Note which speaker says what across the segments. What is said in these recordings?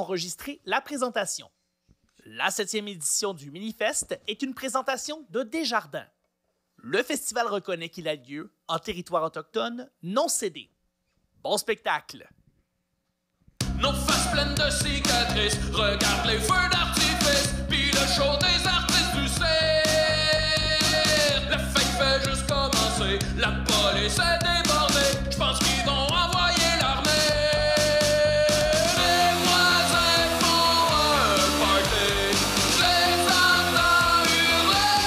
Speaker 1: enregistrer la présentation. La septième édition du Minifest est une présentation de Desjardins. Le festival reconnaît qu'il a lieu en territoire autochtone non cédé. Bon spectacle!
Speaker 2: Nos faces pleines de cicatrices, regarde les feux d'artifice, puis le show des artistes du cirque. La fête fait juste commencer, la police est débordée, je pense qu'ils vont envoyer l'armée. Les voisins font un party, je les entends hurler.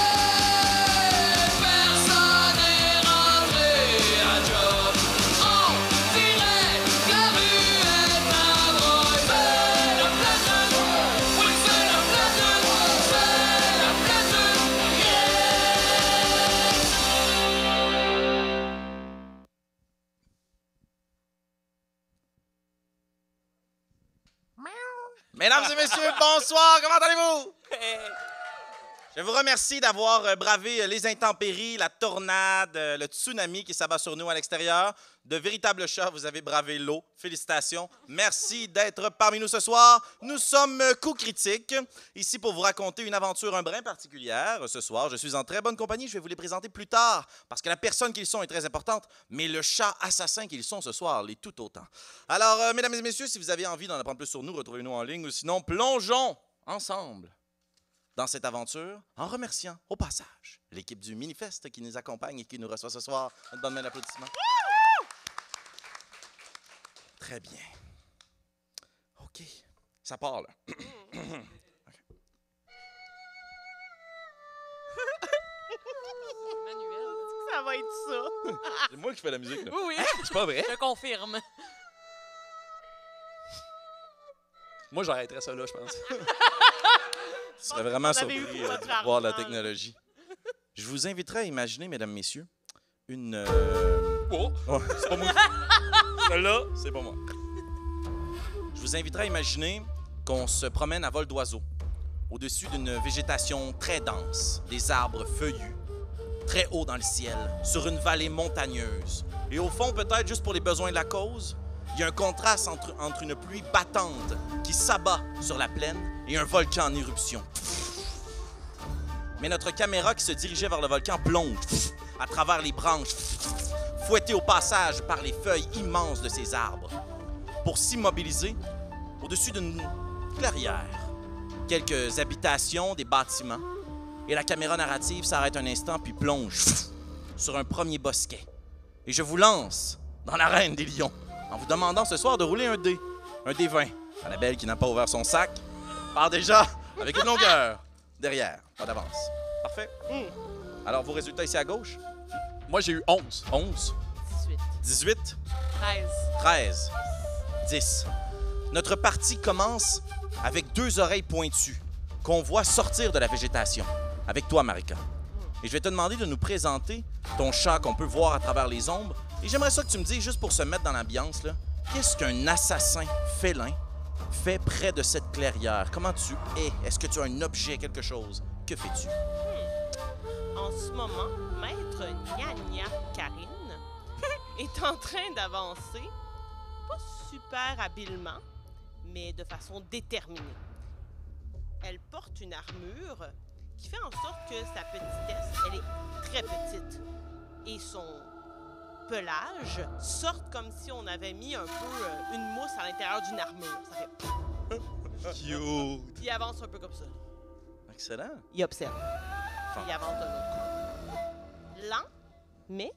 Speaker 2: Personne n'est rentré à job, on dirait que la rue est un droit. C'est la pleine lune, oui c'est la pleine lune, c'est la pleine lune, yeah!
Speaker 3: Mesdames et messieurs, bonsoir, comment allez-vous? Je vous remercie d'avoir euh, bravé euh, les intempéries, la tornade, euh, le tsunami qui s'abat sur nous à l'extérieur. De véritables chats, vous avez bravé l'eau. Félicitations. Merci d'être parmi nous ce soir. Nous sommes euh, Coup Critique, ici pour vous raconter une aventure un brin particulière. Ce soir, je suis en très bonne compagnie. Je vais vous les présenter plus tard parce que la personne qu'ils sont est très importante, mais le chat assassin qu'ils sont ce soir l'est tout autant. Alors, euh, mesdames et messieurs, si vous avez envie d'en apprendre plus sur nous, retrouvez-nous en ligne ou sinon, plongeons ensemble dans cette aventure en remerciant au passage l'équipe du Minifest qui nous accompagne et qui nous reçoit ce soir. Une bonne main d'applaudissements. Très bien. OK. Ça part, là.
Speaker 4: Manuel.
Speaker 1: Ça va être ça!
Speaker 3: C'est moi qui fais la musique, là.
Speaker 4: Oui, oui,
Speaker 3: Hein? C'est pas vrai?
Speaker 4: je confirme.
Speaker 5: Moi, j'arrêterais ça là, je pense.
Speaker 3: Tu serais vraiment
Speaker 1: qu'on avait eu
Speaker 3: surpris
Speaker 1: pour
Speaker 3: euh,
Speaker 1: votre
Speaker 3: de voir la
Speaker 1: argent, là.
Speaker 3: technologie. Je vous inviterai à imaginer, mesdames, messieurs, une... euh,
Speaker 5: Oh!
Speaker 3: oh, c'est pas moi. Celle-là, c'est pas moi. Je vous inviterai à imaginer qu'on se promène à vol d'oiseau, au-dessus d'une végétation très dense, des arbres feuillus, très haut dans le ciel, sur une vallée montagneuse. Et au fond, peut-être juste pour les besoins de la cause, il y a un contraste entre, entre une pluie battante qui s'abat sur la plaine et un volcan en éruption. Mais notre caméra qui se dirigeait vers le volcan plonge à travers les branches, fouettée au passage par les feuilles immenses de ces arbres, pour s'immobiliser au-dessus d'une clairière. Quelques habitations, des bâtiments, et la caméra narrative s'arrête un instant puis plonge sur un premier bosquet. Et je vous lance dans l'arène des lions en vous demandant ce soir de rouler un dé, un dé 20. Annabelle qui n'a pas ouvert son sac part déjà avec une longueur derrière, pas d'avance. Parfait. Alors vos résultats ici à gauche
Speaker 5: Hmm. Moi, j'ai eu 11.
Speaker 3: 11,
Speaker 4: 18.
Speaker 3: 18,
Speaker 4: 13.
Speaker 3: 13, 10. Notre partie commence avec deux oreilles pointues qu'on voit sortir de la végétation. Avec toi, Marika. Et je vais te demander de nous présenter ton chat qu'on peut voir à travers les ombres. Et j'aimerais ça que tu me dises, juste pour se mettre dans l'ambiance, là, qu'est-ce qu'un assassin félin fait près de cette clairière? Comment tu es? Est-ce que tu as un objet, quelque chose? Que fais-tu?
Speaker 6: En ce moment, maître Gna Gna Karine est en train d'avancer, pas super habilement, mais de façon déterminée. Elle porte une armure qui fait en sorte que sa petitesse, elle est très petite. Et son pelage sort comme si on avait mis un peu euh, une mousse à l'intérieur d'une armure. Ça fait...
Speaker 3: Cute!
Speaker 6: Il avance un peu comme ça.
Speaker 3: Excellent.
Speaker 6: Il observe. Puis il avance un autre. Lent, mais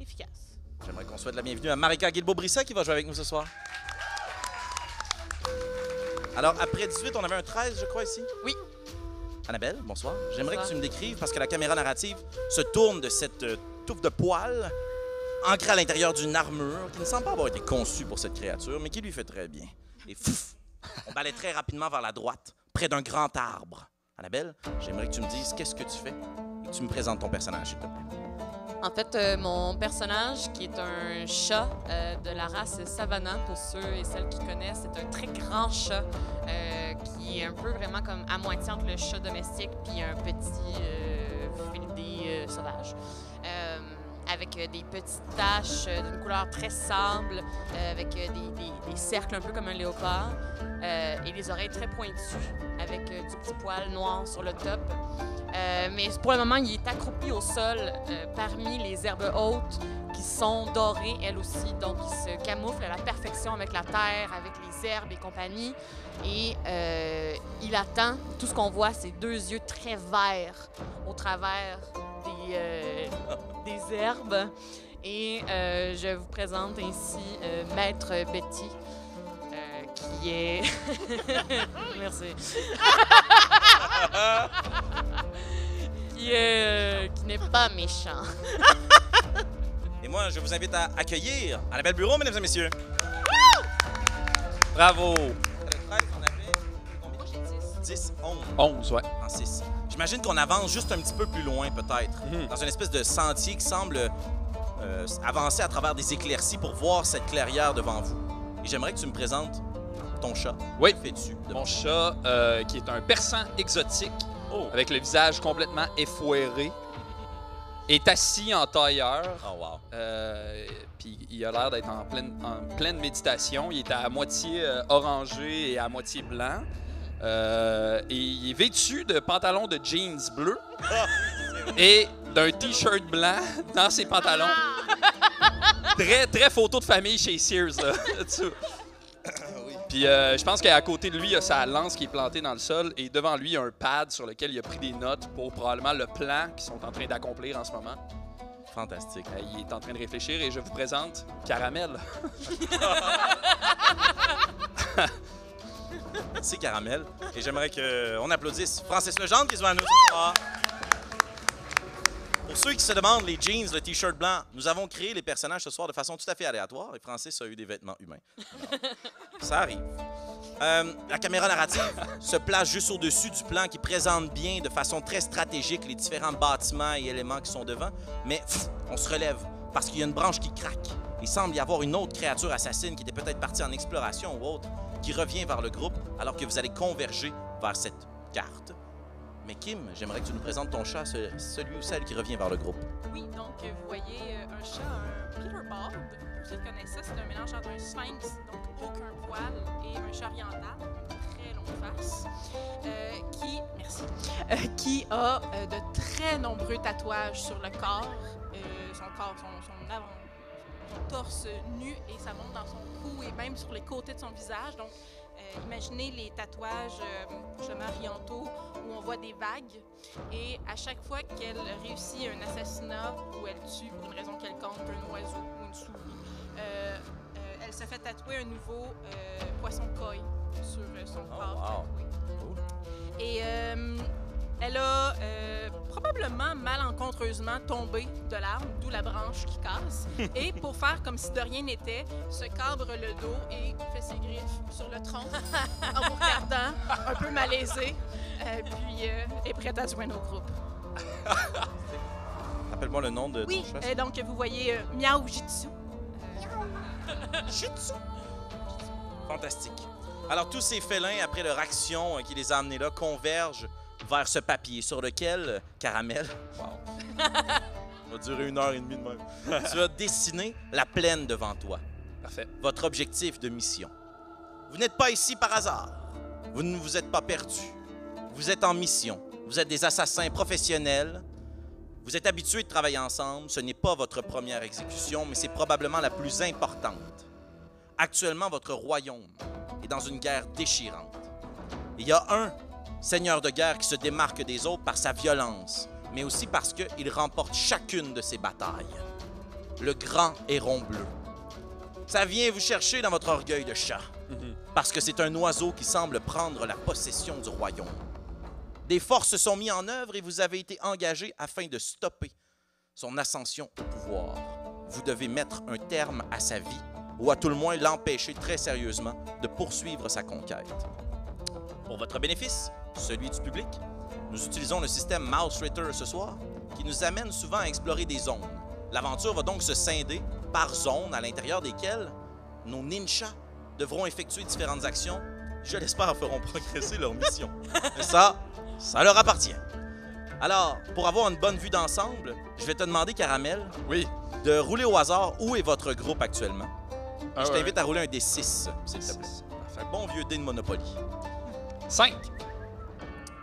Speaker 6: efficace.
Speaker 3: J'aimerais qu'on souhaite la bienvenue à Marika Guilbeault-Brissa qui va jouer avec nous ce soir. Alors, après 18, on avait un 13, je crois, ici.
Speaker 4: Oui.
Speaker 3: Annabelle, bonsoir. J'aimerais que
Speaker 4: Bonsoir.
Speaker 3: tu me décrives, parce que la caméra narrative se tourne de cette euh, touffe de poils ancrée à l'intérieur d'une armure qui ne semble pas avoir été conçue pour cette créature, mais qui lui fait très bien. Et fouf, on balait très rapidement vers la droite, près d'un grand arbre. Annabelle, j'aimerais que tu me dises qu'est-ce que tu fais et que tu me présentes ton personnage, s'il te plaît.
Speaker 4: En fait, euh, mon personnage, qui est un chat euh, de la race Savannah, pour ceux et celles qui connaissent, c'est un très grand chat euh, qui est un peu vraiment comme à moitié entre le chat domestique puis un petit euh, félidé euh, sauvage. Euh, avec euh, des petites taches euh, d'une couleur très sable, euh, avec euh, des, des- des cercles un peu comme un léopard, euh, et les oreilles très pointues, avec euh, du petit poil noir sur le top. Euh, mais pour le moment, il est accroupi au sol euh, parmi les herbes hautes qui sont dorées, elles aussi. Donc, il se camoufle à la perfection avec la terre, avec les herbes et compagnie. Et euh, il attend. Tout ce qu'on voit, c'est deux yeux très verts au travers des, euh, des herbes. Et euh, je vous présente ainsi euh, Maître Betty, euh, qui est... Merci. qui est, euh, qui n'est pas méchant.
Speaker 3: Et moi, je vous invite à accueillir à la belle bureau, mesdames et messieurs. Bravo. 10, 11,
Speaker 2: 11, ouais.
Speaker 3: en 6. J'imagine qu'on avance juste un petit peu plus loin, peut-être,
Speaker 2: Mhm.
Speaker 3: dans une espèce de sentier qui semble euh, avancer à travers des éclaircies pour voir cette clairière devant vous. Et j'aimerais que tu me présentes ton chat.
Speaker 2: Oui.
Speaker 3: Que Fais-tu? de
Speaker 2: Mon chat, euh, qui est un persan exotique,
Speaker 3: Oh.
Speaker 2: avec le visage complètement effouéré, est assis en tailleur.
Speaker 3: Oh, wow.
Speaker 2: Euh, puis il a l'air d'être en pleine, en pleine méditation. Il est à moitié euh, orangé et à moitié blanc. Euh, et il est vêtu de pantalons de jeans bleus et d'un t-shirt blanc dans ses pantalons. Très, très photo de famille chez Sears. là, là-dessous. Puis euh, je pense qu'à côté de lui, il y a sa lance qui est plantée dans le sol et devant lui, il y a un pad sur lequel il a pris des notes pour probablement le plan qu'ils sont en train d'accomplir en ce moment.
Speaker 3: Fantastique.
Speaker 2: Euh, il est en train de réfléchir et je vous présente Caramel.
Speaker 3: Merci, Caramel. Et j'aimerais qu'on applaudisse Francis Legendre qui se voit à nous. Pour ceux qui se demandent, les jeans, le t-shirt blanc, nous avons créé les personnages ce soir de façon tout à fait aléatoire et Francis a eu des vêtements humains. Alors, ça arrive. Euh, la caméra narrative se place juste au-dessus du plan qui présente bien de façon très stratégique les différents bâtiments et éléments qui sont devant, mais pff, on se relève parce qu'il y a une branche qui craque. Il semble y avoir une autre créature assassine qui était peut-être partie en exploration ou autre qui revient vers le groupe alors que vous allez converger vers cette carte. Mais Kim, j'aimerais que tu nous présentes ton chat, ce- celui ou celle qui revient vers le groupe.
Speaker 7: Oui, donc euh, vous voyez euh, un chat, un Peterbald. Pour ceux qui connaissent ça, c'est un mélange entre un sphinx, donc aucun poil, et un chat oriental, très longue face, euh, qui, merci, euh, qui a euh, de très nombreux tatouages sur le corps, euh, son corps, son, son avant, son torse nu, et ça monte dans son cou et même sur les côtés de son visage. Donc, euh, imaginez les tatouages euh, justement orientaux où on voit des vagues. Et à chaque fois qu'elle réussit un assassinat ou elle tue pour une raison quelconque un oiseau ou une souris, euh, euh, elle se fait tatouer un nouveau euh, poisson koi sur euh, son
Speaker 3: Oh,
Speaker 7: corps.
Speaker 3: wow.
Speaker 7: tatoué.
Speaker 3: Cool.
Speaker 7: Et euh, elle a euh, probablement malencontreusement tombé de l'arbre, d'où la branche qui casse. et pour faire comme si de rien n'était, se cabre le dos et fait ses griffes sur le tronc en vous regardant, un peu malaisée, euh, puis euh, est prête à se joindre au groupe.
Speaker 3: Rappelle-moi le nom de
Speaker 7: Oui,
Speaker 3: ton chat.
Speaker 7: euh, donc vous voyez euh, Miao Jitsu.
Speaker 3: Fantastique. Alors, tous ces félins, après leur action euh, qui les a amenés là, convergent vers ce papier sur lequel, euh, Caramel, wow, ça va durer une heure et demie de même, tu as dessiné la plaine devant toi.
Speaker 2: Parfait.
Speaker 3: votre objectif de mission. Vous n'êtes pas ici par hasard. Vous ne vous êtes pas perdu. Vous êtes en mission. Vous êtes des assassins professionnels. Vous êtes habitués de travailler ensemble. Ce n'est pas votre première exécution, mais c'est probablement la plus importante. Actuellement, votre royaume est dans une guerre déchirante. Il y a un seigneur de guerre qui se démarque des autres par sa violence, mais aussi parce qu'il remporte chacune de ses batailles. Le grand héron bleu. Ça vient vous chercher dans votre orgueil de chat. Parce que c'est un oiseau qui semble prendre la possession du royaume. Des forces sont mises en œuvre et vous avez été engagé afin de stopper son ascension au pouvoir. Vous devez mettre un terme à sa vie ou à tout le moins l'empêcher très sérieusement de poursuivre sa conquête. Pour votre bénéfice, celui du public, nous utilisons le système Mouse Ritter ce soir qui nous amène souvent à explorer des zones. L'aventure va donc se scinder par zone à l'intérieur desquelles nos ninjas devront effectuer différentes actions. Je l'espère feront progresser leur mission. Mais ça, ça leur appartient. Alors, pour avoir une bonne vue d'ensemble, je vais te demander, Caramel,
Speaker 2: Oui.
Speaker 3: de rouler au hasard où est votre groupe actuellement. Et
Speaker 5: Un,
Speaker 3: je
Speaker 5: un,
Speaker 3: t'invite à rouler un des 6, s'il te plaît.
Speaker 5: six.
Speaker 3: Fait que bon vieux dé de Monopoly.
Speaker 5: Cinq.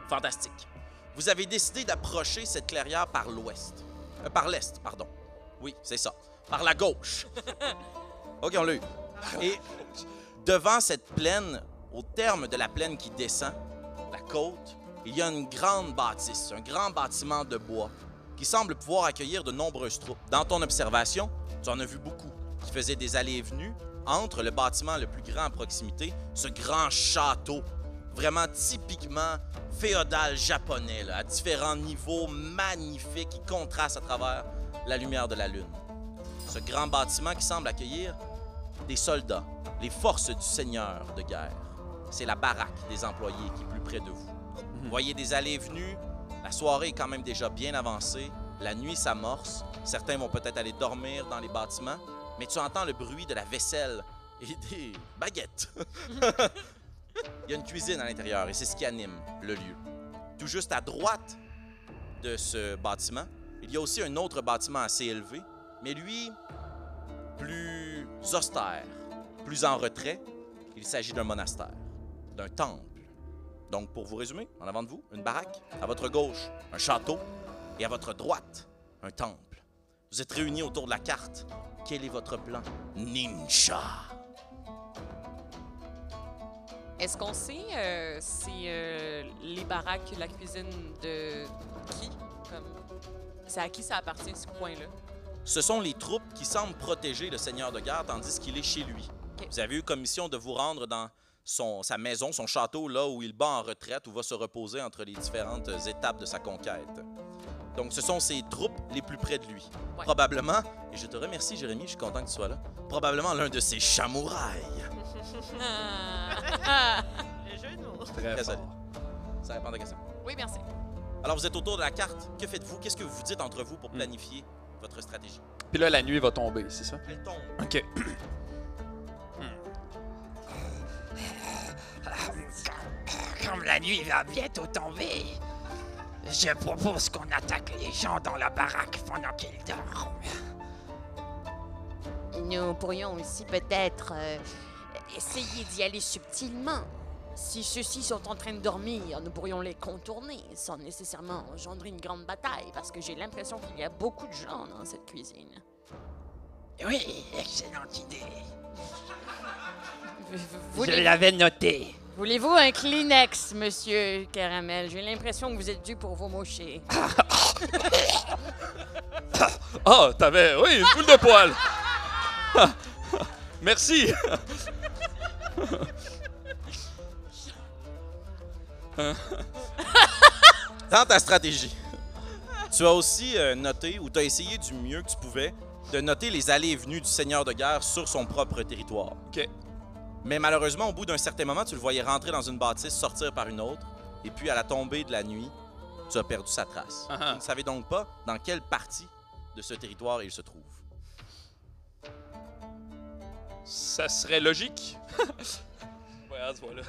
Speaker 3: Fantastique. Vous avez décidé d'approcher cette clairière par l'ouest. Euh, par l'est, pardon. Oui, c'est ça. Par la gauche. OK, on l'a eu. Et devant cette plaine, au terme de la plaine qui descend, la côte, il y a une grande bâtisse, un grand bâtiment de bois qui semble pouvoir accueillir de nombreuses troupes. Dans ton observation, tu en as vu beaucoup qui faisaient des allées et venues entre le bâtiment le plus grand à proximité, ce grand château, vraiment typiquement féodal japonais, là, à différents niveaux magnifiques qui contrastent à travers la lumière de la lune. Ce grand bâtiment qui semble accueillir des soldats, les forces du seigneur de guerre. C'est la baraque des employés qui est plus près de vous. Vous voyez des allées et venues, la soirée est quand même déjà bien avancée, la nuit s'amorce, certains vont peut-être aller dormir dans les bâtiments, mais tu entends le bruit de la vaisselle et des baguettes. Il y a une cuisine à l'intérieur et c'est ce qui anime le lieu. Tout juste à droite de ce bâtiment, il y a aussi un autre bâtiment assez élevé, mais lui, plus austère, plus en retrait. Il s'agit d'un monastère, d'un temple. Donc, pour vous résumer, en avant de vous, une baraque, à votre gauche, un château, et à votre droite, un temple. Vous êtes réunis autour de la carte. Quel est votre plan, ninja?
Speaker 4: Est-ce qu'on sait euh, si euh, les baraques, la cuisine de qui comme c'est à qui ça appartient ce coin-là
Speaker 3: Ce sont les troupes qui semblent protéger le seigneur de garde tandis qu'il est chez lui.
Speaker 4: Ok.
Speaker 3: Vous avez eu commission de vous rendre dans son, sa maison, son château, là où il bat en retraite, où va se reposer entre les différentes étapes de sa conquête. Donc, ce sont ses troupes les plus près de lui.
Speaker 4: Ouais.
Speaker 3: Probablement, et je te remercie, Jérémy, je suis content que tu sois là, probablement l'un de ses chamourailles.
Speaker 4: Ah!
Speaker 6: Le jeu de mots.
Speaker 5: Très
Speaker 3: Désolé.
Speaker 5: fort.
Speaker 3: Ça répond à la question.
Speaker 4: Oui, merci.
Speaker 3: Alors, vous êtes autour de la carte. Que faites-vous? Qu'est-ce que vous dites entre vous pour planifier votre stratégie?
Speaker 5: Puis là, la nuit va tomber, c'est ça?
Speaker 3: Elle tombe.
Speaker 5: OK.
Speaker 8: Comme la nuit va bientôt tomber, je propose qu'on attaque les gens dans la baraque pendant qu'ils dorment.
Speaker 4: Nous pourrions aussi peut-être euh, essayer d'y aller subtilement. Si ceux-ci sont en train de dormir, nous pourrions les contourner sans nécessairement engendrer une grande bataille, parce que j'ai l'impression qu'il y a beaucoup de gens dans cette cuisine.
Speaker 8: Oui, excellente idée. Je
Speaker 4: Voulez-
Speaker 8: l'avais noté.
Speaker 4: Voulez-vous un Kleenex, monsieur Caramel? J'ai l'impression que vous êtes dû pour vos mochés.
Speaker 5: Ah, t'avais. Oui, une boule de poil! Merci!
Speaker 3: dans ta stratégie, tu as aussi euh, noté, ou tu as essayé du mieux que tu pouvais, de noter les allées et venues du seigneur de guerre sur son propre territoire.
Speaker 5: OK.
Speaker 3: Mais malheureusement, au bout d'un certain moment, tu le voyais rentrer dans une bâtisse, sortir par une autre, et puis à la tombée de la nuit, tu as perdu sa trace.
Speaker 5: Ah ah.
Speaker 3: Tu ne savais donc pas dans quelle partie de ce territoire il se trouve.
Speaker 5: Ça serait logique. Ouais, à ce moment-là.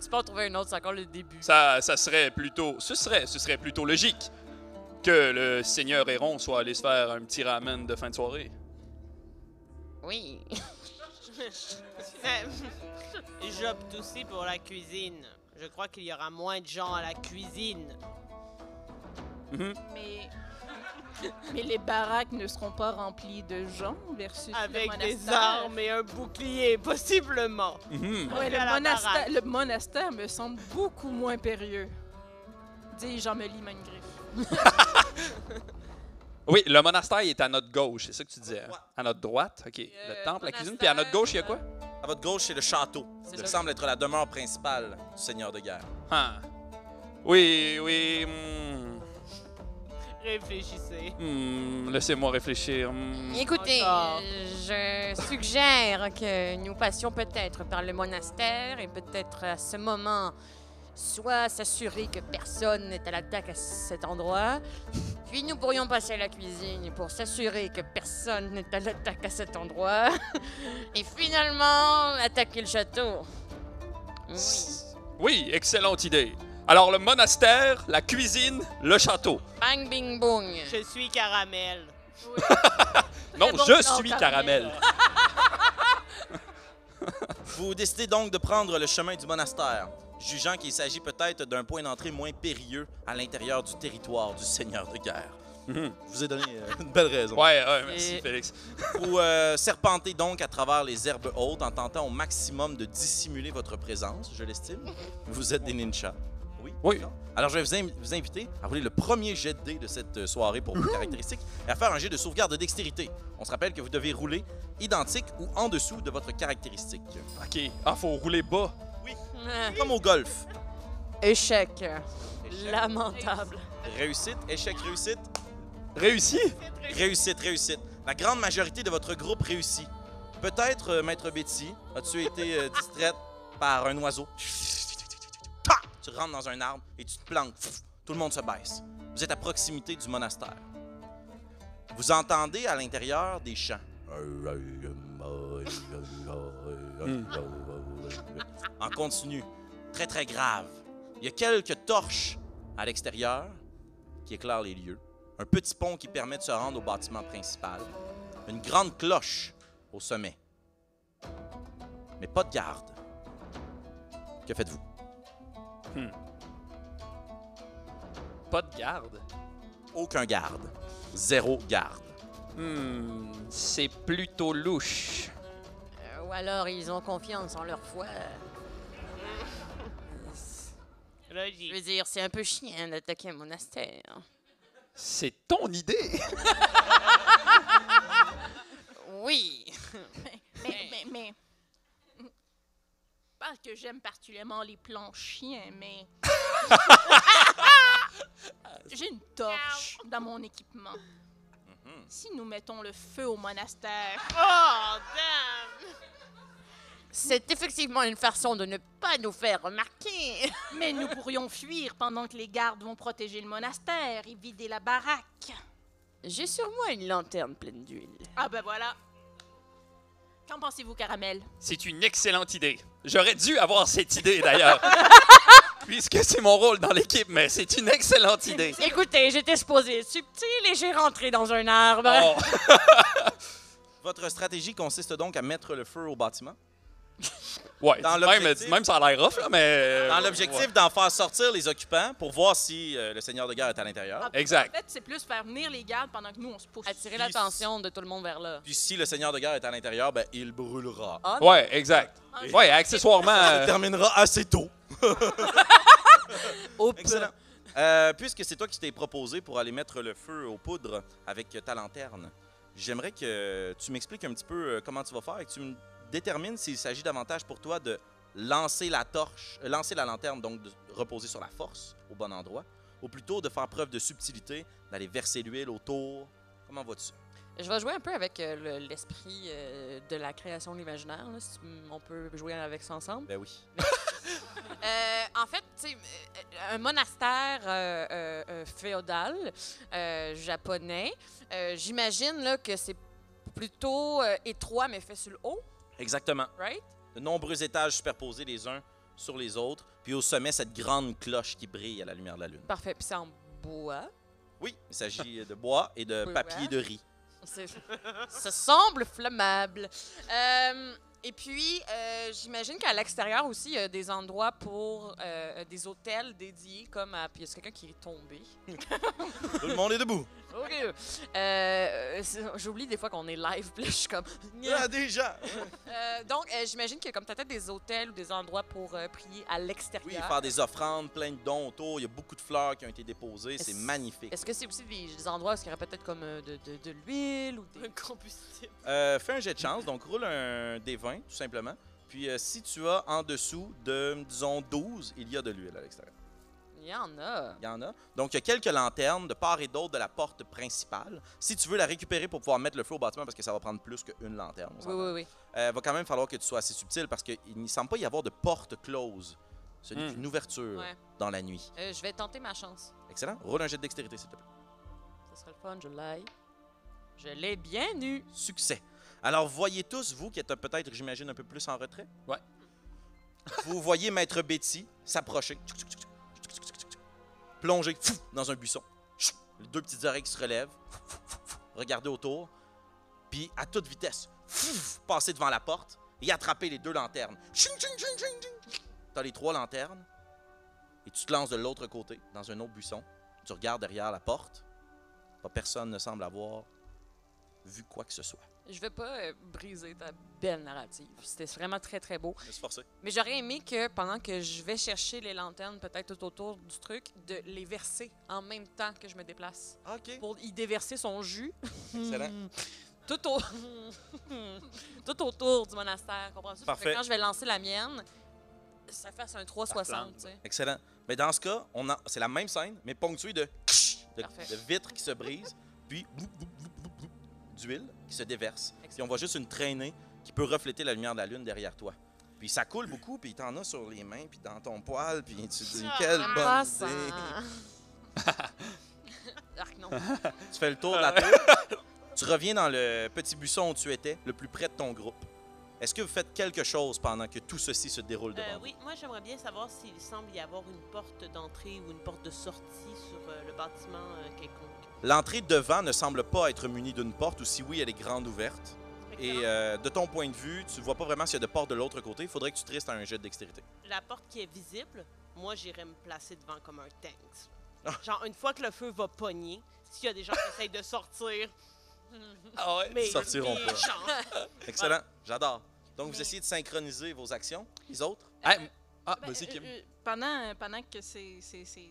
Speaker 4: Tu peux en trouver un autre, c'est encore le début.
Speaker 5: ça, ça serait plutôt. Ce serait, ce serait plutôt logique que le seigneur Héron soit allé se faire un petit ramen de fin de soirée.
Speaker 4: Oui.
Speaker 6: Mais, J'opte aussi pour la cuisine. Je crois qu'il y aura moins de gens à la cuisine.
Speaker 7: Mais, mais les baraques ne seront pas remplies de gens versus le
Speaker 6: Avec
Speaker 7: monastère.
Speaker 6: des armes et un bouclier, possiblement.
Speaker 5: Mhm.
Speaker 7: Ouais,
Speaker 6: À
Speaker 7: le,
Speaker 6: la
Speaker 7: monastère,
Speaker 6: baraque.
Speaker 7: le monastère me semble beaucoup moins périlleux. Dis jean me une griffe.
Speaker 5: Oui, le monastère il est à notre gauche, c'est ça que tu disais. hein?
Speaker 3: droite.
Speaker 5: À notre droite, ok.
Speaker 4: euh,
Speaker 5: le temple, la cuisine,
Speaker 4: monastère,
Speaker 5: puis à notre gauche, il y a quoi
Speaker 3: À votre gauche, c'est le château,
Speaker 4: C'est
Speaker 3: qui
Speaker 4: ça.
Speaker 3: semble être la demeure principale du seigneur de guerre.
Speaker 5: Ah. Oui, oui. hmm,
Speaker 6: Réfléchissez.
Speaker 5: hmm, Laissez-moi réfléchir. hmm.
Speaker 4: Écoutez,
Speaker 6: Encore.
Speaker 4: euh, je suggère que nous passions peut-être par le monastère et peut-être à ce moment, soit s'assurer que personne n'est à l'attaque à cet endroit, puis nous pourrions passer à la cuisine pour s'assurer que personne n'est à l'attaque à cet endroit, et finalement attaquer le château. Oui.
Speaker 5: Oui, excellente idée. Alors le monastère, la cuisine, le château.
Speaker 4: Bang, bing, boom.
Speaker 6: Je suis caramel.
Speaker 9: Oui.
Speaker 5: Non,
Speaker 7: Très bon
Speaker 5: je
Speaker 7: plan,
Speaker 5: suis caramel.
Speaker 3: Vous décidez donc de prendre le chemin du monastère, jugeant qu'il s'agit peut-être d'un point d'entrée moins périlleux à l'intérieur du territoire du Seigneur de guerre.
Speaker 5: Mhm.
Speaker 3: Je vous ai donné euh, une belle raison.
Speaker 5: Ouais, ouais, merci
Speaker 4: Et-
Speaker 5: Félix.
Speaker 3: Vous euh, serpentez donc à travers les herbes hautes en tentant au maximum de dissimuler votre présence, je l'estime. Vous êtes des ninjas. Oui.
Speaker 5: Oui.
Speaker 3: d'accord. Alors, je vais vous, in- vous inviter à rouler le premier jet de dés de cette euh, soirée pour
Speaker 5: Mmh.
Speaker 3: vos caractéristiques et à faire un jet de sauvegarde de dextérité. On se rappelle que vous devez rouler identique ou en dessous de votre caractéristique.
Speaker 5: Ok, ah, faut rouler bas.
Speaker 3: Comme au golf.
Speaker 4: Échec.
Speaker 3: Échec.
Speaker 4: Lamentable.
Speaker 3: Réussite, échec, réussite,
Speaker 5: Réussi?
Speaker 3: réussite, réussite. La grande majorité de votre groupe réussit. Peut-être, euh, Maître Betty, as-tu été euh, distraite par un oiseau? Ta! Tu rentres dans un arbre et tu te planques. Pff! Tout le monde se baisse. Vous êtes à proximité du monastère. Vous entendez à l'intérieur des chants. En continu, très très grave. Il y a quelques torches à l'extérieur qui éclairent les lieux. Un petit pont qui permet de se rendre au bâtiment principal. Une grande cloche au sommet. Mais pas de garde. Que faites-vous?
Speaker 5: Pas de garde.
Speaker 3: Aucun garde. Zéro garde.
Speaker 5: Hmm, c'est plutôt louche.
Speaker 4: Euh, Ou alors ils ont confiance en leur foi. Je veux
Speaker 6: Logique.
Speaker 4: dire, c'est un peu chiant d'attaquer un monastère.
Speaker 5: C'est ton idée.
Speaker 4: Oui.
Speaker 7: Mais, mais, mais. Pas que j'aime particulièrement les plans chiens, mais. J'ai une torche dans mon équipement. Si nous mettons le feu au monastère,
Speaker 6: Oh, damn!
Speaker 4: C'est effectivement une façon de ne pas nous faire remarquer.
Speaker 7: mais nous pourrions fuir pendant que les gardes vont protéger le monastère et vider la baraque.
Speaker 4: J'ai sur moi une lanterne pleine d'huile.
Speaker 7: Ah ben voilà. Qu'en pensez-vous, Caramel?
Speaker 5: C'est une excellente idée. J'aurais dû avoir cette idée d'ailleurs. Puisque c'est mon rôle dans l'équipe, mais c'est une excellente idée.
Speaker 4: Écoutez, j'étais supposée être subtile et j'ai rentré dans un arbre.
Speaker 5: Oh,
Speaker 3: Votre stratégie consiste donc à mettre le feu au bâtiment.
Speaker 5: ouais,
Speaker 3: Dans
Speaker 5: dis même,
Speaker 3: l'objectif-
Speaker 5: dis même ça a l'air rough, là, mais. euh,
Speaker 3: Dans l'objectif d'en faire sortir les occupants pour voir si euh, le seigneur de guerre est à l'intérieur.
Speaker 5: Ouais. Exact.
Speaker 9: En fait, c'est plus faire venir les gardes pendant que nous, on se pousse.
Speaker 4: Attirer l'attention de tout le monde vers là.
Speaker 3: Puis si le seigneur de guerre est à l'intérieur, ben, il brûlera.
Speaker 5: Ouais, exact. Ouais, accessoirement.
Speaker 3: Ça
Speaker 5: euh,
Speaker 3: terminera assez tôt.
Speaker 4: Au
Speaker 3: Excellent. Euh, puisque c'est toi qui t'es proposé pour aller mettre le feu aux poudres avec ta lanterne, j'aimerais que tu m'expliques un petit peu euh, comment tu vas faire et que tu me détermines s'il s'agit davantage pour toi de lancer la torche, euh, lancer la lanterne, donc de reposer sur la force au bon endroit, ou plutôt de faire preuve de subtilité, d'aller verser l'huile autour. Comment vas-tu?
Speaker 4: Je vais jouer un peu avec euh, le- l'esprit euh, de la création de l'imaginaire. là, si tu- on peut jouer avec ça ensemble.
Speaker 3: Ben oui.
Speaker 4: Euh, en fait, tu sais, euh, un monastère euh, euh, euh, féodal euh, japonais, euh, j'imagine là, que c'est plutôt euh, étroit mais fait sur le haut,
Speaker 3: Exactement.
Speaker 4: right?
Speaker 3: De nombreux étages superposés les uns sur les autres, puis au sommet, cette grande cloche qui brille à la lumière de la lune.
Speaker 4: Parfait. Puis c'est en bois.
Speaker 3: Oui, il s'agit de bois et de
Speaker 4: Oui,
Speaker 3: papier
Speaker 4: ouais.
Speaker 3: de riz.
Speaker 4: C'est- Ça semble flammable. Euh, et puis, euh, j'imagine qu'à l'extérieur aussi, il y a des endroits pour euh, des hôtels dédiés, comme à. Puis il y a quelqu'un qui est tombé.
Speaker 3: Tout le monde est debout.
Speaker 4: Ok. Euh, euh, c'est- J'oublie des fois qu'on est live, puis là, je suis comme.
Speaker 3: Ah, déjà!
Speaker 4: Euh, donc, euh, j'imagine qu'il y a comme peut-être des hôtels ou des endroits pour euh, prier à
Speaker 3: Oui,
Speaker 4: l'extérieur.
Speaker 3: faire des offrandes, plein de dons autour. Il y a beaucoup de fleurs qui ont été déposées. C'est
Speaker 4: Est-ce-
Speaker 3: magnifique.
Speaker 4: Est-ce que c'est aussi des, des endroits où il y aurait peut-être comme euh, de, de- de l'huile ou des.
Speaker 6: Un combustible.
Speaker 3: Euh, fais un jet de chance. Donc, roule un des 20, tout simplement. Puis, euh, si tu as en dessous de, disons, 12, il y a de l'huile à l'extérieur.
Speaker 4: Il y en a.
Speaker 3: Il y en a. Donc, il y a quelques lanternes de part et d'autre de la porte principale. Si tu veux la récupérer pour pouvoir mettre le feu au bâtiment, parce que ça va prendre plus qu'une lanterne, on
Speaker 4: Oui,
Speaker 3: s'entend.
Speaker 4: oui, oui.
Speaker 3: Euh, va quand même falloir que tu sois assez subtil parce qu'il ne semble pas y avoir de porte close. Ce n'est
Speaker 5: Hmm.
Speaker 3: qu'une ouverture
Speaker 4: Ouais.
Speaker 3: dans la nuit.
Speaker 4: Euh, je vais tenter ma chance.
Speaker 3: Excellent. Roule un jet de dextérité, s'il te plaît.
Speaker 4: Ce serait le fun, je l'ai. Je l'ai bien eu.
Speaker 3: Succès. Alors, voyez tous, vous qui êtes peut-être, j'imagine, un peu plus en retrait.
Speaker 5: Ouais.
Speaker 3: vous voyez Maître Betty s'approcher, plonger fou, dans un buisson. Les deux petites oreilles qui se relèvent, regarder autour, puis à toute vitesse, fouf, passer devant la porte et attraper les deux lanternes. Ching, ching, ching, ching, ching. T'as les trois lanternes et tu te lances de l'autre côté, dans un autre buisson. Tu regardes derrière la porte. Pas personne ne semble avoir vu quoi que ce soit.
Speaker 4: Je vais pas euh, briser ta belle narrative. C'était vraiment très, très beau.
Speaker 3: Je me suis forcé.
Speaker 4: Mais j'aurais aimé que pendant que je vais chercher les lanternes, peut-être tout autour du truc, de les verser en même temps que je me déplace.
Speaker 3: OK.
Speaker 4: Pour y déverser son jus
Speaker 3: Excellent.
Speaker 4: Mm-hmm. tout, au... tout autour du monastère. Comprends-tu? Fait que
Speaker 3: Parfait.
Speaker 4: Quand je vais lancer la mienne, ça fasse un 360. tu sais.
Speaker 3: Excellent. Mais dans ce cas, on en- c'est la même scène, mais ponctuée de, de,
Speaker 4: Parfait.
Speaker 3: de vitres qui se brisent, puis bloup, bloup, bloup, bloup, bloup, d'huile qui se déverse. Puis on voit juste une traînée qui peut refléter la lumière de la lune derrière toi. Puis ça coule beaucoup, puis t'en as sur les mains, puis dans ton poil, puis tu te dis quelle bonne
Speaker 4: Ah, ça-
Speaker 3: idée.
Speaker 4: Arc, non.
Speaker 3: Tu fais le tour de la tour. tu reviens dans le petit buisson où tu étais, le plus près de ton groupe. Est-ce que vous faites quelque chose pendant que tout ceci se déroule devant
Speaker 6: Euh,
Speaker 3: vous?
Speaker 6: oui, moi j'aimerais bien savoir s'il semble y avoir une porte d'entrée ou une porte de sortie sur euh, le bâtiment euh, quelconque.
Speaker 3: L'entrée devant ne semble pas être munie d'une porte, ou si oui, elle est grande ouverte.
Speaker 6: Excellent.
Speaker 3: Et euh, de ton point de vue, tu vois pas vraiment s'il y a de porte de l'autre côté. Il faudrait que tu tristes un jet de dextérité.
Speaker 6: La porte qui est visible, moi j'irais me placer devant comme un
Speaker 3: Ah.
Speaker 6: tank. Genre une fois que le feu va pogner, s'il y a des gens qui essayent de sortir,
Speaker 5: Ah ouais?
Speaker 6: mais
Speaker 3: sortiront
Speaker 6: mais
Speaker 3: pas.
Speaker 6: genre,
Speaker 3: Excellent. J'adore. Donc, vous
Speaker 6: Mais-
Speaker 3: essayez de synchroniser vos actions. Les autres?
Speaker 5: ah,
Speaker 7: Ben,
Speaker 5: vas-y,
Speaker 7: euh,
Speaker 5: Kim.
Speaker 7: euh, pendant, pendant que ces, ces, ces,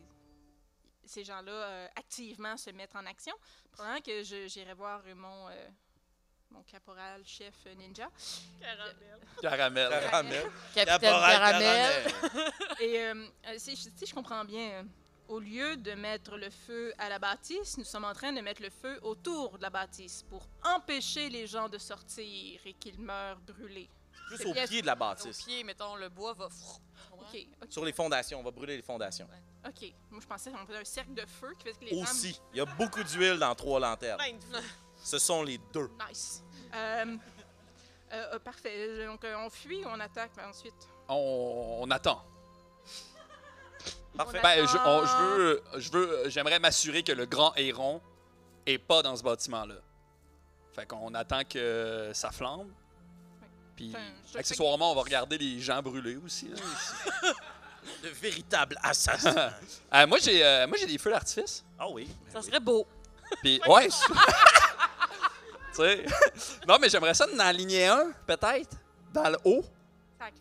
Speaker 7: ces gens-là euh, activement se mettent en action, pendant que je- j'irai voir mon, euh, mon caporal chef ninja
Speaker 6: caramel.
Speaker 5: Euh, Caramel.
Speaker 3: euh, Caramel.
Speaker 4: Capitaine Caramel.
Speaker 7: Et euh, euh, si, je- si je comprends bien, euh, au lieu de mettre le feu à la bâtisse, nous sommes en train de mettre le feu autour de la bâtisse pour empêcher les gens de sortir et qu'ils meurent brûlés.
Speaker 3: Juste au pied de la
Speaker 4: Au
Speaker 3: bâtisse.
Speaker 4: pied, mettons, le bois va. frou-
Speaker 7: Ok, ok,
Speaker 3: Sur les fondations. On va brûler les fondations.
Speaker 7: ok. Moi, je pensais qu'on faisait un cercle de feu qui faisait que les
Speaker 3: Aussi, il y a beaucoup d'huile dans trois lanternes.
Speaker 6: Plein de feu.
Speaker 3: Ce sont les deux.
Speaker 7: gens... Nice. Euh, euh, euh, parfait. Donc, euh, on fuit ou on attaque ben, ensuite?
Speaker 5: On, on attend.
Speaker 3: Parfait.
Speaker 5: Ben, je, on- je
Speaker 3: Ah.
Speaker 7: attend.
Speaker 5: veux, je veux, j'aimerais m'assurer que le grand héron est pas dans ce bâtiment-là. Fait qu'on attend que ça flambe.
Speaker 7: Ouais.
Speaker 5: Puis,
Speaker 7: Enfin, je
Speaker 5: accessoirement, on va regarder les gens brûlés aussi. là.
Speaker 3: De véritables assassins.
Speaker 5: Euh, moi, j'ai, euh, moi, j'ai des feux d'artifice.
Speaker 3: Ah oui. ben
Speaker 4: Ça
Speaker 3: oui.
Speaker 4: serait beau.
Speaker 5: Puis, ouais. c'est- tu sais. Non, mais j'aimerais ça en aligner un, peut-être, dans le haut,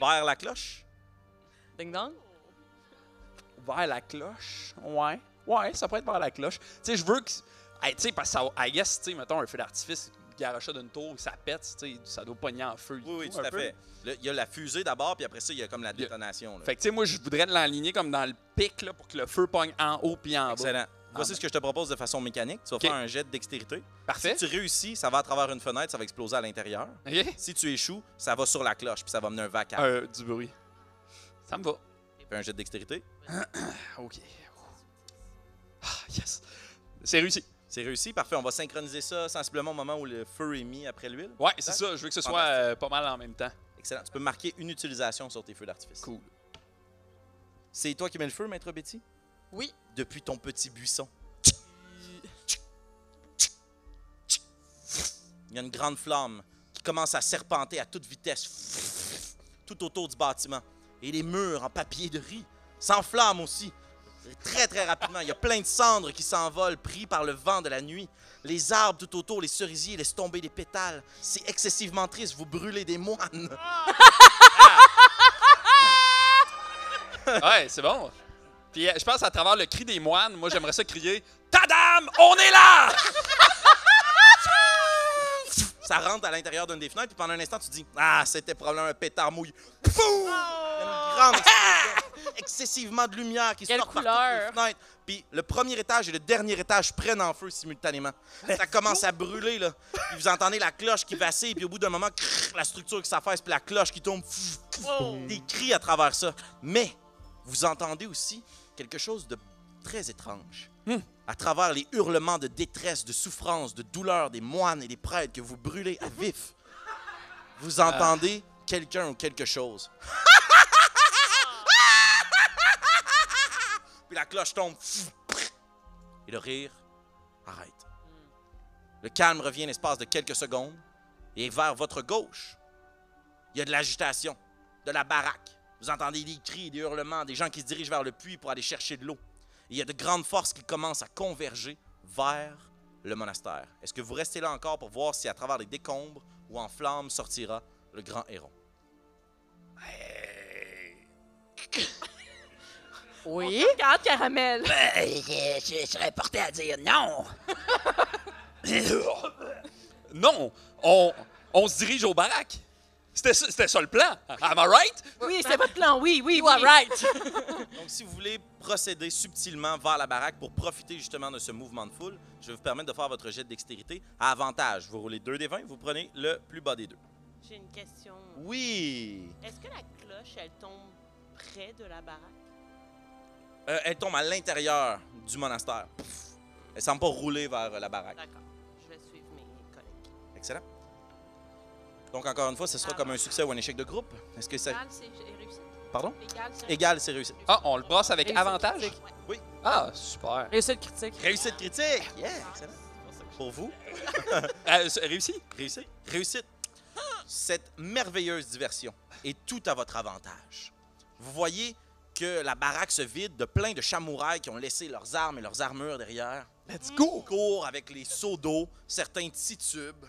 Speaker 3: Vers la cloche.
Speaker 4: Ding dong.
Speaker 5: vers la cloche. Ouais. Ouais, ça pourrait être vers la cloche. Tu sais, je veux que. Hey, tu sais, parce que ça. I guess, tu sais, mettons, un feu d'artifice, garocha d'une tour, ça pète, tu sais, ça doit pogner en feu. et
Speaker 3: Oui, oui, tout
Speaker 5: un
Speaker 3: à
Speaker 5: peu.
Speaker 3: fait. Le- Il y a la fusée d'abord, puis après ça, il y a comme la
Speaker 5: Il y a-
Speaker 3: détonation. là.
Speaker 5: Fait que, tu sais, moi, je voudrais l'aligner comme dans le pic, là, pour que le feu pogne en haut puis en bas.
Speaker 3: Excellent. Voici
Speaker 5: ben.
Speaker 3: ce que je te propose de façon mécanique. Tu vas
Speaker 5: Ok.
Speaker 3: faire un jet de dextérité.
Speaker 5: Parfait.
Speaker 3: Si tu réussis, ça va à travers une fenêtre, ça va exploser à l'intérieur.
Speaker 5: OK.
Speaker 3: Si tu échoues, ça va sur la cloche, puis ça va mener un vacarme.
Speaker 5: Euh, du bruit. Ça me va.
Speaker 3: Fais un jet de dextérité.
Speaker 5: OK. Ah, yes. C'est réussi.
Speaker 3: C'est réussi, parfait. On va synchroniser ça sensiblement au moment où le feu est mis après l'huile.
Speaker 5: Ouais, c'est ça. Je veux que ce soit
Speaker 3: Fantastique.
Speaker 5: euh, pas mal en même temps.
Speaker 3: Excellent. Tu peux marquer une utilisation sur tes feux d'artifice.
Speaker 5: Cool.
Speaker 3: C'est toi qui mets le feu, Maître Betty?
Speaker 4: Oui.
Speaker 3: Depuis ton petit buisson. Il y a une grande flamme qui commence à serpenter à toute vitesse tout autour du bâtiment. Et les murs en papier de riz s'enflamment aussi. Très, très rapidement. Il y a plein de cendres qui s'envolent, pris par le vent de la nuit. Les arbres tout autour, les cerisiers laissent tomber des pétales. C'est excessivement triste. Vous brûlez des moines.
Speaker 5: ouais, c'est bon. Puis euh, je pense à travers le cri des moines, moi, j'aimerais ça crier « Tadam! On est là!
Speaker 3: Ça rentre à l'intérieur d'une des fenêtres, puis pendant un instant, tu dis Ah, c'était probablement un pétard mouille. Pouf!
Speaker 4: Oh!
Speaker 3: Il y a une grande explosion. excessivement de lumière qui
Speaker 4: Quelle
Speaker 3: sort par toutes les
Speaker 4: couleur!
Speaker 3: fenêtres. Puis le premier étage et le dernier étage prennent en feu simultanément. Ça commence à brûler, là. Puis vous entendez la cloche qui vacille, puis au bout d'un moment, crrr, la structure qui s'affaisse, puis la cloche qui tombe. Pff, pff, Des cris à travers ça. Mais vous entendez aussi quelque chose de très étrange. À travers les hurlements de détresse, de souffrance, de douleur des moines et des prêtres que vous brûlez à vif, vous entendez quelqu'un ou quelque chose. Puis la cloche tombe. Et le rire arrête. Le calme revient l'espace de quelques secondes. Et vers votre gauche, il y a de l'agitation, de la baraque. Vous entendez des cris, des hurlements, des gens qui se dirigent vers le puits pour aller chercher de l'eau. Et Il y a de grandes forces qui commencent à converger vers le monastère. Est-ce que vous restez là encore pour voir si à travers les décombres ou en flammes sortira le grand héron?
Speaker 4: Oui.
Speaker 7: Regarde, caramel!
Speaker 8: Ben, je, je serais porté à dire non.
Speaker 5: Non, on, on se dirige aux baraques. C'était ça c'était ça le plan. Am I right?
Speaker 7: Oui, c'est votre plan, oui, oui,
Speaker 4: You
Speaker 7: oui.
Speaker 4: are right.
Speaker 3: Donc, si vous voulez procéder subtilement vers la baraque pour profiter justement de ce mouvement de foule, je vais vous permettre de faire votre jet de dextérité à avantage. Vous roulez deux des 20, vous prenez le plus bas des deux.
Speaker 6: J'ai une question.
Speaker 3: Oui!
Speaker 6: Est-ce que la cloche, elle tombe près de la baraque?
Speaker 3: Euh, elle tombe à l'intérieur du monastère. Pouf. Elle semble pas rouler vers euh, la baraque.
Speaker 6: D'accord. Je vais suivre mes collègues.
Speaker 3: Excellent. Donc, encore une fois, ce sera comme un succès ou un échec de groupe. Est-ce que ça.
Speaker 9: Égal, c'est j'ai réussi.
Speaker 3: Pardon?
Speaker 9: Égal, c'est
Speaker 3: Égal, c'est réussi.
Speaker 5: Ah, on le brasse avec
Speaker 4: Réussite
Speaker 5: avantage?
Speaker 4: critique.
Speaker 3: Oui.
Speaker 5: Ah, super.
Speaker 4: Réussite critique.
Speaker 3: Réussite critique! Yeah! Excellent. Pour vous?
Speaker 5: Euh, c'est réussi?
Speaker 3: Réussite. Réussite. Cette merveilleuse diversion est tout à votre avantage. Vous voyez que la baraque se vide de plein de chamourailles qui ont laissé leurs armes et leurs armures derrière. Let's go! courent avec les seaux d'eau, certains titubent,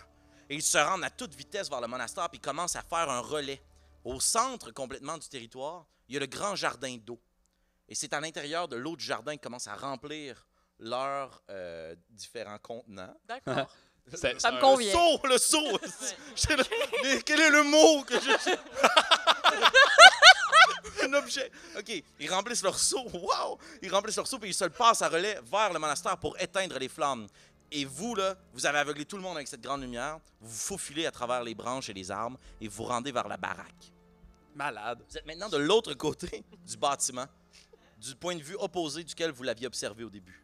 Speaker 3: et ils se rendent à toute vitesse vers le monastère puis commencent à faire un relais. Au centre complètement du territoire, il y a le grand jardin d'eau. Et c'est à l'intérieur de l'eau du jardin qu'ils commencent à remplir leurs euh, différents contenants.
Speaker 4: D'accord.
Speaker 5: C'est-
Speaker 4: Ça me
Speaker 3: Le
Speaker 4: convient.
Speaker 3: seau, le seau. J'ai le- mais Quel est le mot que je... Un objet. OK, ils remplissent leur seau. Wow! Ils remplissent leur seau puis ils se le passent à relais vers le monastère pour éteindre les flammes. Et vous, là, vous avez aveuglé tout le monde avec cette grande lumière. Vous vous faufilez à travers les branches et les arbres et vous vous rendez vers la baraque.
Speaker 5: Malade.
Speaker 3: Vous êtes maintenant de l'autre côté du bâtiment, du point de vue opposé duquel vous l'aviez observé au début.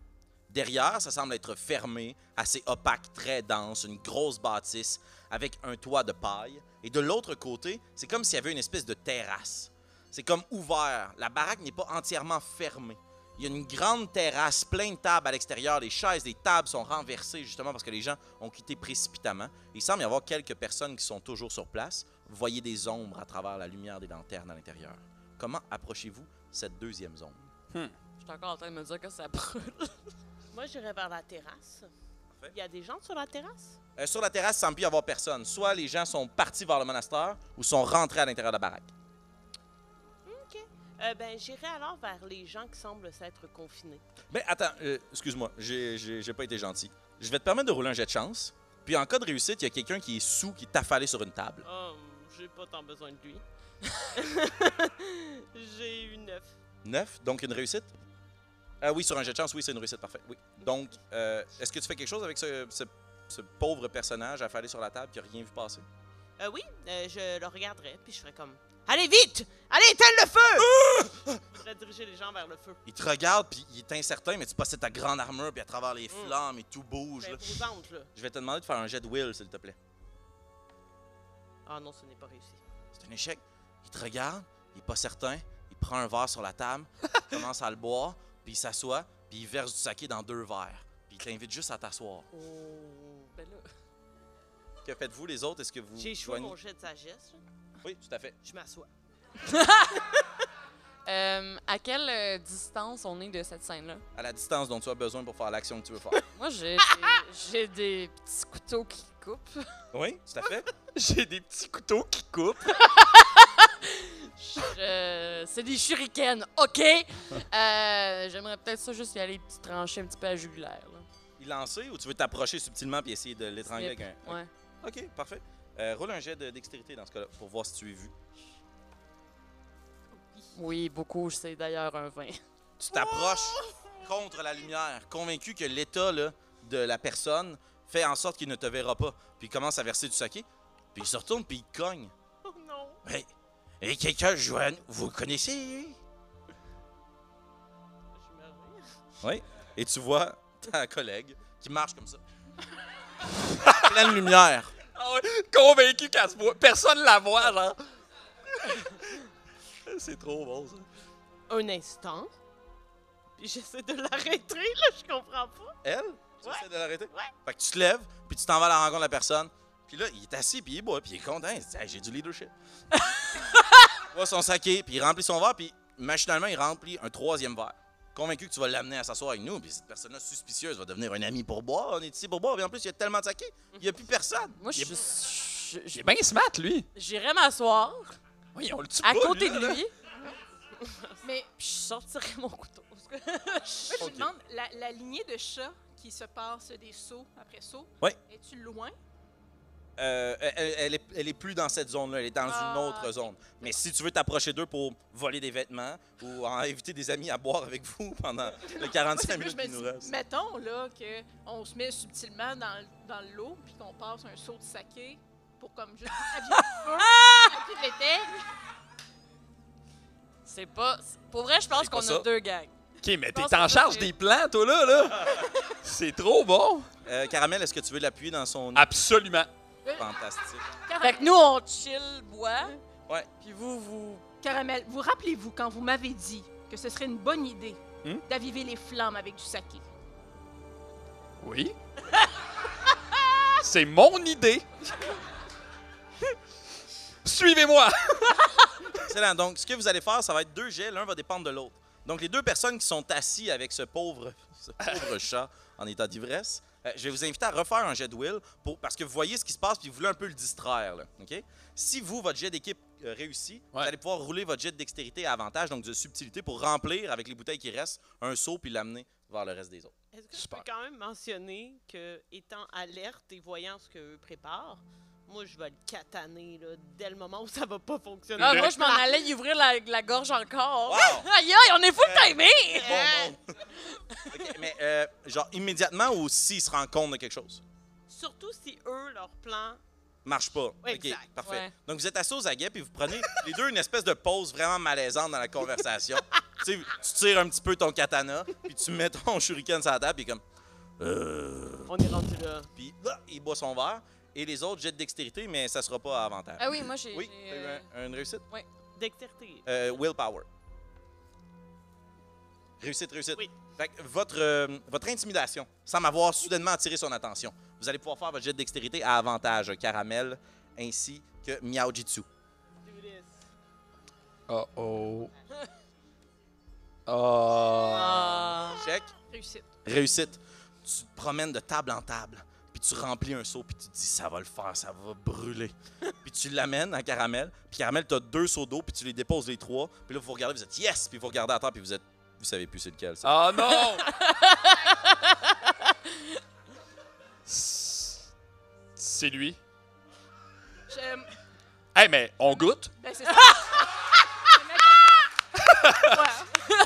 Speaker 3: Derrière, ça semble être fermé, assez opaque, très dense, une grosse bâtisse avec un toit de paille. Et de l'autre côté, c'est comme s'il y avait une espèce de terrasse. C'est comme ouvert. La baraque n'est pas entièrement fermée. Il y a une grande terrasse, plein de tables à l'extérieur. Les chaises, les tables sont renversées justement parce que les gens ont quitté précipitamment. Il semble y avoir quelques personnes qui sont toujours sur place. Vous voyez des ombres à travers la lumière des lanternes à l'intérieur. Comment approchez-vous cette deuxième zone?
Speaker 4: Je suis encore en train de me dire que ça brûle.
Speaker 6: Moi, j'irai vers la terrasse.
Speaker 3: Parfait.
Speaker 6: Il y a des gens sur la terrasse?
Speaker 3: Euh, sur la terrasse, il ne semble plus y avoir personne. Soit les gens sont partis vers le monastère ou sont rentrés à l'intérieur de la baraque.
Speaker 6: Euh, ben, j'irai alors vers les gens qui semblent s'être confinés.
Speaker 3: Mais attends, euh, excuse-moi, j'ai- j'ai j'ai pas été gentil. Je vais te permettre de rouler un jet de chance. Puis en cas de réussite, il y a quelqu'un qui est sous, qui est affalé sur une table.
Speaker 6: Oh, j'ai pas tant besoin de lui. j'ai eu neuf.
Speaker 3: Neuf, donc une réussite. Ah oui, sur un jet de chance, oui, c'est une réussite, parfait. Oui. Donc, euh, est-ce que tu fais quelque chose avec ce, ce- ce pauvre personnage affalé sur la table qui a rien vu passer?
Speaker 6: Euh, oui, euh, je le regarderai, puis je ferai comme Allez vite Allez, éteins le feu Ah! Je voudrais diriger les gens vers le feu.
Speaker 3: Il te regarde, puis il est incertain, mais tu possèdes ta grande armure, puis à travers les flammes, et tout bouge.
Speaker 6: C'est
Speaker 3: là.
Speaker 6: imposante, Ben, là.
Speaker 3: Mm. Je vais te demander de faire un jet de will, s'il te plaît.
Speaker 6: Ah non, ce n'est pas réussi.
Speaker 3: C'est un échec. Il te regarde, il est pas certain, il prend un verre sur la table, il commence à le boire, puis il s'assoit, puis il verse du saké dans deux verres. Puis il t'invite juste à t'asseoir.
Speaker 4: Ben là,
Speaker 3: Que faites-vous les autres? Est-ce que vous
Speaker 6: Oh. J'ai échoué
Speaker 3: joignez-
Speaker 6: mon jet de sagesse, là.
Speaker 3: Oui, tout à fait.
Speaker 6: Je m'assois.
Speaker 4: euh, à quelle euh, distance on est de cette scène-là?
Speaker 3: À la distance dont tu as besoin pour faire l'action que tu veux faire.
Speaker 4: Moi, j'ai j'ai des petits couteaux qui coupent.
Speaker 3: oui, tout à fait.
Speaker 5: J'ai des petits couteaux qui coupent.
Speaker 4: Je- Euh, C'est des shurikens, OK? Euh, J'aimerais peut-être ça juste y aller petit trancher un petit peu à jugulaire. là.
Speaker 3: Il lancer ou tu veux t'approcher subtilement puis essayer de l'étrangler avec un.
Speaker 4: Ouais.
Speaker 3: Ok, parfait. Euh, roule un jet de dextérité dans ce cas-là pour voir si tu es vu.
Speaker 4: Oui, beaucoup. C'est d'ailleurs un vin.
Speaker 3: Tu t'approches contre la lumière, convaincu que l'état là, de la personne fait en sorte qu'il ne te verra pas. Puis il commence à verser du saké, puis il se retourne, puis il cogne.
Speaker 6: Oh non
Speaker 3: Hey, et quelqu'un joue à nous. Vous le connaissez?
Speaker 6: Je me rire.
Speaker 3: Oui. Et tu vois ta collègue qui marche comme ça. Pleine lumière.
Speaker 5: Ah ouais, convaincu qu'elle se voit. Personne la voit, genre. C'est trop bon, ça.
Speaker 6: Un instant. Puis j'essaie de l'arrêter, là, je comprends pas.
Speaker 3: Elle? Tu
Speaker 6: Ouais.
Speaker 3: essaies de l'arrêter?
Speaker 6: Ouais.
Speaker 3: Fait que tu te lèves, puis tu t'en vas à la rencontre de la personne. Puis là, il est assis, puis il boit, puis il est content. Il se dit, Hey, j'ai du leadership. il boit son saké, puis il remplit son verre, puis machinalement, il remplit un troisième verre. Convaincu que tu vas l'amener à s'asseoir avec nous, puis cette personne-là suspicieuse va devenir un ami pour boire. On est ici pour boire, puis en plus, il y a tellement de saké, il n'y a plus personne.
Speaker 4: Moi, je
Speaker 3: Il est-
Speaker 4: suis. je-
Speaker 5: Il
Speaker 4: je-
Speaker 5: est bien smart, lui.
Speaker 4: J'irais m'asseoir
Speaker 5: Oui, on le tue
Speaker 4: à
Speaker 5: pas,
Speaker 4: côté
Speaker 5: là,
Speaker 4: de
Speaker 5: là.
Speaker 4: lui,
Speaker 7: Mais
Speaker 4: puis je sortirais mon couteau.
Speaker 7: moi, je me
Speaker 3: Ok.
Speaker 7: demande, la, la lignée de chats qui se passe des sauts après sauts,
Speaker 3: Ouais.
Speaker 7: es-tu loin?
Speaker 3: Euh, elle, elle est, elle est plus dans cette zone-là, elle est dans
Speaker 7: Ah,
Speaker 3: une autre zone. Mais si tu veux t'approcher d'eux pour voler des vêtements ou en inviter des amis à boire avec vous pendant les
Speaker 7: Moi,
Speaker 3: 45
Speaker 7: c'est plus,
Speaker 3: minutes
Speaker 7: je me
Speaker 3: qui nous
Speaker 7: dis,
Speaker 3: restent.
Speaker 7: mettons là que on se met subtilement dans, le- dans l'eau puis qu'on passe un saut de saké pour comme juste appuyer le feu,
Speaker 4: Ah!
Speaker 7: appuyer l'éteigne.
Speaker 4: C'est pas. c'est- Pour vrai, je pense
Speaker 3: C'est pas
Speaker 4: qu'on
Speaker 3: ça.
Speaker 4: a deux gangs.
Speaker 5: OK, mais
Speaker 4: pense
Speaker 5: t'es en
Speaker 4: que
Speaker 5: charge
Speaker 4: c'est-
Speaker 5: des plans, toi, là, là. C'est trop bon.
Speaker 3: Euh, Caramel, est-ce que tu veux l'appuyer dans son...
Speaker 5: Absolument.
Speaker 3: Fantastique.
Speaker 4: Fait que nous, on chill, bois.
Speaker 3: Ouais.
Speaker 4: Puis vous, vous.
Speaker 7: Caramel, vous rappelez-vous quand vous m'avez dit que ce serait une bonne idée
Speaker 5: Hmm?
Speaker 7: d'aviver les flammes avec du saké?
Speaker 5: Oui. C'est mon idée. Suivez-moi.
Speaker 3: Excellent. Donc, ce que vous allez faire, ça va être deux jets. L'un va dépendre de l'autre. Donc, les deux personnes qui sont assis avec ce pauvre, ce pauvre chat en état d'ivresse, euh, je vais vous inviter à refaire un jet de will pour, parce que vous voyez ce qui se passe puis vous voulez un peu le distraire. là. OK? Si vous, votre jet d'équipe euh, réussit, vous
Speaker 5: Ouais.
Speaker 3: allez pouvoir rouler votre jet de dextérité à avantage, donc de subtilité, pour remplir avec les bouteilles qui restent un seau puis l'amener vers le reste des autres.
Speaker 6: Est-ce que
Speaker 5: Super.
Speaker 6: je peux quand même mentionner que, étant alerte et voyant ce qu'eux préparent, moi, je vais le cataner là, dès le moment où ça va pas fonctionner.
Speaker 4: Ah, moi, je m'en allais y ouvrir la, la gorge encore.
Speaker 3: Wow!
Speaker 4: Aïe, aïe, on est full
Speaker 3: Euh,
Speaker 4: timé!
Speaker 3: Bon, bon. OK, mais, euh, genre, immédiatement ou s'ils se rendent compte de quelque chose?
Speaker 6: Surtout si eux, leur plan.
Speaker 3: marche pas.
Speaker 6: Exact.
Speaker 3: OK, parfait.
Speaker 4: Ouais.
Speaker 3: Donc, vous êtes assis aux aguets, puis vous prenez les deux une espèce de pause vraiment malaisante dans la conversation. tu, sais, tu tires un petit peu ton katana, puis tu mets ton shuriken sur la table, puis comme... Euh...
Speaker 6: On est rendu là.
Speaker 3: Puis là, il boit son verre, et les autres jettent dextérité, mais ça sera pas à avantage.
Speaker 4: Ah oui, moi, j'ai.
Speaker 3: Oui,
Speaker 4: j'ai,
Speaker 3: t'as eu
Speaker 4: euh,
Speaker 3: un- une réussite.
Speaker 6: Dextérité.
Speaker 3: Euh, willpower. Réussite, réussite.
Speaker 6: Oui.
Speaker 3: Fait que votre, euh, votre intimidation semble avoir soudainement attiré son attention. Vous allez pouvoir faire votre jet de dextérité à avantage, Caramel, ainsi que Miao Jitsu.
Speaker 6: Do this.
Speaker 5: Oh oh. Oh.
Speaker 4: Ah.
Speaker 3: Check.
Speaker 7: Réussite.
Speaker 3: Réussite. Tu te promènes de table en table, puis tu remplis un seau, puis tu te dis ça va le faire, ça va brûler. puis tu l'amènes à Caramel, puis Caramel, t'as deux seaux d'eau, puis tu les déposes les trois, puis là vous regardez, vous êtes yes, puis vous regardez à terre, puis vous êtes, vous savez plus c'est lequel. ça.
Speaker 5: Oh non. C'est lui.
Speaker 7: Je- euh,
Speaker 5: Hey, mais on goûte.
Speaker 7: Ben, c'est ça. Je mets- Ouais.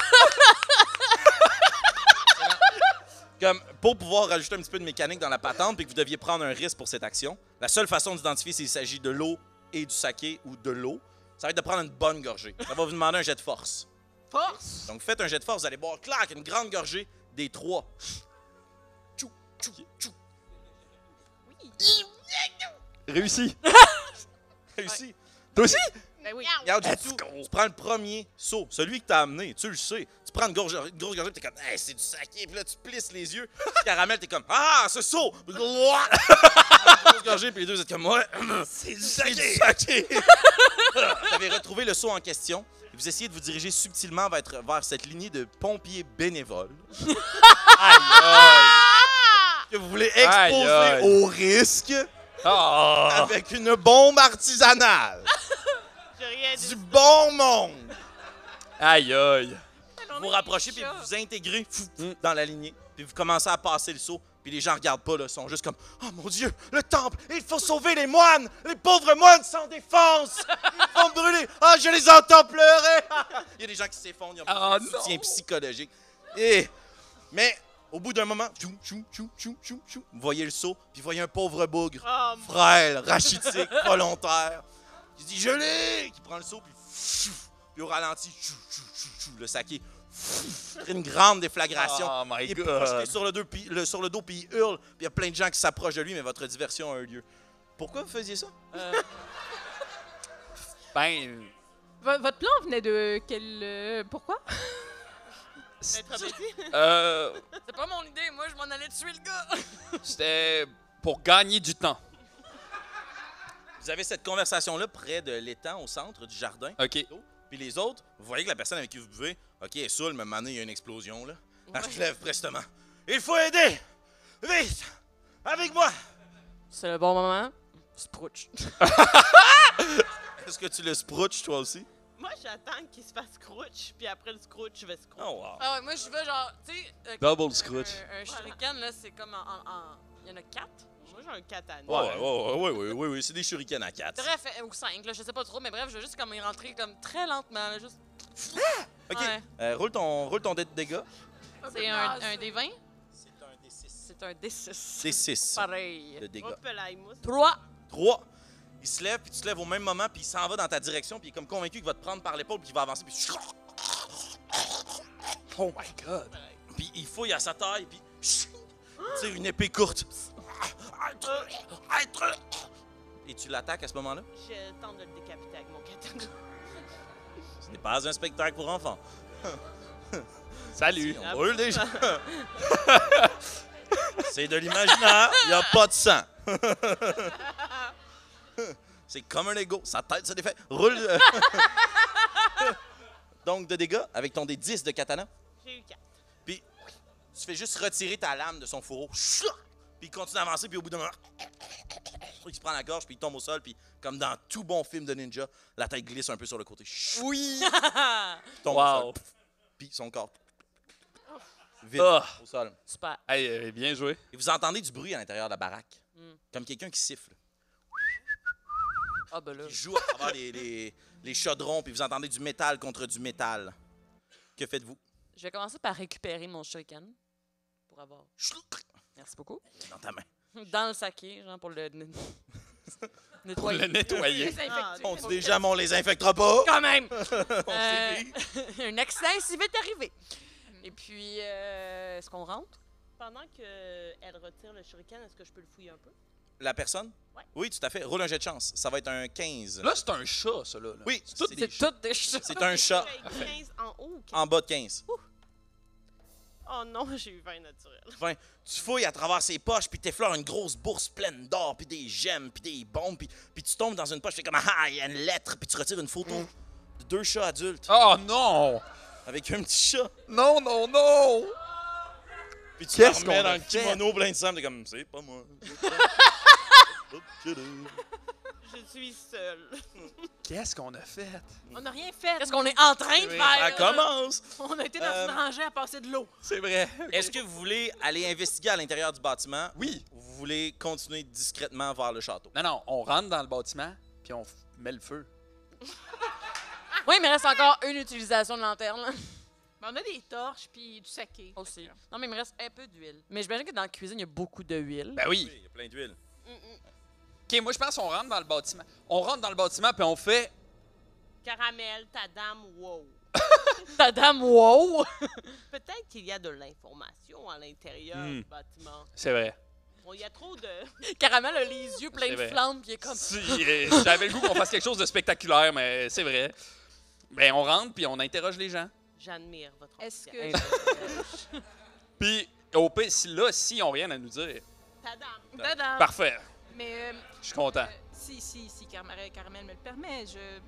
Speaker 3: Comme pour pouvoir rajouter un petit peu de mécanique dans la patente, puis que vous deviez prendre un risque pour cette action, la seule façon d'identifier s'il s'agit de l'eau et du saké ou de l'eau, ça va être de prendre une bonne gorgée. Ça va vous demander un jet de force.
Speaker 7: Force!
Speaker 3: Donc faites un jet de force, vous allez boire clac une grande gorgée des trois. Tchou, tchou, tchou.
Speaker 5: Réussi.
Speaker 3: Réussi.
Speaker 5: Toi aussi?
Speaker 7: Ben oui.
Speaker 3: Regarde du tout. Tu prends le premier saut, celui que t'as amené, tu le sais. Tu prends une grosse, une grosse gorgée, pis t'es comme, hey, c'est du saké. Puis là, tu plisses les yeux. Caramel, t'es comme, ah, ce saut. Puis là, ouah! Une grosse gorgée, puis les deux, vous êtes comme, ouais, c'est du saké. vous avez retrouvé le saut en question. et Vous essayez de vous diriger subtilement vers, être- vers cette lignée de pompiers bénévoles. Aïe, aïe. Que vous voulez exposer
Speaker 5: Aïe, aïe.
Speaker 3: au risque
Speaker 5: Oh.
Speaker 3: avec une bombe artisanale.
Speaker 6: J'ai rien dit.
Speaker 3: du bon monde.
Speaker 5: Aïe aïe.
Speaker 3: vous vous rapprochez puis vous vous intégrez fou, fou, dans la lignée. Puis vous commencez à passer le saut. Puis les gens regardent pas, là, sont juste comme Oh mon Dieu, le temple, il faut sauver les moines, les pauvres moines sans défense, ils vont brûler. Ah, je les entends pleurer. il y a des gens qui s'effondrent, il y a
Speaker 5: Ah,
Speaker 3: un soutien psychologique. Et, mais au bout d'un moment, chou, chou, chou, chou, chou, chou, vous voyez le saut, puis vous voyez un pauvre bougre
Speaker 6: Oh, mon-
Speaker 3: frêle, rachitique, volontaire. Il dit je l'ai, qui prend le saut puis chou, puis au ralenti, chou, chou, chou, chou, le saké, chou, crée une grande déflagration.
Speaker 5: Oh my
Speaker 3: il est
Speaker 5: god.
Speaker 3: projeté sur le, dos, puis, le- sur le dos puis il hurle, puis il y a plein de gens qui s'approchent de lui, mais votre diversion a eu lieu. Pourquoi vous faisiez ça
Speaker 5: Ben,
Speaker 7: Vo- votre plan venait de quel. euh, pourquoi?
Speaker 6: Maître Petit?
Speaker 5: Euh,
Speaker 4: C'est pas mon idée, moi je m'en allais tuer le gars.
Speaker 5: C'était pour gagner du temps.
Speaker 3: Vous avez cette conversation-là près de l'étang, au centre du jardin.
Speaker 5: OK.
Speaker 3: Puis les autres, vous voyez que la personne avec qui vous buvez, OK, elle est saoule, mais maintenant, il y a une explosion, là. Elle se lève prestement. Il faut aider! Vite! Avec moi!
Speaker 4: C'est le bon moment. Sprouch.
Speaker 3: Est-ce que tu le sprouches, toi aussi?
Speaker 6: Moi, j'attends qu'il se fasse crouch, puis après le scrouch, je vais se crouch.
Speaker 3: Oh, wow.
Speaker 4: Ah ouais, moi je veux genre, tu sais. euh,
Speaker 5: Double
Speaker 4: un-
Speaker 5: scrooge.
Speaker 4: Un, un shuriken, là, c'est comme en. en- en- Il y en a quatre.
Speaker 6: Moi, j'ai un katana.
Speaker 3: Ouais, ouais, ouais, ouais, ouais, ouais, ouais, c'est des shurikens à quatre.
Speaker 4: Bref, euh, ou cinq, là, je sais pas trop, mais bref, je veux juste comme y rentrer comme très lentement, là, juste.
Speaker 3: OK,
Speaker 4: Ouais.
Speaker 3: euh, roule, ton, roule ton dé de dégâts.
Speaker 4: C'est un, un des 20?
Speaker 1: Ah, C'est un des six.
Speaker 4: C'est un D6.
Speaker 3: C'est 6
Speaker 4: Pareil.
Speaker 3: de dégâts.
Speaker 6: Hop là, il mousse.
Speaker 4: 3.
Speaker 3: 3. Il se lève, puis tu te lèves au même moment, puis il s'en va dans ta direction, puis il est comme convaincu qu'il va te prendre par l'épaule, puis il va avancer, puis. Oh my god! Puis il fouille à sa taille, puis. Tu une épée courte. Et tu l'attaques à ce moment-là?
Speaker 6: Je tente de le décapiter avec mon katana.
Speaker 3: Ce n'est pas un spectacle pour enfants.
Speaker 5: Salut.
Speaker 3: On brûle des gens. C'est de l'imaginaire, il n'y a pas de sang. C'est comme un Lego, sa tête se défait. Roule. euh. Donc, de dégâts, avec ton D10 de katana,
Speaker 6: J'ai eu 4.
Speaker 3: tu fais juste retirer ta lame de son fourreau. Chouac! Puis il continue d'avancer, puis au bout d'un moment, il se prend la gorge, puis il tombe au sol, puis comme dans tout bon film de ninja, la tête glisse un peu sur le côté. Chouac!
Speaker 5: Oui.
Speaker 3: Il tombe au
Speaker 5: Wow.
Speaker 3: sol. Puis son corps. Vite,
Speaker 5: Ah.
Speaker 3: au sol.
Speaker 4: Super.
Speaker 5: Hey, euh, bien joué.
Speaker 3: Et vous entendez du bruit à l'intérieur de la baraque.
Speaker 4: Mm.
Speaker 3: Comme quelqu'un qui siffle.
Speaker 4: Ah ben là.
Speaker 3: Qui joue à travers les, les- les chaudrons, puis vous entendez du métal contre du métal. Que faites-vous?
Speaker 4: Je vais commencer par récupérer mon shuriken. Pour avoir.
Speaker 3: Chlouk!
Speaker 4: Merci beaucoup.
Speaker 3: Dans ta main.
Speaker 4: Dans le saké, genre pour le. nettoyer.
Speaker 5: Le nettoyer.
Speaker 6: Ah,
Speaker 3: On dit déjà, mais on les infectera pas.
Speaker 4: Quand même!
Speaker 3: On
Speaker 4: Euh,
Speaker 3: s'est dit.
Speaker 4: un accident si vite arrivé. Et puis, euh, est-ce qu'on rentre?
Speaker 6: Pendant qu'elle retire le shuriken, est-ce que je peux le fouiller un peu?
Speaker 3: La personne?
Speaker 6: Ouais.
Speaker 3: Oui, tout à fait. Roule un jet de chance. Ça va être un 15.
Speaker 5: Là, c'est un chat, ça, là. là.
Speaker 3: oui,
Speaker 5: c'est tout
Speaker 3: c'est
Speaker 4: C'est
Speaker 3: des chats.
Speaker 4: toutes des choses.
Speaker 3: C'est un chat
Speaker 6: J'ai eu 15 en haut ou 15?
Speaker 3: en bas de 15.
Speaker 6: Oh non, j'ai eu 20 naturel.
Speaker 3: Tu fouilles à travers ses poches, puis t'effleures une grosse bourse pleine d'or, puis des gemmes, puis des bombes, puis, puis tu tombes dans une poche, puis comme, ah, il y a une lettre, puis tu retires une photo de deux chats adultes
Speaker 5: Oh non!
Speaker 3: avec un petit chat.
Speaker 5: Non, non, non!
Speaker 3: Puis tu
Speaker 5: Qu'est-ce
Speaker 3: te remets
Speaker 5: qu'on
Speaker 3: dans
Speaker 5: a
Speaker 3: le kimono plein de sang, t'es comme, c'est pas moi.
Speaker 6: Je suis seule.
Speaker 5: Qu'est-ce qu'on a fait?
Speaker 7: On n'a rien fait.
Speaker 4: Qu'est-ce qu'on est en train de
Speaker 3: Ça
Speaker 4: faire?
Speaker 3: commence!
Speaker 7: On a été dans
Speaker 3: Euh,
Speaker 7: une rangée à passer de l'eau.
Speaker 5: C'est vrai.
Speaker 3: Est-ce que vous voulez aller investiguer à l'intérieur du bâtiment
Speaker 5: Oui.
Speaker 3: ou vous voulez continuer discrètement vers le château?
Speaker 5: Non, non, on rentre dans le bâtiment, puis on f- met le feu.
Speaker 4: Oui, mais il reste encore une utilisation de lanterne.
Speaker 7: Mais Ben, on a des torches puis du saké.
Speaker 4: Aussi. Non, mais il me reste un peu d'huile. Mais j'imagine que dans la cuisine, il y a beaucoup de huile.
Speaker 5: Ben oui.
Speaker 3: il y a plein d'huile.
Speaker 5: OK, moi, je pense qu'on rentre dans le bâtiment. On rentre dans le bâtiment, puis on fait...
Speaker 6: Caramel, ta dame, wow.
Speaker 4: Ta dame, wow!
Speaker 6: Peut-être qu'il y a de l'information à l'intérieur
Speaker 5: Hmm.
Speaker 6: du bâtiment.
Speaker 5: C'est vrai.
Speaker 6: Bon, il y a trop de.
Speaker 4: Caramel a les yeux pleins
Speaker 5: C'est
Speaker 4: de
Speaker 5: vrai.
Speaker 4: flammes, puis il est comme.
Speaker 5: Si, euh, J'avais le goût qu'on fasse quelque chose de spectaculaire, mais c'est vrai. Ben, on rentre, puis on interroge les gens.
Speaker 6: J'admire votre
Speaker 7: Est-ce que
Speaker 6: enthousiasme.
Speaker 5: Puis, au pire, si là, si on rien à nous dire,
Speaker 6: Ta dame.
Speaker 7: Tadam!
Speaker 5: parfait.
Speaker 7: Mais euh,
Speaker 5: Je suis bah. content.
Speaker 7: euh, si si si Carmel, Carmel me le permet, je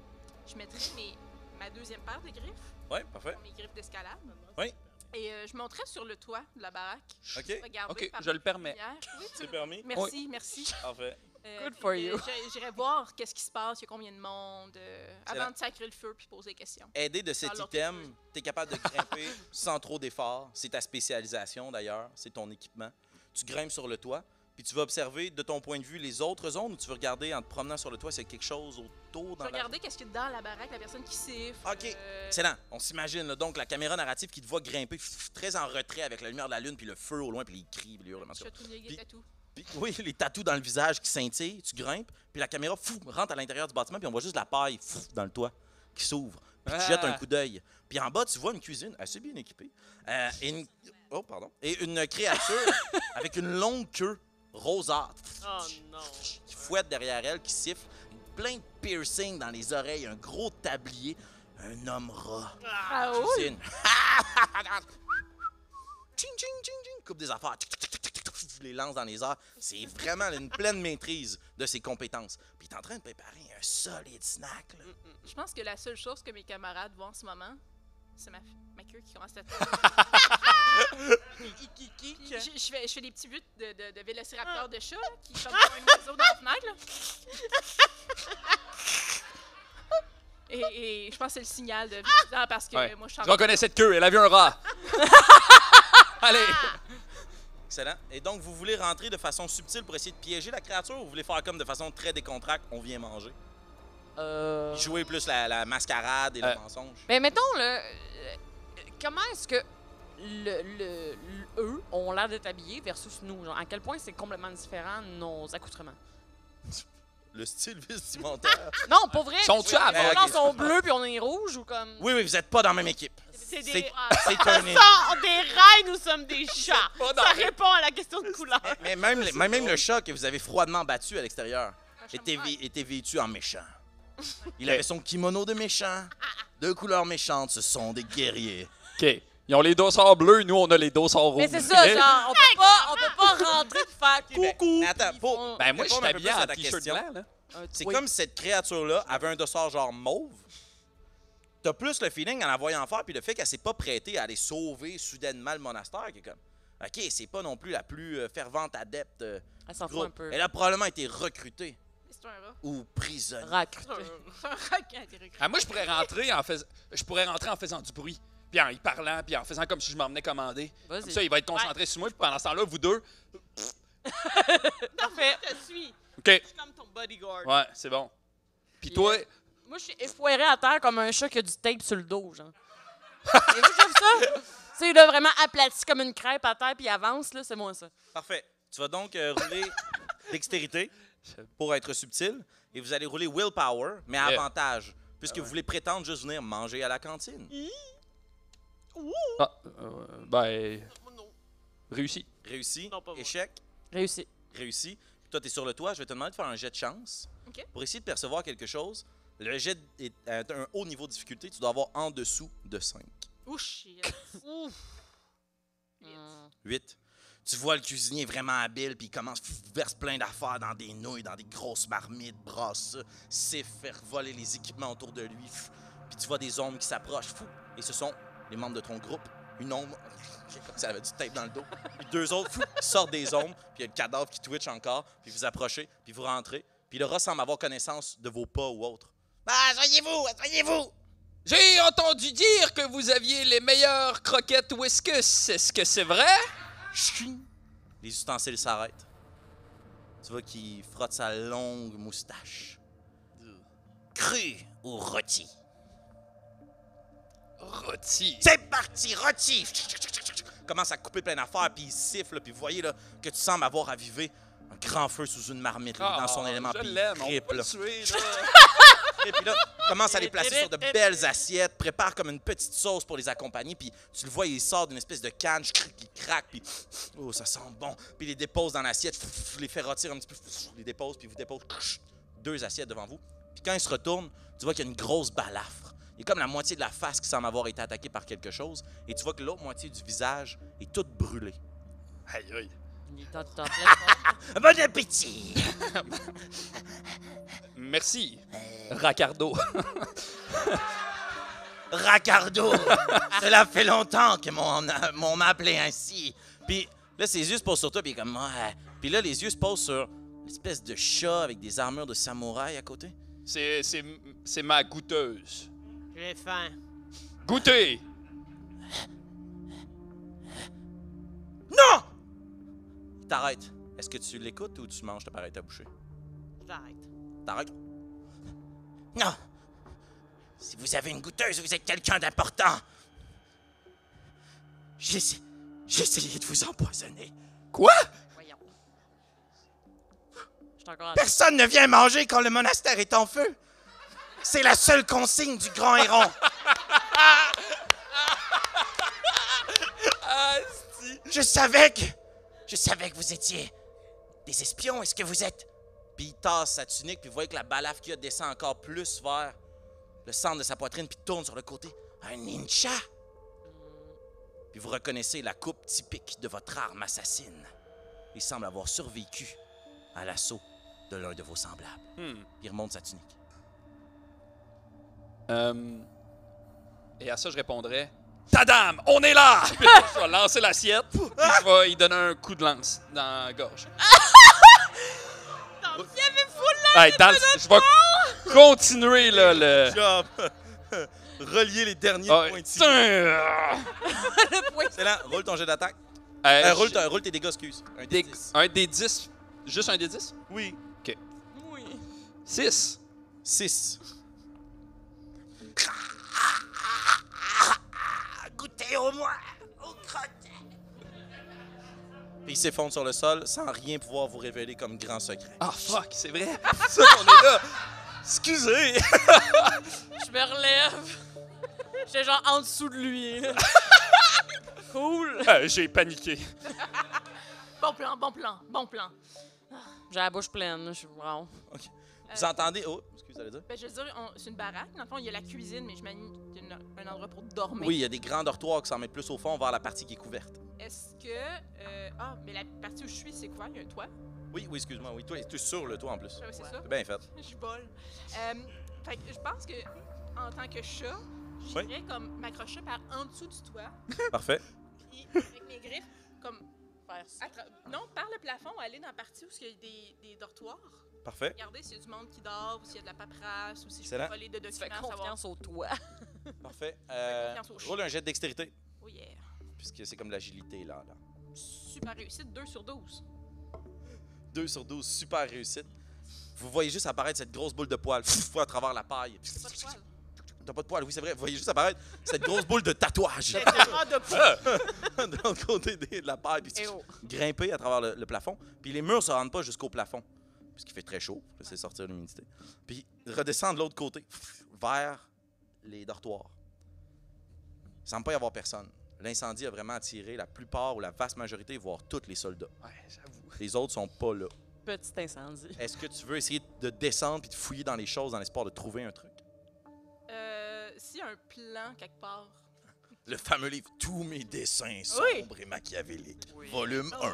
Speaker 7: je mettrai mes- ma deuxième paire de griffes,
Speaker 3: Ouais, parfait.
Speaker 7: mes griffes d'escalade.
Speaker 3: Oui.
Speaker 7: Et euh, je monterai sur le toit de la baraque.
Speaker 3: OK,
Speaker 7: Regardez
Speaker 5: OK,
Speaker 7: par
Speaker 5: je le
Speaker 7: la
Speaker 5: permets.
Speaker 7: lumière. Oui, tu-
Speaker 3: c'est permis.
Speaker 7: Merci, merci.
Speaker 3: Parfait.
Speaker 7: Euh,
Speaker 4: Good
Speaker 7: fait
Speaker 4: for
Speaker 7: que
Speaker 4: you.
Speaker 7: j'i- J'irai voir qu'est-ce qui se passe, il y a combien de monde, euh,
Speaker 3: Excellent.
Speaker 7: avant de sacrer le feu puis poser des questions.
Speaker 3: Aidé de cet
Speaker 7: Alors,
Speaker 3: item, tu es capable de grimper sans trop d'efforts. C'est ta spécialisation d'ailleurs, c'est ton équipement. Tu grimpes sur le toit, puis tu vas observer de ton point de vue les autres zones où tu veux regarder en te promenant sur le toit s'il y a quelque chose autour
Speaker 7: Je
Speaker 3: dans
Speaker 7: vais
Speaker 3: la
Speaker 7: regarder qu'est-ce qu'il y a dans la baraque, la personne qui siffle.
Speaker 3: ben, OK.
Speaker 7: euh,
Speaker 3: Excellent. On s'imagine, là, donc, la caméra narrative qui te voit grimper f- f- très en retrait avec la lumière de la lune, puis le feu au loin, puis les cris, puis les hurlements.
Speaker 7: Je
Speaker 3: Puis-
Speaker 7: suis tout.
Speaker 3: Puis, oui, les tatous dans le visage qui scintillent, tu grimpes, puis la caméra fou, rentre à l'intérieur du bâtiment, puis on voit juste la paille fou, dans le toit qui s'ouvre. Puis tu
Speaker 5: Ah.
Speaker 3: jettes un coup d'œil. Puis en bas, tu vois une cuisine assez bien équipée. euh, et une... Oh, pardon. Et une créature avec une longue queue rosâtre
Speaker 6: Oh non.
Speaker 3: qui fouette derrière elle, qui siffle. Plein de piercings dans les oreilles, un gros tablier, un homme rat.
Speaker 7: Ah,
Speaker 3: Cuisine. coupe des affaires, tic, tic, tic, tic, tic, tic, tic, les lance dans les airs. C'est vraiment une pleine maîtrise de ses compétences. Puis il est en train de préparer un solide snack. là.
Speaker 7: Je pense que la seule chose que mes camarades voient en ce moment, c'est ma, ma queue qui commence à. je, je fais, je fais des petits buts de, de, de vélociraptor de chat là, qui sortent comme un oiseau dans la fenêtre. là. Et, et je pense que c'est le signal de Ah, parce que
Speaker 5: Ouais.
Speaker 7: moi je suis en
Speaker 5: Je reconnais cette queue, elle a vu un rat. Allez!
Speaker 3: Excellent. Et donc, vous voulez rentrer de façon subtile pour essayer de piéger la créature ou vous voulez faire comme de façon très décontracte, on vient manger?
Speaker 1: Euh,
Speaker 3: Jouer plus la, la mascarade et
Speaker 5: Euh.
Speaker 3: le mensonge?
Speaker 4: Mais ben, mettons, là, euh, comment est-ce que le, le- le- eux ont l'air d'être habillés versus nous? Genre, à quel point c'est complètement différent nos accoutrements?
Speaker 3: Le style vestimentaire?
Speaker 4: Non, pour vrai.
Speaker 5: Sont tuables,
Speaker 4: Nos
Speaker 3: hein,
Speaker 4: gens
Speaker 3: ok,
Speaker 4: sont
Speaker 3: excuse-moi.
Speaker 4: bleus puis on est rouge ou comme.
Speaker 3: oui, oui, vous n'êtes pas dans la même équipe.
Speaker 6: C'est des...
Speaker 3: C'est-
Speaker 6: Ah,
Speaker 3: C'est un
Speaker 6: nous sommes des rails, nous sommes des chats.
Speaker 5: Ah, pas dans
Speaker 6: Ça
Speaker 5: le-
Speaker 6: répond à la question de couleur.
Speaker 5: Ah,
Speaker 3: Mais même, le- même, même le chat que vous avez froidement battu à l'extérieur était,
Speaker 7: chambre.
Speaker 3: vé- était vêtu en méchant. Il avait son kimono de méchant. Deux couleurs méchantes, ce sont des guerriers.
Speaker 5: OK. Ils ont les dossards bleus, nous, on a les dossards rouges.
Speaker 4: Mais c'est ça,
Speaker 5: Eh,
Speaker 4: genre, on peut pas, on peut pas rentrer de faire coucou.
Speaker 3: Mais attends,
Speaker 4: puis
Speaker 3: pour-
Speaker 4: ils font
Speaker 5: Ben, moi,
Speaker 3: Réponds
Speaker 5: je suis
Speaker 3: un peu
Speaker 5: habillé
Speaker 3: plus à
Speaker 5: en
Speaker 3: ta
Speaker 5: t-shirt
Speaker 3: question.
Speaker 5: blanc, là.
Speaker 4: un
Speaker 3: C'est
Speaker 4: tweet.
Speaker 3: comme si cette créature-là avait un dossard genre mauve. T'as plus le feeling en la voyant faire, puis le fait qu'elle s'est pas prêtée à aller sauver soudainement le monastère, qui est comme. Ok, c'est pas non plus la plus euh, fervente adepte. euh,
Speaker 4: Elle s'en fout
Speaker 3: groupe.
Speaker 4: un peu.
Speaker 3: Elle a probablement été recrutée
Speaker 7: C'est un rat.
Speaker 3: ou prisonnière.
Speaker 4: Rac.
Speaker 7: C'est un rat qui a été recruté.
Speaker 5: Ah, moi, je pourrais rentrer en faisant, je pourrais rentrer en faisant du bruit, puis en y parlant, puis en faisant comme si je m'en venais commander. Comme ça,
Speaker 4: Vas-y.
Speaker 5: il va être concentré sur moi, puis pendant ce temps-là, vous deux.
Speaker 6: Parfait. Je te suis.
Speaker 5: OK.
Speaker 6: Je suis comme ton bodyguard.
Speaker 5: Ouais, c'est bon. Puis toi,
Speaker 4: Moi, je suis effoirée à terre comme un chat qui a du tape sur le dos, genre. Et vous, j'aime ça? Tu sais, là, vraiment aplati comme une crêpe à terre puis il avance, là, c'est moi ça.
Speaker 3: Parfait. Tu vas donc euh, rouler dextérité pour être subtil et vous allez rouler willpower, mais à
Speaker 5: Yeah.
Speaker 3: avantage, puisque vous voulez prétendre juste venir manger à la cantine.
Speaker 5: Ah, euh, ben,
Speaker 6: Oh non.
Speaker 5: réussi.
Speaker 3: Réussi,
Speaker 6: Non, pas moi.
Speaker 3: échec,
Speaker 4: Réussi.
Speaker 3: réussi. Puis toi, tu es sur le toit, je vais te demander de faire un jet de chance
Speaker 7: Ok.
Speaker 3: pour essayer de percevoir quelque chose. Le jet est à un haut niveau de difficulté, tu dois avoir en dessous de 5.
Speaker 7: Ouh, Oh, shit.
Speaker 6: Ouf.
Speaker 4: Mm.
Speaker 3: 8. Tu vois le cuisinier vraiment habile, puis il commence, pff, verse plein d'affaires dans des nouilles, dans des grosses marmites, brasse ça, siffle, faire voler les équipements autour de lui. pff. Puis tu vois des ombres qui s'approchent, fou. Et ce sont les membres de ton groupe. Une ombre, comme si elle avait du tape dans le dos. Puis deux autres, fou, qui sortent des ombres, puis il y a le cadavre qui twitch encore, puis vous approchez, puis vous rentrez. Puis le rat semble avoir connaissance de vos pas ou autre. Ah, soyez-vous, soyez-vous!
Speaker 5: J'ai entendu dire que vous aviez les meilleures croquettes whiskus. Est-ce que c'est vrai?
Speaker 3: Chouing! Les ustensiles s'arrêtent. Tu vois qu'il frotte sa longue moustache. Cru ou rôti?
Speaker 5: Rôti.
Speaker 3: C'est parti, rôti! Commence à couper plein d'affaires, puis il siffle, puis vous voyez là, que tu sembles avoir avivé un grand feu sous une marmite là, dans son
Speaker 5: Ah,
Speaker 3: élément.
Speaker 5: Je
Speaker 3: puis il
Speaker 5: l'aime, on peut
Speaker 3: trippe,
Speaker 5: pas
Speaker 3: là.
Speaker 5: le tuer, là.
Speaker 3: Et puis là, commence à les placer sur de belles assiettes, prépare comme une petite sauce pour les accompagner, puis tu le vois, il sort d'une espèce de canne, chcric, il craque, puis oh, ça sent bon, puis il les dépose dans l'assiette, fou, fou, les fait rôtir un petit peu, fou, fou, les dépose, puis vous dépose crch, deux assiettes devant vous. Puis quand il se retourne, tu vois qu'il y a une grosse balafre. Il y a comme la moitié de la face qui semble avoir été attaquée par quelque chose, et tu vois que l'autre moitié du visage est toute brûlée.
Speaker 5: Aïe, aïe.
Speaker 4: Il est en- en pleine
Speaker 3: Bon appétit!
Speaker 5: Merci, Racardo.
Speaker 3: Racardo, cela fait longtemps que mon m'on m'a appelé ainsi. Puis là, ses yeux se posent sur toi, puis il est comme ouais. Puis là, les yeux se posent sur une espèce de chat avec des armures de samouraï à côté.
Speaker 5: C'est, c'est, c'est ma goûteuse.
Speaker 6: J'ai faim.
Speaker 5: Goûtez!
Speaker 3: Non! Il t'arrête. Est-ce que tu l'écoutes ou tu manges ta pareille ta bouchée?
Speaker 6: J'arrête.
Speaker 3: T'arrêtes? Non! Si vous avez une goûteuse, vous êtes quelqu'un d'important. J'ai j'ai essayé de vous empoisonner.
Speaker 5: Quoi?
Speaker 4: Voyons. Je suis encore en
Speaker 3: Personne ne vient manger quand le monastère est en feu. C'est la seule consigne du grand héron.
Speaker 4: Ah,
Speaker 3: Je savais que. Je savais que vous étiez. Des espions, est-ce que vous êtes? Puis il tasse sa tunique, puis vous voyez que la balafre qu'il a descend encore plus vers le centre de sa poitrine, puis tourne sur le côté. Un ninja? Puis et vous reconnaissez la coupe typique de votre arme assassine. Il semble avoir survécu à l'assaut de l'un de vos semblables.
Speaker 5: Hmm.
Speaker 3: Il remonte sa tunique.
Speaker 5: Euh, et à ça, je répondrais Tadam, on est là Puis Je vais lancer l'assiette, puis je vais y donner un coup de lance dans la gorge. Hey, dans le- je vais continuer là, le.
Speaker 3: Job! Relier les derniers
Speaker 5: Ah,
Speaker 3: pointillés.
Speaker 5: tiens!
Speaker 3: Excellent. Roule ton jet d'attaque.
Speaker 5: Hey,
Speaker 3: Euh, roule,
Speaker 5: j'ai-
Speaker 3: ton- roule tes dégâts, excuse. Un
Speaker 5: des-
Speaker 3: D10.
Speaker 5: un des 10. Juste un des 10
Speaker 3: Oui.
Speaker 6: Oui.
Speaker 5: 6.
Speaker 3: 6.
Speaker 8: Goûtez au moins aux crottes.
Speaker 3: Puis il s'effondre sur le sol sans rien pouvoir vous révéler comme grand secret.
Speaker 5: Ah, fuck, c'est vrai. C'est ça qu'on est là.
Speaker 3: Excusez!
Speaker 4: Je me relève. J'étais genre en dessous de lui. là. cool.
Speaker 5: Euh, J'ai paniqué.
Speaker 7: Bon plan, bon plan, bon plan.
Speaker 4: J'ai la bouche pleine, je suis wow.
Speaker 3: Vous entendez? Oh, excusez, vous allez dire?
Speaker 7: Ben, je veux dire, on- c'est une baraque. Dans le fond, il y a la cuisine, mais je manie un endroit pour dormir.
Speaker 3: Oui, il y a des grands dortoirs qui s'en mettent plus au fond vers la partie qui est couverte.
Speaker 7: Est-ce que. euh, ah, mais la partie où je suis, c'est quoi Il y a un toit
Speaker 3: Oui, oui, excuse-moi. Oui, toi, tu es sur le toit en plus.
Speaker 7: Ah oui, c'est ça.
Speaker 3: C'est bien fait.
Speaker 7: Je vole. Euh, fait que je pense que, en tant que chat, j'irais comme m'accrocher par en dessous du toit,
Speaker 3: Parfait.
Speaker 7: puis avec mes griffes, comme.
Speaker 4: Faire ça.
Speaker 7: attra- Non, par le plafond, aller dans la partie où il y a des, des dortoirs.
Speaker 3: Parfait.
Speaker 7: Regardez s'il y a du monde qui dort, ou s'il y a de la paperasse, ou si je peux
Speaker 3: Excellent.
Speaker 7: voler de
Speaker 4: Tu fais
Speaker 7: documents, savoir.
Speaker 4: confiance au toit.
Speaker 3: Parfait. Euh,
Speaker 7: Fais confiance au
Speaker 3: roule un jet de dextérité,
Speaker 7: Oh yeah.
Speaker 3: puisque c'est comme l'agilité, là. là.
Speaker 7: Super réussite, 2 sur 12.
Speaker 3: 2 sur 12, super réussite. Vous voyez juste apparaître cette grosse boule de poils pff, à travers la paille.
Speaker 7: Pas de poil.
Speaker 3: T'as pas de poils, oui, c'est vrai. Vous voyez juste apparaître cette grosse boule de tatouage
Speaker 6: J'ai tellement de points.
Speaker 3: de l'autre côté des- de la paille, puis
Speaker 4: Eh oh.
Speaker 3: grimper à travers le, le plafond. Puis les murs se rendent pas jusqu'au plafond, parce qu'il fait très chaud. Là, C'est sortir l'humidité. Puis redescendre de l'autre côté, pff, vers les dortoirs. Il semble pas y avoir personne. L'incendie a vraiment attiré la plupart ou la vaste majorité, voire tous les soldats.
Speaker 5: Ouais, j'avoue.
Speaker 3: Les autres sont pas là.
Speaker 4: Petit incendie.
Speaker 3: Est-ce que tu veux essayer de descendre puis de fouiller dans les choses dans l'espoir de trouver un truc?
Speaker 7: Euh, s'il y a un plan quelque part.
Speaker 3: Le fameux livre Tous mes dessins sombres
Speaker 7: Oui.
Speaker 3: et machiavéliques, volume
Speaker 7: Oh,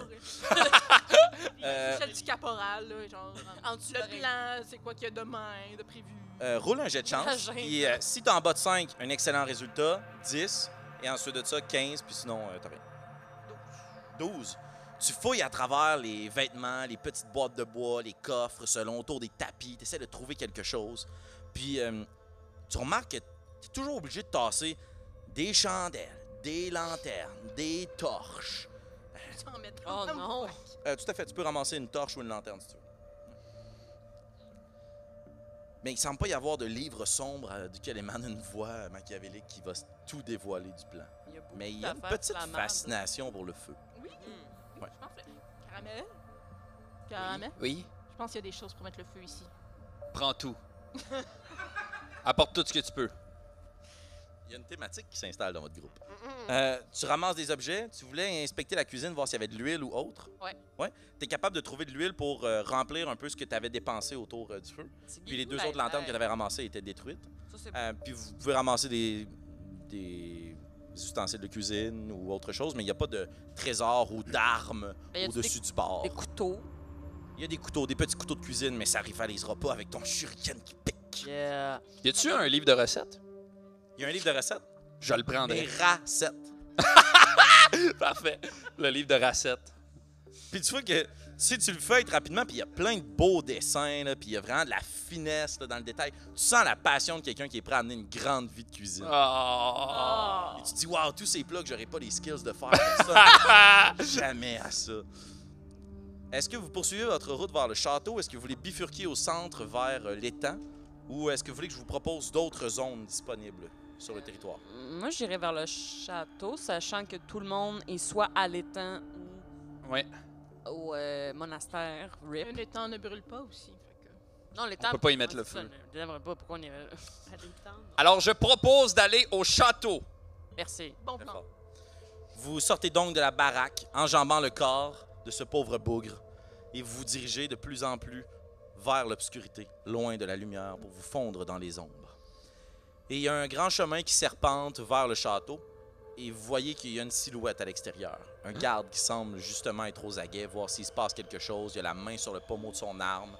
Speaker 3: Euh,
Speaker 7: Michel du caporal, là, genre.
Speaker 4: En dessous
Speaker 7: Le plan, c'est quoi qu'il y a demain, de prévu.
Speaker 3: 1. Euh, roule un jet de chance.
Speaker 4: J'aime.
Speaker 3: Puis euh, si t'es en bas de 5, un excellent résultat, 10. Et ensuite de ça, 15. Puis sinon, euh, t'as rien. 12. Tu fouilles à travers les vêtements, les petites boîtes de bois, les coffres, selon, autour des tapis. T'essaies de trouver quelque chose. Puis euh, tu remarques que t'es toujours obligé de tasser des chandelles, des lanternes, des torches.
Speaker 7: Tu en mets
Speaker 4: Oh
Speaker 7: trente.
Speaker 4: non.
Speaker 3: Euh, tout à fait, tu peux ramasser une torche ou une lanterne si tu veux. Mais il semble pas y avoir de livre sombre euh, duquel émane une voix euh, machiavélique qui va s- tout dévoiler du plan.
Speaker 4: Il y a beaucoup
Speaker 3: Mais il y a une
Speaker 4: d'affaires
Speaker 3: petite
Speaker 4: flammandes.
Speaker 3: fascination pour le feu.
Speaker 7: Oui,
Speaker 3: Ouais.
Speaker 7: je pense que. Caramel? Caramel?
Speaker 5: Oui.
Speaker 7: Je pense qu'il y a des choses pour mettre le feu ici.
Speaker 5: Prends tout. Apporte tout ce que tu peux.
Speaker 3: Il y a une thématique qui s'installe dans votre groupe. Euh, tu ramasses des objets, tu voulais inspecter la cuisine, voir s'il y avait de l'huile ou autre.
Speaker 4: Ouais.
Speaker 3: Ouais. Tu es capable de trouver de l'huile pour euh, remplir un peu ce que tu avais dépensé autour euh, du feu.
Speaker 4: Petit
Speaker 3: Puis les
Speaker 4: guigou,
Speaker 3: deux
Speaker 4: ben,
Speaker 3: autres lanternes
Speaker 4: ben,
Speaker 3: que tu avais ramassées étaient détruites.
Speaker 4: ça, c'est
Speaker 3: Euh, puis vous pouvez ramasser des, des ustensiles de cuisine ou autre chose, mais il n'y a pas de trésor ou d'armes
Speaker 4: Ben, y a-tu
Speaker 3: au-dessus du bord.
Speaker 4: Des couteaux.
Speaker 3: Il y a des couteaux, des petits couteaux de cuisine, mais ça rivalisera pas avec ton shuriken qui pique.
Speaker 4: Yeah.
Speaker 5: Y a-tu un livre de recettes
Speaker 3: Il y a un livre de recettes.
Speaker 5: Je le
Speaker 3: Des
Speaker 5: prendrai.
Speaker 3: recettes.
Speaker 5: Parfait. Le livre de recettes.
Speaker 3: Puis tu vois que si tu le feuilles rapidement, puis il y a plein de beaux dessins, là, puis il y a vraiment de la finesse là, dans le détail. Tu sens la passion de quelqu'un qui est prêt à amener une grande vie de cuisine.
Speaker 5: Oh.
Speaker 3: Et tu te dis, waouh, tous ces plats que j'aurais pas les skills de faire ça. Jamais à ça. Est-ce que vous poursuivez votre route vers le château? Est-ce que vous voulez bifurquer au centre vers euh, l'étang? Ou est-ce que vous voulez que je vous propose d'autres zones disponibles sur le territoire?
Speaker 4: Moi, j'irais vers le château, sachant que tout le monde est soit à l'étang ou
Speaker 5: Ouais.
Speaker 4: au euh, monastère. RIP.
Speaker 7: Un étang ne brûle pas aussi. fait que-
Speaker 4: Non, l'étang.
Speaker 5: peut pas y mettre
Speaker 4: Ouais,
Speaker 5: le
Speaker 4: c'est
Speaker 5: feu.
Speaker 4: ça, Je ne pas pourquoi on y va.
Speaker 5: Alors, je propose d'aller au château.
Speaker 4: Merci.
Speaker 7: Bon
Speaker 3: Très
Speaker 7: plan.
Speaker 3: fort. Vous sortez donc de la baraque, enjambant le corps de ce pauvre bougre, et vous vous dirigez de plus en plus vers l'obscurité, loin de la lumière, pour vous fondre dans les ombres. Et il y a un grand chemin qui serpente vers le château, et vous voyez qu'il y a une silhouette à l'extérieur. Un garde qui semble justement être aux aguets, voir s'il se passe quelque chose. Il a la main sur le pommeau de son arme.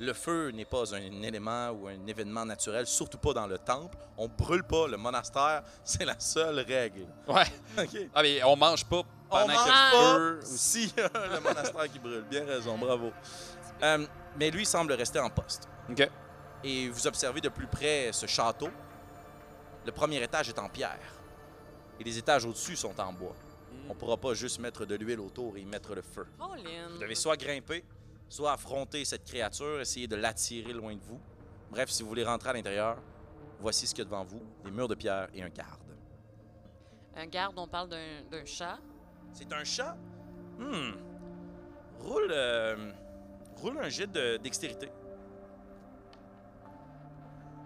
Speaker 3: Le feu n'est pas un élément ou un événement naturel, surtout pas dans le temple. On brûle pas le monastère, c'est la seule règle.
Speaker 5: Ouais.
Speaker 3: OK.
Speaker 5: Ah, mais on mange pas
Speaker 3: On
Speaker 5: pendant que
Speaker 3: mange pas
Speaker 5: le feu.
Speaker 3: si le monastère qui brûle. Bien raison, bravo. Euh, mais lui semble rester en poste.
Speaker 5: OK.
Speaker 3: Et vous observez de plus près ce château. Le premier étage est en pierre. Et les étages au-dessus sont en bois. On pourra pas juste mettre de l'huile autour et y mettre le feu.
Speaker 4: Colin.
Speaker 3: Vous devez soit grimper, soit affronter cette créature, essayer de l'attirer loin de vous. Bref, si vous voulez rentrer à l'intérieur, voici ce qu'il y a devant vous, des murs de pierre et un garde.
Speaker 4: Un Euh, garde, on parle d'un d'un chat.
Speaker 3: C'est un chat? Hmm. Roule, euh, roule un jet de dextérité.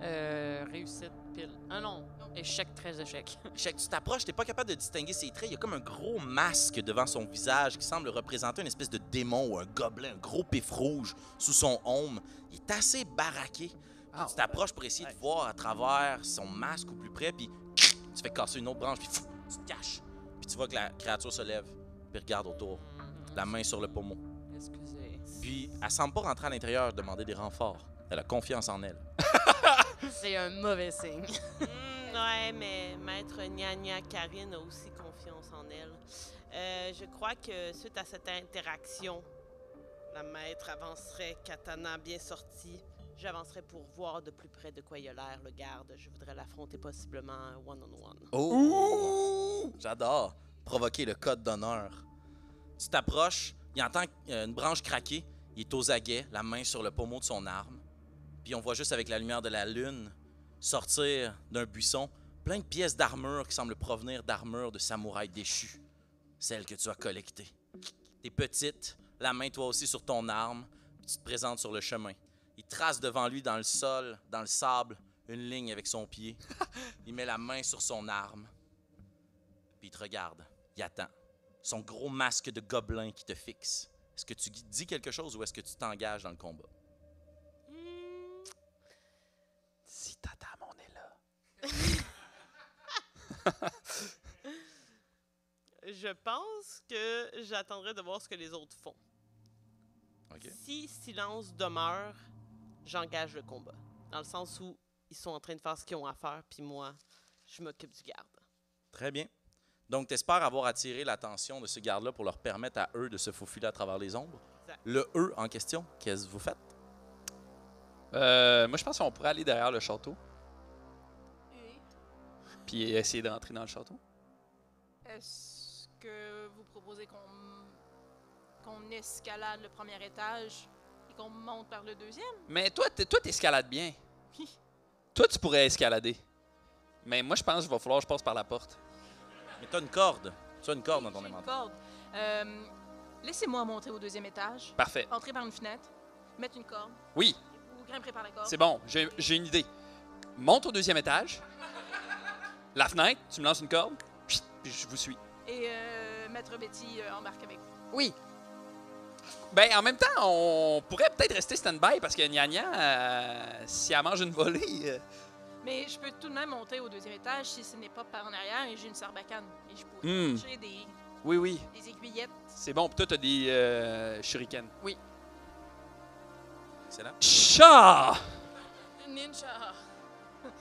Speaker 4: Euh, réussite pile. Ah non, échec, très échec.
Speaker 3: Chaque, tu t'approches, t'es pas capable de distinguer ses traits. Il y a comme un gros masque devant son visage qui semble représenter une espèce de démon ou un gobelin, un gros pif rouge sous son homme. Il est assez baraqué.
Speaker 1: Ah,
Speaker 3: tu t'approches pour essayer de
Speaker 1: ouais.
Speaker 3: voir à travers son masque au plus près, puis tu fais casser une autre branche, puis fou, tu te caches. Puis tu vois que la créature se lève, puis regarde autour, la main sur le pommeau.
Speaker 4: Excusez.
Speaker 3: Puis elle semble pas rentrer à l'intérieur demander des renforts. Elle a confiance en elle.
Speaker 4: C'est un mauvais signe.
Speaker 6: Hmm, ouais, mais maître Nia Karine a aussi confiance en elle. Euh, je crois que suite à cette interaction, la maître avancerait, katana bien sortie. J'avancerai pour voir de plus près de quoi il a l'air, le garde. Je voudrais l'affronter possiblement one-on-one.
Speaker 3: Oh! J'adore. Provoquer le code d'honneur. Tu t'approches, il entend euh, une branche craquer, il est aux aguets, la main sur le pommeau de son arme. Puis on voit juste avec la lumière de la lune sortir d'un buisson plein de pièces d'armure qui semblent provenir d'armures de samouraïs déchus, celles que tu as collectées. T'es petite, la main toi aussi sur ton arme, tu te présentes sur le chemin. Il trace devant lui dans le sol, dans le sable, une ligne avec son pied. Il met la main sur son arme. Puis il te regarde. Il attend. Son gros masque de gobelin qui te fixe. Est-ce que tu gui- dis quelque chose ou est-ce que tu t'engages dans le combat?
Speaker 5: Si ta dame, on est là.
Speaker 6: Je pense que j'attendrai de voir ce que les autres font.
Speaker 3: OK.
Speaker 6: Si silence demeure, j'engage le combat. Dans le sens où ils sont en train de faire ce qu'ils ont à faire, puis moi, je m'occupe du garde.
Speaker 3: Très bien. Donc, tu espères avoir attiré l'attention de ce garde-là pour leur permettre à eux de se faufiler à travers les ombres.
Speaker 6: Exact.
Speaker 3: Le E en question, qu'est-ce que vous faites?
Speaker 5: Euh, moi, je pense qu'on pourrait aller derrière le château puis essayer d'entrer dans le château.
Speaker 7: Est-ce que vous proposez qu'on qu'on escalade le premier étage et qu'on monte par le deuxième?
Speaker 5: Mais toi, t'es- toi, t'escalades bien. toi, tu pourrais escalader. Mais moi, je pense qu'il va falloir que je passe par la porte.
Speaker 3: Mais t'as une corde. Tu as une corde dans ton
Speaker 7: J'ai une
Speaker 3: inventaire.
Speaker 7: corde. Euh, Laissez-moi monter au deuxième étage,
Speaker 5: Parfait.
Speaker 7: entrer par une fenêtre, mettre une corde,
Speaker 5: Oui,
Speaker 7: vous grimperez par la corde.
Speaker 5: c'est bon. J'ai j'ai une idée. Monte au deuxième étage. La fenêtre, tu me lances une corde. pfft, Puis je vous suis.
Speaker 7: Et euh, Maître Betty euh, embarque avec vous.
Speaker 4: Oui.
Speaker 5: Ben, en même temps, on pourrait peut-être rester stand-by parce que Nya Nya, euh, si elle mange une volée. euh,
Speaker 7: Mais je peux tout de même monter au deuxième étage si ce n'est pas par en arrière et j'ai une sarbacane. Et je pourrais
Speaker 5: Hmm.
Speaker 7: chercher des,
Speaker 5: Oui, oui,
Speaker 7: des aiguillettes.
Speaker 5: c'est bon. Puis toi, t'as des euh, shurikens.
Speaker 3: Excellent.
Speaker 5: Chat!
Speaker 4: Ninja.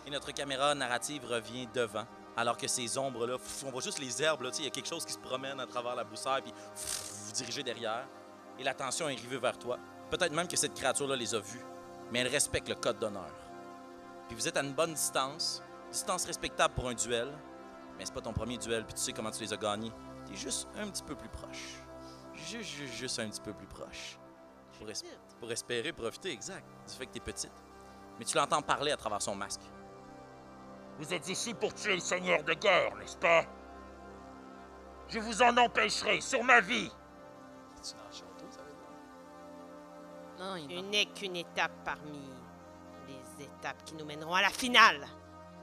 Speaker 3: Et notre caméra narrative revient devant, alors que ces ombres-là, pff, on voit juste les herbes, là, tu sais, il y a quelque chose qui se promène à travers la broussaille, puis pff, vous dirigez derrière, et l'attention est rivée vers toi. Peut-être même que cette créature-là les a vus, mais elle respecte le code d'honneur. Puis vous êtes à une bonne distance, distance respectable pour un duel, mais c'est pas ton premier duel, puis tu sais comment tu les as gagnés. T'es juste un petit peu plus proche. Juste, juste, juste un petit peu plus proche. Pour, es- pour espérer profiter, exact, du fait que t'es petite. Mais tu l'entends parler à travers son masque.
Speaker 2: Vous êtes ici pour tuer le seigneur de guerre, n'est-ce pas Je vous en empêcherai, sur ma vie
Speaker 4: Non, il
Speaker 6: Il n'est qu'une étape parmi les étapes qui nous mèneront à la finale.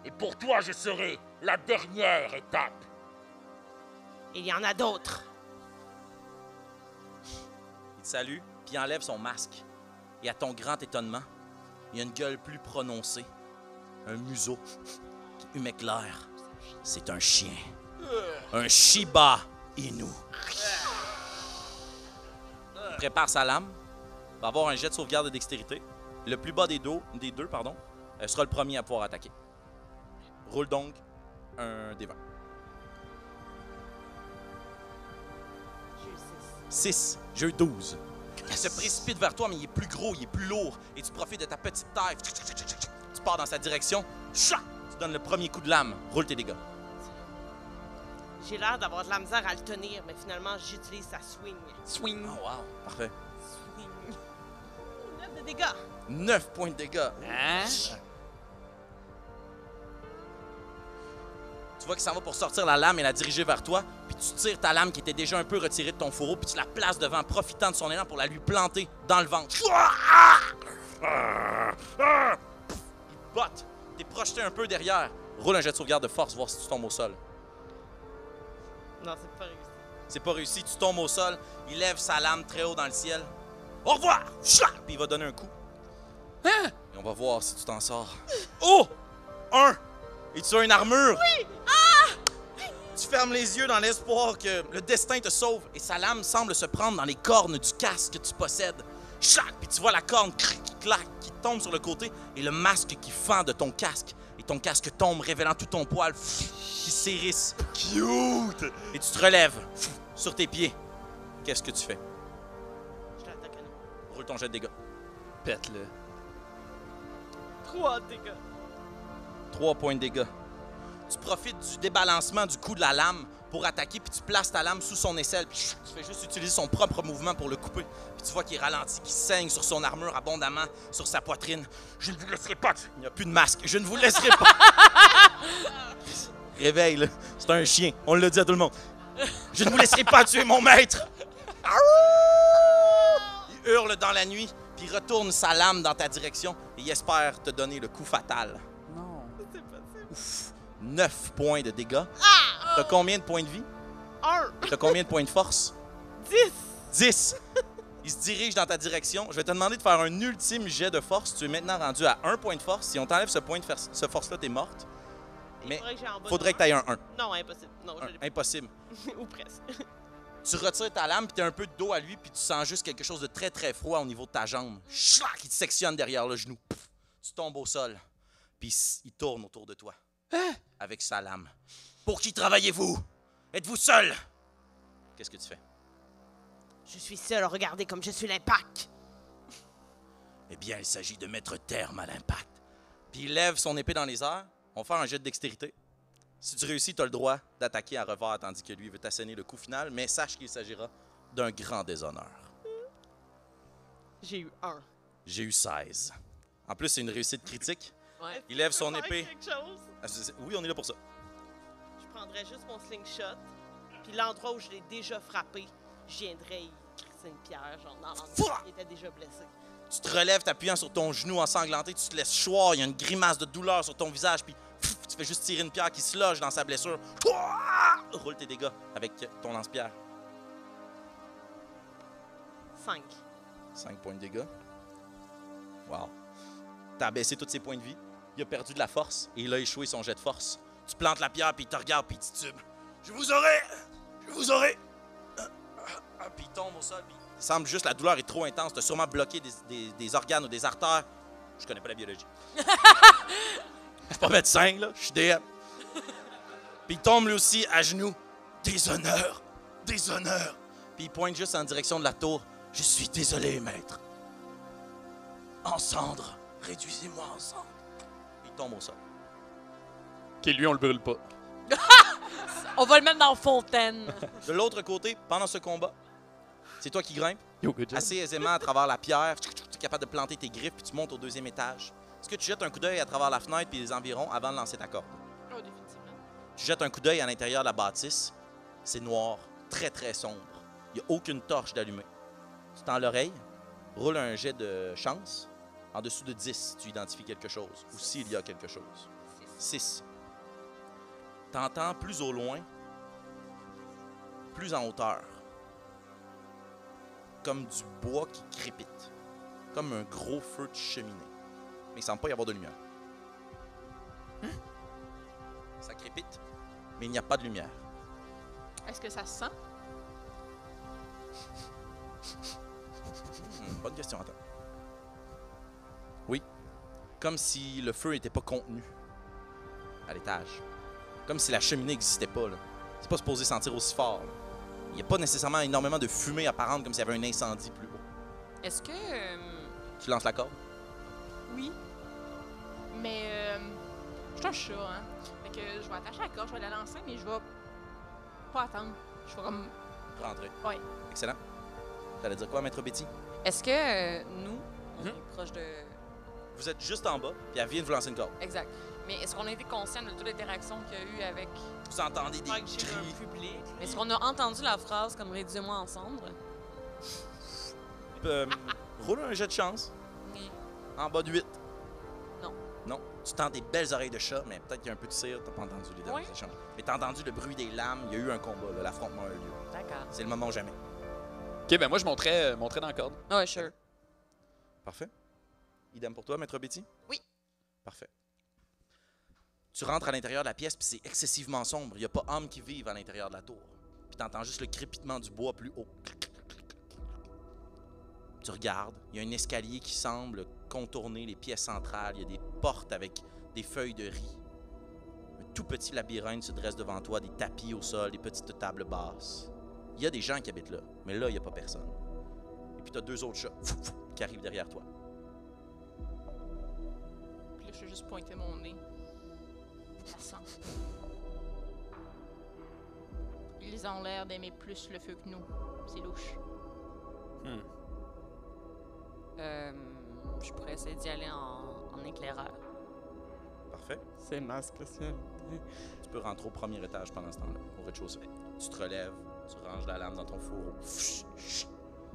Speaker 2: Et pour toi, je serai la dernière étape
Speaker 6: Il y en a d'autres.
Speaker 3: Il te salue, puis il enlève son masque. Et à ton grand étonnement, il a une gueule plus prononcée, un museau qui hume clair. C'est un chien. Un Shiba Inu. Il Prépare sa lame. Va avoir un jet de sauvegarde de dextérité. Le plus bas des, dos, des deux pardon, euh, sera le premier à pouvoir attaquer. Roule donc un des 20. 6. J'ai eu 12. Il se précipite vers toi, mais il est plus gros, il est plus lourd, et tu profites de ta petite taille. Tu pars dans sa direction. Chouac! Tu donnes le premier coup de lame. Roule tes dégâts.
Speaker 6: J'ai l'air d'avoir de la misère à le tenir, mais finalement, j'utilise sa swing.
Speaker 3: Swing. Oh, wow. Parfait.
Speaker 6: Swing. 9 de dégâts.
Speaker 3: 9 points de dégâts. Tu vois qu'il s'en va pour sortir la lame et la diriger vers toi. Puis tu tires ta lame qui était déjà un peu retirée de ton fourreau, puis tu la places devant, profitant de son élan pour la lui planter dans le ventre. Il botte. T'es projeté un peu derrière. Roule un jet de sauvegarde de force, voir si tu tombes au sol.
Speaker 6: Non, c'est pas réussi.
Speaker 3: C'est pas réussi, tu tombes au sol. Il lève sa lame très haut dans le ciel. Au revoir! Chouac! Puis il va donner un coup. Et on va voir si tu t'en sors. Oh! Un! Et tu as une armure! Oui! Tu fermes les yeux dans l'espoir que le destin te sauve et sa lame semble se prendre dans les cornes du casque que tu possèdes. Chouac! Puis tu vois la corne cric, clac, qui tombe sur le côté et le masque qui fend de ton casque. Et ton casque tombe, révélant tout ton poil pff, qui s'érisse. Cute! Et tu te relèves pff, sur tes pieds. Qu'est-ce que tu fais?
Speaker 6: Je l'attaque à nouveau.
Speaker 3: Roule ton jet de dégâts.
Speaker 5: Pète-le.
Speaker 6: 3 dégâts.
Speaker 3: 3 points de dégâts. Tu profites du débalancement du coup de la lame pour attaquer, puis tu places ta lame sous son aisselle. Puis chou, tu fais juste utiliser son propre mouvement pour le couper. Puis tu vois qu'il ralentit, qu'il saigne sur son armure abondamment, sur sa poitrine. Je ne vous laisserai pas. Il n'y a plus de masque. Je ne vous laisserai pas. Réveille, là. C'est un chien. On le dit à tout le monde. Je ne vous laisserai pas tuer mon maître. Aouh! Il hurle dans la nuit, puis retourne sa lame dans ta direction et il espère te donner le coup fatal. 9 points de dégâts. T'as combien de points de vie?
Speaker 6: 1,
Speaker 3: T'as combien de points de force?
Speaker 6: 10.
Speaker 3: 10. Il se dirige dans ta direction. Je vais te demander de faire un ultime jet de force. Tu es maintenant rendu à 1 point de force. Si on t'enlève ce point de fer- ce force-là, t'es morte. Mais
Speaker 6: Faudrait que j'aille en bas
Speaker 3: Eh, faudrait
Speaker 6: de
Speaker 3: que t'ailles un 1.
Speaker 6: un. Non, impossible. Non, je l'ai
Speaker 3: Impossible.
Speaker 6: pas. Ou presque.
Speaker 3: Tu retires ta lame, puis t'es un peu de dos à lui, puis tu sens juste quelque chose de très très froid au niveau de ta jambe. Chlac! Il te sectionne derrière le genou. Pouf! Tu tombes au sol, puis s- il tourne autour de toi. Avec sa lame. Pour qui travaillez-vous? Êtes-vous seul? Qu'est-ce que tu fais?
Speaker 6: Je suis seul, regardez comme je suis l'impact.
Speaker 3: Eh bien, il s'agit de mettre terme à l'impact. Puis il lève son épée dans les airs. On va faire un jet de dextérité. Si tu réussis, tu as le droit d'attaquer à revers tandis que lui veut t'asséner le coup final, mais sache qu'il s'agira d'un grand déshonneur.
Speaker 6: J'ai eu 1.
Speaker 3: J'ai eu 16. En plus, c'est une réussite critique.
Speaker 4: Ouais.
Speaker 3: Il lève son épée.
Speaker 6: quelque chose.
Speaker 3: Ah, c'est- Oui, on est là pour ça.
Speaker 6: Je prendrais juste mon slingshot, puis l'endroit où je l'ai déjà frappé, je viendrais y crisser une pierre, genre dans l'endroit
Speaker 3: Fouah!
Speaker 6: où il était déjà blessé.
Speaker 3: Tu te relèves, t'appuyant sur ton genou ensanglanté, tu te laisses choir, il y a une grimace de douleur sur ton visage, puis pff, tu fais juste tirer une pierre qui se loge dans sa blessure. Ouah! Roule tes dégâts avec ton lance-pierre.
Speaker 6: 5.
Speaker 3: 5 points de dégâts. Wow. T'as baissé tous ses points de vie. Il a perdu de la force et il a échoué son jet de force. Tu plantes la pierre, puis il te regarde, puis il titube. Je vous aurai! Je vous aurai! Ah, ah, ah, Puis il tombe au sol, puis il semble juste la douleur est trop intense. T'as sûrement bloqué des, des- des organes ou des artères. Je connais pas la biologie. Je suis pas médecin, là. Je suis DM. Puis il tombe lui aussi à genoux. Déshonneur! Déshonneur! Puis il pointe juste en direction de la tour. Je suis désolé, maître. En cendres, réduisez-moi en cendres. Il tombe au sol.
Speaker 5: Ok, lui, on le brûle pas.
Speaker 4: On va le mettre dans Fontaine.
Speaker 3: De l'autre côté, pendant ce combat, c'est toi qui grimpes
Speaker 5: Yo, good job.
Speaker 3: assez aisément à travers la pierre. Tu es capable de planter tes griffes puis tu montes au deuxième étage. Est-ce que tu jettes un coup d'œil à travers la fenêtre puis les environs avant de lancer ta corde?
Speaker 7: Oh, définitivement.
Speaker 3: Tu jettes un coup d'œil à l'intérieur de la bâtisse. C'est noir, très très sombre. Il n'y a aucune torche d'allumée. Tu tends l'oreille, roule un jet de chance. En dessous de 10, si tu identifies quelque chose ou s'il y a quelque chose. 6. T'entends plus au loin, plus en hauteur, comme du bois qui crépite, comme un gros feu de cheminée. Mais il semble pas y avoir de lumière. Ça crépite, mais il n'y a pas de lumière.
Speaker 7: Est-ce que ça se sent?
Speaker 3: Hmm, bonne question, attends. Oui. Comme si le feu n'était pas contenu à l'étage. Comme si la cheminée n'existait pas. là. C'est pas supposé sentir aussi fort. là. Il n'y a pas nécessairement énormément de fumée apparente comme s'il y avait un incendie plus haut.
Speaker 4: Est-ce que. euh,
Speaker 3: Tu lances la corde?
Speaker 7: Oui. Mais euh, je suis un chat, hein. Fait que je vais attacher la corde, je vais la lancer, mais je vais pas attendre. Je vais comme.
Speaker 3: Rentrer.
Speaker 7: Ouais.
Speaker 3: Excellent. T'allais dire quoi, Maître Betty?
Speaker 4: Est-ce que euh, nous, on
Speaker 3: Mhm.
Speaker 4: est proche de.
Speaker 3: Vous êtes juste en bas, puis elle vient de vous lancer une corde.
Speaker 4: Exact. Mais est-ce qu'on a été conscient de toute l'interaction qu'il y a eu avec.
Speaker 3: Vous entendez des
Speaker 6: Pas que j'ai
Speaker 3: cris.
Speaker 6: un public.
Speaker 4: Est-ce qu'on a entendu la phrase comme réduis-moi en cendres?
Speaker 3: Euh, roule un jet de chance.
Speaker 4: Oui.
Speaker 3: En bas de 8.
Speaker 4: Non.
Speaker 3: Non. Tu tends des belles oreilles de chat, mais peut-être qu'il y a un peu de cire. T'as pas entendu les derniers
Speaker 4: Ouais.
Speaker 3: échanges. Mais t'as entendu le bruit des lames. Il y a eu un combat. là. L'affrontement a eu lieu.
Speaker 4: D'accord.
Speaker 3: C'est le moment ou jamais.
Speaker 5: Ok, ben moi, je montrais, montrais dans la corde.
Speaker 4: Ouais, sure.
Speaker 3: Parfait. Idem pour toi, Maître Betty?
Speaker 4: Oui.
Speaker 3: Parfait. Tu rentres à l'intérieur de la pièce, puis c'est excessivement sombre. Il n'y a pas homme qui vive à l'intérieur de la tour. Puis t'entends juste le crépitement du bois plus haut. Tu regardes, il y a un escalier qui semble contourner les pièces centrales. Il y a des portes avec des feuilles de riz. Un tout petit labyrinthe se dresse devant toi, des tapis au sol, des petites tables basses. Il y a des gens qui habitent là, mais là, il n'y a pas personne. Et puis t'as deux autres chats fou, fou, qui arrivent derrière toi.
Speaker 7: Puis là, je vais juste pointer mon nez. Ça sent. Ils ont l'air d'aimer plus le feu que nous. C'est louche.
Speaker 4: Euh, je pourrais essayer d'y aller en, en éclaireur.
Speaker 3: Parfait.
Speaker 2: C'est ma spécialité.
Speaker 3: Tu peux rentrer au premier étage pendant ce temps-là, au rez-de-chaussée. Tu te relèves, tu ranges la lame dans ton fourreau.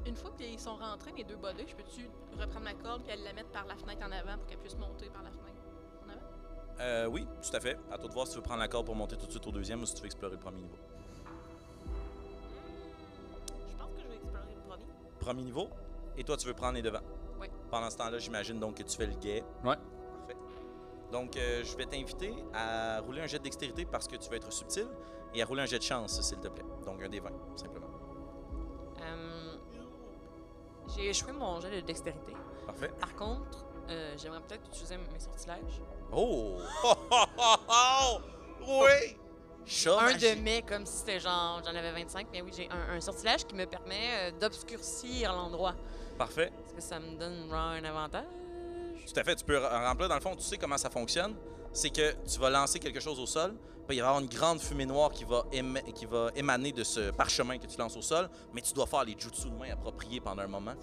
Speaker 7: Une fois qu'ils sont rentrés, mes deux bodés, je peux-tu reprendre ma corde puis aller la mettre par la fenêtre en avant pour qu'elle puisse monter par la fenêtre en avant?
Speaker 3: Euh, oui, tout à fait. À toi de voir si tu veux prendre la corde pour monter tout de suite au deuxième ou si tu veux explorer le premier niveau.
Speaker 6: Je pense que je vais explorer le premier.
Speaker 3: Premier niveau, et toi, tu veux prendre les devants.
Speaker 4: Oui.
Speaker 3: Pendant ce temps-là, j'imagine donc que tu fais le guet.
Speaker 5: Ouais.
Speaker 3: Parfait. Donc, euh, je vais t'inviter à rouler un jet de dextérité parce que tu vas être subtil et à rouler un jet de chance, s'il te plaît. Donc, un des 20, simplement.
Speaker 4: Euh, J'ai échoué mon jet de dextérité.
Speaker 3: Parfait.
Speaker 4: Par contre, euh, j'aimerais peut-être utiliser mes sortilèges.
Speaker 3: Oh! Oh, oh, oh, oh! Oui! Chat
Speaker 4: un
Speaker 3: Oh, magique.
Speaker 4: de mes, comme si c'était genre, j'en avais 25, mais oui, j'ai un, un sortilège qui me permet euh, d'obscurcir l'endroit.
Speaker 3: Parfait.
Speaker 4: Est-ce que ça me donne genre, un avantage?
Speaker 3: Tout à fait, tu peux re- remplir. Dans le fond, tu sais comment ça fonctionne. C'est que tu vas lancer quelque chose au sol, puis il va y avoir une grande fumée noire qui va, éma- qui va émaner de ce parchemin que tu lances au sol, mais tu dois faire les jutsu de main appropriés pendant un moment.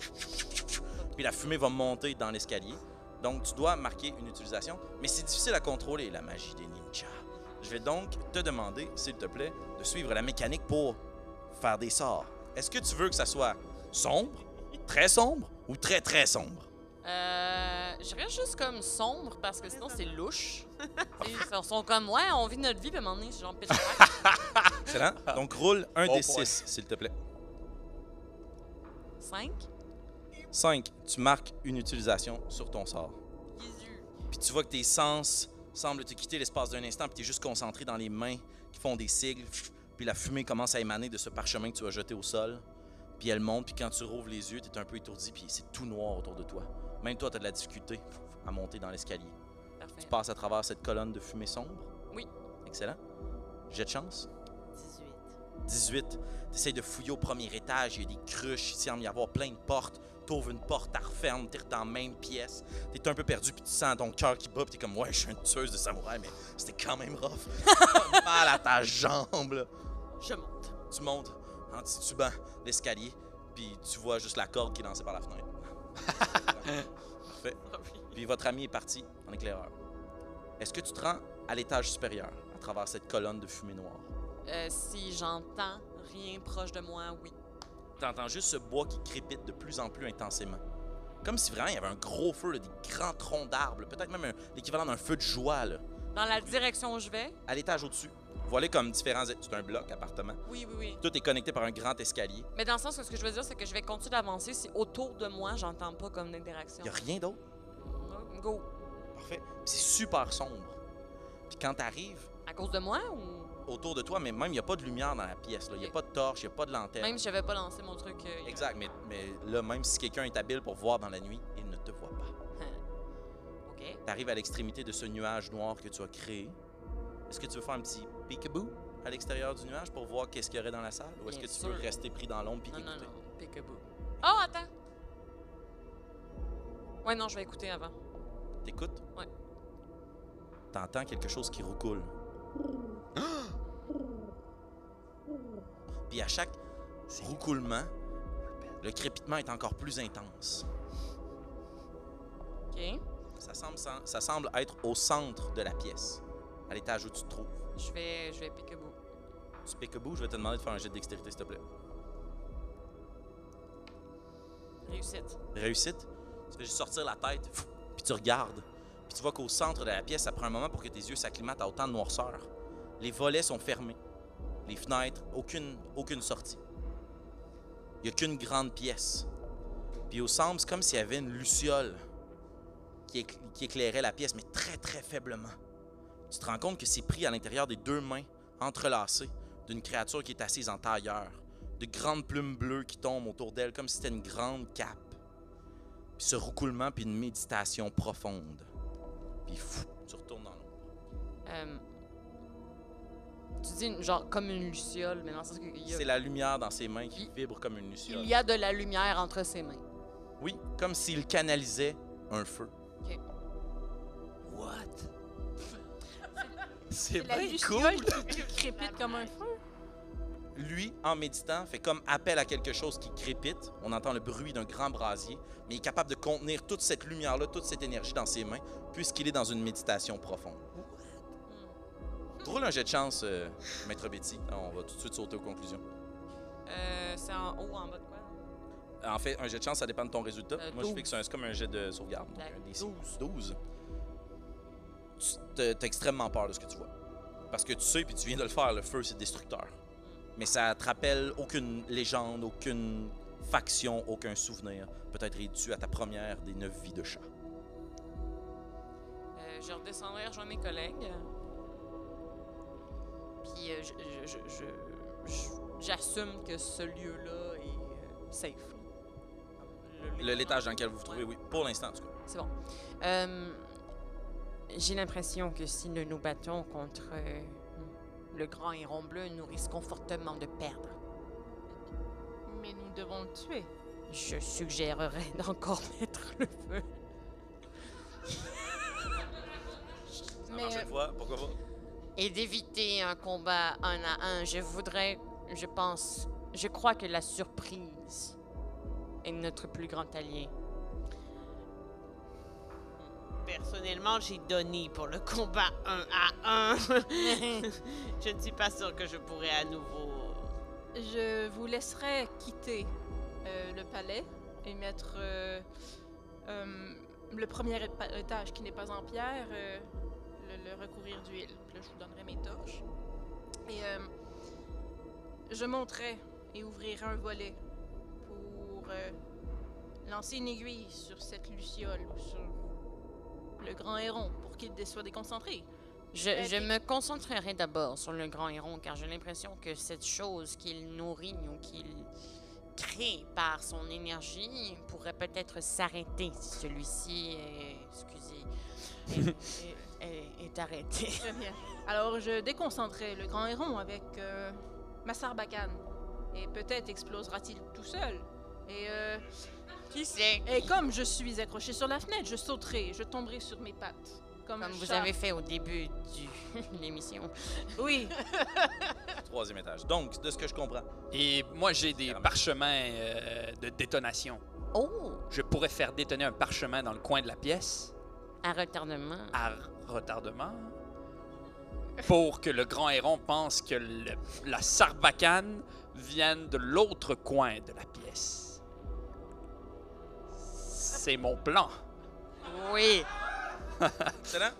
Speaker 3: Puis la fumée va monter dans l'escalier. Donc, tu dois marquer une utilisation, mais c'est difficile à contrôler, la magie des ninjas. Je vais donc te demander, s'il te plaît, de suivre la mécanique pour faire des sorts. Est-ce que tu veux que ça soit sombre, très sombre ou très très sombre?
Speaker 4: Euh, je reste juste comme sombre parce que sinon c'est louche. Tu sais, Ils sont comme, ouais, on vit notre vie, puis à un moment donné, c'est genre pitch black.
Speaker 3: Excellent. Donc, roule un
Speaker 5: Ah. Bon
Speaker 3: des
Speaker 5: point.
Speaker 3: 6, s'il te plaît.
Speaker 4: 5.
Speaker 3: 5. Tu marques une utilisation sur ton sort. Puis tu vois que tes sens semblent te quitter l'espace d'un instant, puis tu es juste concentré dans les mains qui font des sigles. Puis la fumée commence à émaner de ce parchemin que tu as jeté au sol. Puis elle monte, puis quand tu rouvres les yeux, tu es un peu étourdi, puis c'est tout noir autour de toi. Même toi, tu as de la difficulté à monter dans l'escalier. Tu
Speaker 4: Parfait.
Speaker 3: passes à travers cette colonne de fumée sombre.
Speaker 4: Oui.
Speaker 3: Excellent. J'ai de chance.
Speaker 6: 18.
Speaker 3: 18. T'essayes de fouiller au premier étage, il y a des cruches, il semble y avoir plein de portes. T'ouvres une porte, t'as refermes, t'es dans la même pièce. T'es un peu perdu, puis tu sens ton cœur qui bat, puis t'es comme, ouais, je suis une tueuse de samouraï, mais c'était quand même rough. T'as mal à ta jambe, là.
Speaker 6: Je monte.
Speaker 3: Tu montes en titubant l'escalier, puis tu vois juste la corde qui est lancée par la fenêtre. Parfait. Puis votre ami est parti en éclaireur. Est-ce que tu te rends à l'étage supérieur, à travers cette colonne de fumée noire?
Speaker 4: Euh, si j'entends rien proche de moi, oui.
Speaker 3: T'entends juste ce bois qui crépite de plus en plus intensément. Comme si vraiment il y avait un gros feu, là, des grands troncs d'arbres, peut-être même un- l'équivalent d'un feu de joie. là.
Speaker 4: Dans la direction où je vais,
Speaker 3: À l'étage au-dessus, voilà comme différents. é- C'est un bloc, appartement.
Speaker 4: oui, oui, oui.
Speaker 3: Tout est connecté par un grand escalier.
Speaker 4: Mais dans le sens que ce que je veux dire, c'est que je vais continuer d'avancer si autour de moi, j'entends pas comme d'interaction.
Speaker 3: Il a rien d'autre.
Speaker 4: Go.
Speaker 3: Parfait. Puis C'est super sombre. Puis quand t'arrives,
Speaker 4: À cause de moi ou.
Speaker 3: autour de toi, mais même, il n'y a pas de lumière dans la pièce. là. Il n'y a pas de torche, il n'y a pas de lanterne.
Speaker 4: Même si j'avais pas lancé mon truc. euh,
Speaker 3: Exact, mais, mais là, même si quelqu'un est habile pour voir dans la nuit, il ne te voit pas.
Speaker 4: OK.
Speaker 3: Tu arrives à l'extrémité de ce nuage noir que tu as créé. Est-ce que tu veux faire un petit peekaboo à l'extérieur du nuage pour voir qu'est-ce qu'il y aurait dans la salle? Ou est-ce que
Speaker 4: Bien
Speaker 3: tu veux
Speaker 4: sûr.
Speaker 3: rester pris dans l'ombre puis
Speaker 4: Non, non,
Speaker 3: écouter?
Speaker 4: non. Peekaboo. Oh, attends. Ouais, non, je vais écouter avant.
Speaker 3: T'écoutes?
Speaker 4: Ouais.
Speaker 3: T'entends quelque chose qui roucoule. Puis à chaque roucoulement, le crépitement est encore plus intense.
Speaker 4: OK.
Speaker 3: Ça semble, sen- ça semble être au centre de la pièce, à l'étage où tu te trouves.
Speaker 4: Je vais, je vais peekaboo.
Speaker 3: Tu peekaboo, je vais te demander de faire un jet de dextérité, s'il te plaît.
Speaker 4: Réussite.
Speaker 3: Réussite, tu fais juste sortir la tête, pfff, puis tu regardes. Puis tu vois qu'au centre de la pièce, ça prend un moment pour que tes yeux s'acclimatent à autant de noirceur. Les volets sont fermés. Les fenêtres, aucune, aucune sortie. Il n'y a qu'une grande pièce. Puis au centre, c'est comme s'il y avait une luciole qui, éc- qui éclairait la pièce, mais très, très faiblement. Tu te rends compte que c'est pris à l'intérieur des deux mains, entrelacées, d'une créature qui est assise en tailleur. De grandes plumes bleues qui tombent autour d'elle comme si c'était une grande cape puis ce roucoulement, puis une méditation profonde. Puis fou, tu retournes dans l'ombre.
Speaker 4: Euh, tu dis une- genre comme une luciole, mais dans le sens qu'il y,
Speaker 3: C'est
Speaker 4: a-
Speaker 3: la lumière dans ses mains qui
Speaker 4: Il-
Speaker 3: vibre comme une luciole.
Speaker 4: il y a de la lumière entre ses mains.
Speaker 3: Oui, comme s'il canalisait un feu.
Speaker 5: C'est
Speaker 7: La
Speaker 5: bien
Speaker 7: luciole
Speaker 5: cool.
Speaker 7: qui crépite comme un feu.
Speaker 3: Lui, en méditant, fait comme appel à quelque chose qui crépite. On entend le bruit d'un grand brasier, mais il est capable de contenir toute cette lumière-là, toute cette énergie dans ses mains, puisqu'il est dans une méditation profonde. Drôle un jet de chance, euh, Maître Betty. On va tout de suite sauter aux conclusions.
Speaker 4: Euh, c'est en haut, en bas de quoi?
Speaker 3: En fait, un jet de chance, ça dépend de ton résultat.
Speaker 4: Euh,
Speaker 3: Moi, je
Speaker 4: 12.
Speaker 3: fais que c'est un- c'est comme un jet de sauvegarde. Donc,
Speaker 4: D'accord.
Speaker 3: un des 12. 12. Tu as extrêmement peur de ce que tu vois. Parce que tu sais, puis tu viens de le faire, le feu, c'est destructeur. Mais ça te rappelle aucune légende, aucune faction, aucun souvenir. Peut-être est dû à ta première des neuf vies de chat.
Speaker 4: Euh, je redescendrai rejoindre mes collègues. Puis euh, je- je- je- je- je- j'assume que ce lieu-là est euh, safe. Le-
Speaker 3: Le- L'étage dans lequel vous vous trouvez,
Speaker 4: Ouais.
Speaker 3: oui, pour l'instant, en tout cas.
Speaker 4: C'est bon. Euh, J'ai l'impression que si nous nous battons contre euh, le grand héron bleu, nous risquons fortement de perdre.
Speaker 7: Mais nous devons le tuer.
Speaker 4: Je suggérerais d'encore mettre le feu.
Speaker 7: Mais euh,
Speaker 3: Prochaine fois, pourquoi pas?
Speaker 4: Et d'éviter un combat un à un, je voudrais, je pense, je crois que la surprise est notre plus grand allié.
Speaker 6: Personnellement, j'ai donné pour le combat un à un. je ne suis pas sûre que je pourrais à nouveau. euh,
Speaker 7: Je vous laisserai quitter euh, le palais et mettre euh, euh, le premier épa- étage qui n'est pas en pierre, euh, le, le recourir d'huile. Puis là, je vous donnerai mes torches. Et euh, je monterai et ouvrirai un volet pour euh, lancer une aiguille sur cette luciole ou sur le grand héron pour qu'il dé- soit déconcentré.
Speaker 4: Je,
Speaker 7: Euh,
Speaker 4: je
Speaker 7: puis-
Speaker 4: me concentrerai d'abord sur le grand héron, car j'ai l'impression que cette chose qu'il nourrit ou qu'il crée par son énergie pourrait peut-être s'arrêter si celui-ci est, excusez, est, est- est arrêté.
Speaker 7: Très bien. Alors, je déconcentrerai le grand héron avec euh, ma sarbacane. Et peut-être explosera-t-il tout seul. Et, euh,
Speaker 4: Qui sait?
Speaker 7: et comme je suis accrochée sur la fenêtre, je sauterai, je tomberai sur mes pattes. Comme,
Speaker 4: Comme
Speaker 7: un
Speaker 4: vous
Speaker 7: chat.
Speaker 4: avez fait au début du- de l'émission.
Speaker 7: Oui,
Speaker 3: Troisième étage. Donc, de ce que je comprends,
Speaker 5: Et moi, j'ai des
Speaker 3: Carrément.
Speaker 5: parchemins euh, de détonation.
Speaker 4: Oh!
Speaker 5: Je pourrais faire détonner un parchemin dans le coin de la pièce
Speaker 4: À retardement.
Speaker 5: à retardement pour que le grand héron pense que le- la sarbacane vienne de l'autre coin de la pièce. C'est mon plan.
Speaker 4: Oui!
Speaker 3: excellent.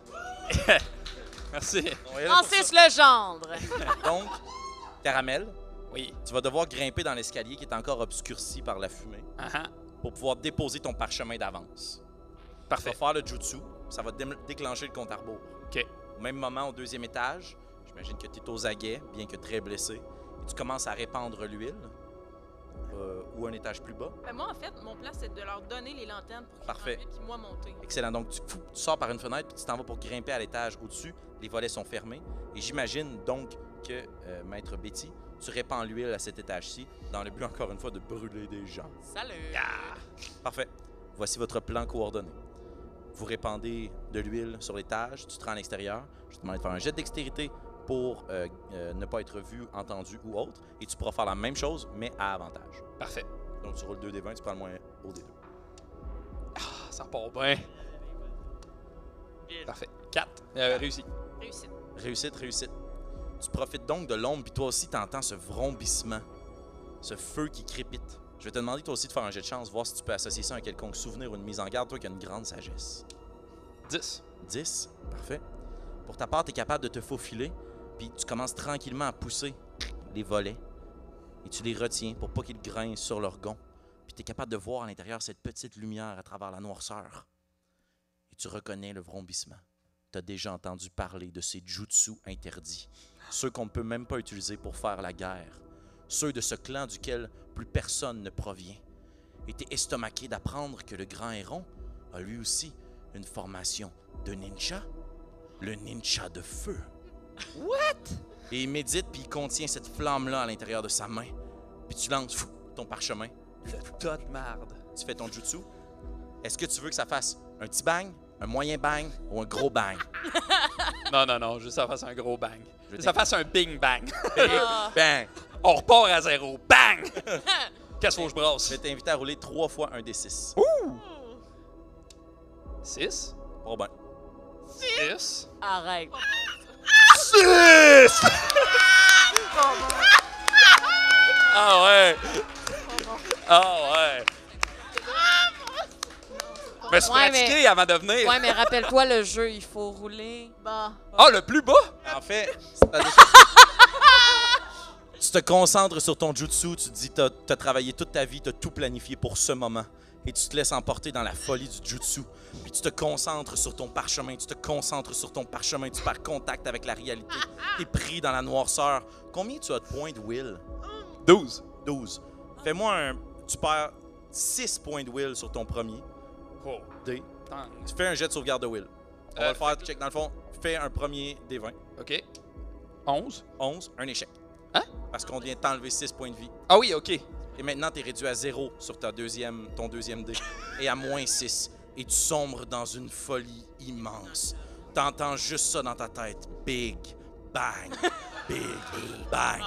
Speaker 5: Merci.
Speaker 3: On va y aller pour
Speaker 4: Francis Legendre!
Speaker 3: ça. Donc, caramel,
Speaker 5: Oui.
Speaker 3: tu vas devoir grimper dans l'escalier qui est encore obscurci par la fumée.
Speaker 5: Ah ah.
Speaker 3: pour pouvoir déposer ton parchemin d'avance. Tu vas
Speaker 5: Parfait.
Speaker 3: faire le jutsu, ça va dé- déclencher le compte à rebours.
Speaker 5: OK.
Speaker 3: Au même moment, au deuxième étage, J'imagine que tu es aux aguets, bien que très blessé. Et tu commences à répandre l'huile. euh, ou un étage plus bas.
Speaker 7: Ben, moi, en fait, mon plan, c'est de leur donner les lanternes pour qu'ils
Speaker 3: Parfait.
Speaker 7: s'enfuient, puis moi monter.
Speaker 3: Excellent. Donc, tu, fou, tu sors par une fenêtre, puis tu t'en vas pour grimper à l'étage au-dessus. Les volets sont fermés. Et j'imagine donc que, euh, Maître Betty, tu répands l'huile à cet étage-ci, dans le but, encore une fois, de brûler des gens.
Speaker 4: Salut!
Speaker 3: Parfait. Voici votre plan coordonné. Vous répandez de l'huile sur l'étage, tu te rends à l'extérieur. Je te demande de faire un jet de dextérité pour euh, euh, ne pas être vu, entendu ou autre. Et tu pourras faire la même chose, mais à avantage.
Speaker 5: Parfait.
Speaker 3: Donc, tu roules 2 des 20, tu prends le moins au des deux.
Speaker 5: Ah, ça part bien. Parfait. 4. réussi.
Speaker 7: Réussite.
Speaker 3: Réussite, réussite. Tu profites donc de l'ombre, puis toi aussi, t'entends ce vrombissement, ce feu qui crépite. Je vais te demander toi aussi de faire un jet de chance, voir si tu peux associer ça à un quelconque souvenir ou une mise en garde, toi qui as une grande sagesse.
Speaker 5: 10.
Speaker 3: 10, parfait. Pour ta part, tu es capable de te faufiler, puis tu commences tranquillement à pousser les volets, et tu les retiens pour pas qu'ils grincent sur leur gonds. Puis tu es capable de voir à l'intérieur cette petite lumière à travers la noirceur. Et tu reconnais le vrombissement. Tu as déjà entendu parler de ces jutsu interdits, ceux qu'on ne peut même pas utiliser pour faire la guerre, ceux de ce clan duquel plus personne ne provient. Et tu es estomaqué d'apprendre que le grand héron a lui aussi une formation de ninja, le ninja de feu. What? Et il médite, puis il contient cette flamme-là à l'intérieur de sa main. Puis tu lances fou, ton parchemin,
Speaker 5: Le tas de marde.
Speaker 3: tu fais ton jutsu. Est-ce que tu veux que ça fasse un petit bang, un moyen bang ou un gros bang?
Speaker 5: Non, non, non, juste ça fasse un gros bang.
Speaker 3: Je
Speaker 5: Ça fasse un bing bang.
Speaker 4: Ah,
Speaker 3: Bang!
Speaker 5: On repart à zéro. Bang! Qu'est-ce qu'il faut que je
Speaker 3: Je
Speaker 5: brasse?
Speaker 3: vais t'inviter à rouler trois fois un des six.
Speaker 5: 6.
Speaker 3: Bon ben.
Speaker 5: 6.
Speaker 4: arrête!
Speaker 5: Ah ouais! Ah ouais! Je me suis
Speaker 4: Ouais,
Speaker 5: pratiqué avant de venir.
Speaker 4: Ouais, mais rappelle-toi le jeu, il faut rouler.
Speaker 7: Bah.
Speaker 5: Ah, le plus bas?
Speaker 3: En fait, c'est- tu te concentres sur ton jutsu, tu te dis t'as as travaillé toute ta vie, t'as tout planifié pour ce moment. Et tu te laisses emporter dans la folie du jutsu. Puis tu te concentres sur ton parchemin, tu te concentres sur ton parchemin, tu perds contact avec la réalité. T'es pris dans la noirceur. Combien tu as de points de will?
Speaker 5: 12.
Speaker 3: 12. Fais-moi un... Tu perds 6 points de will sur ton premier.
Speaker 5: Oh,
Speaker 3: D.
Speaker 5: attends.
Speaker 3: Tu fais un jet de sauvegarde de will. On va
Speaker 5: Euh,
Speaker 3: le faire, check, dans le fond, fais un premier des 20.
Speaker 5: OK. 11.
Speaker 3: 11, un échec.
Speaker 5: Hein?
Speaker 3: Parce qu'on vient de t'enlever 6 points de vie.
Speaker 5: Ah oui, OK.
Speaker 3: Et maintenant, t'es réduit à 0 sur ta deuxième, ton deuxième dé. et à moins 6. Et tu sombres dans une folie immense. T'entends juste ça dans ta tête. Big, bang, big, bang,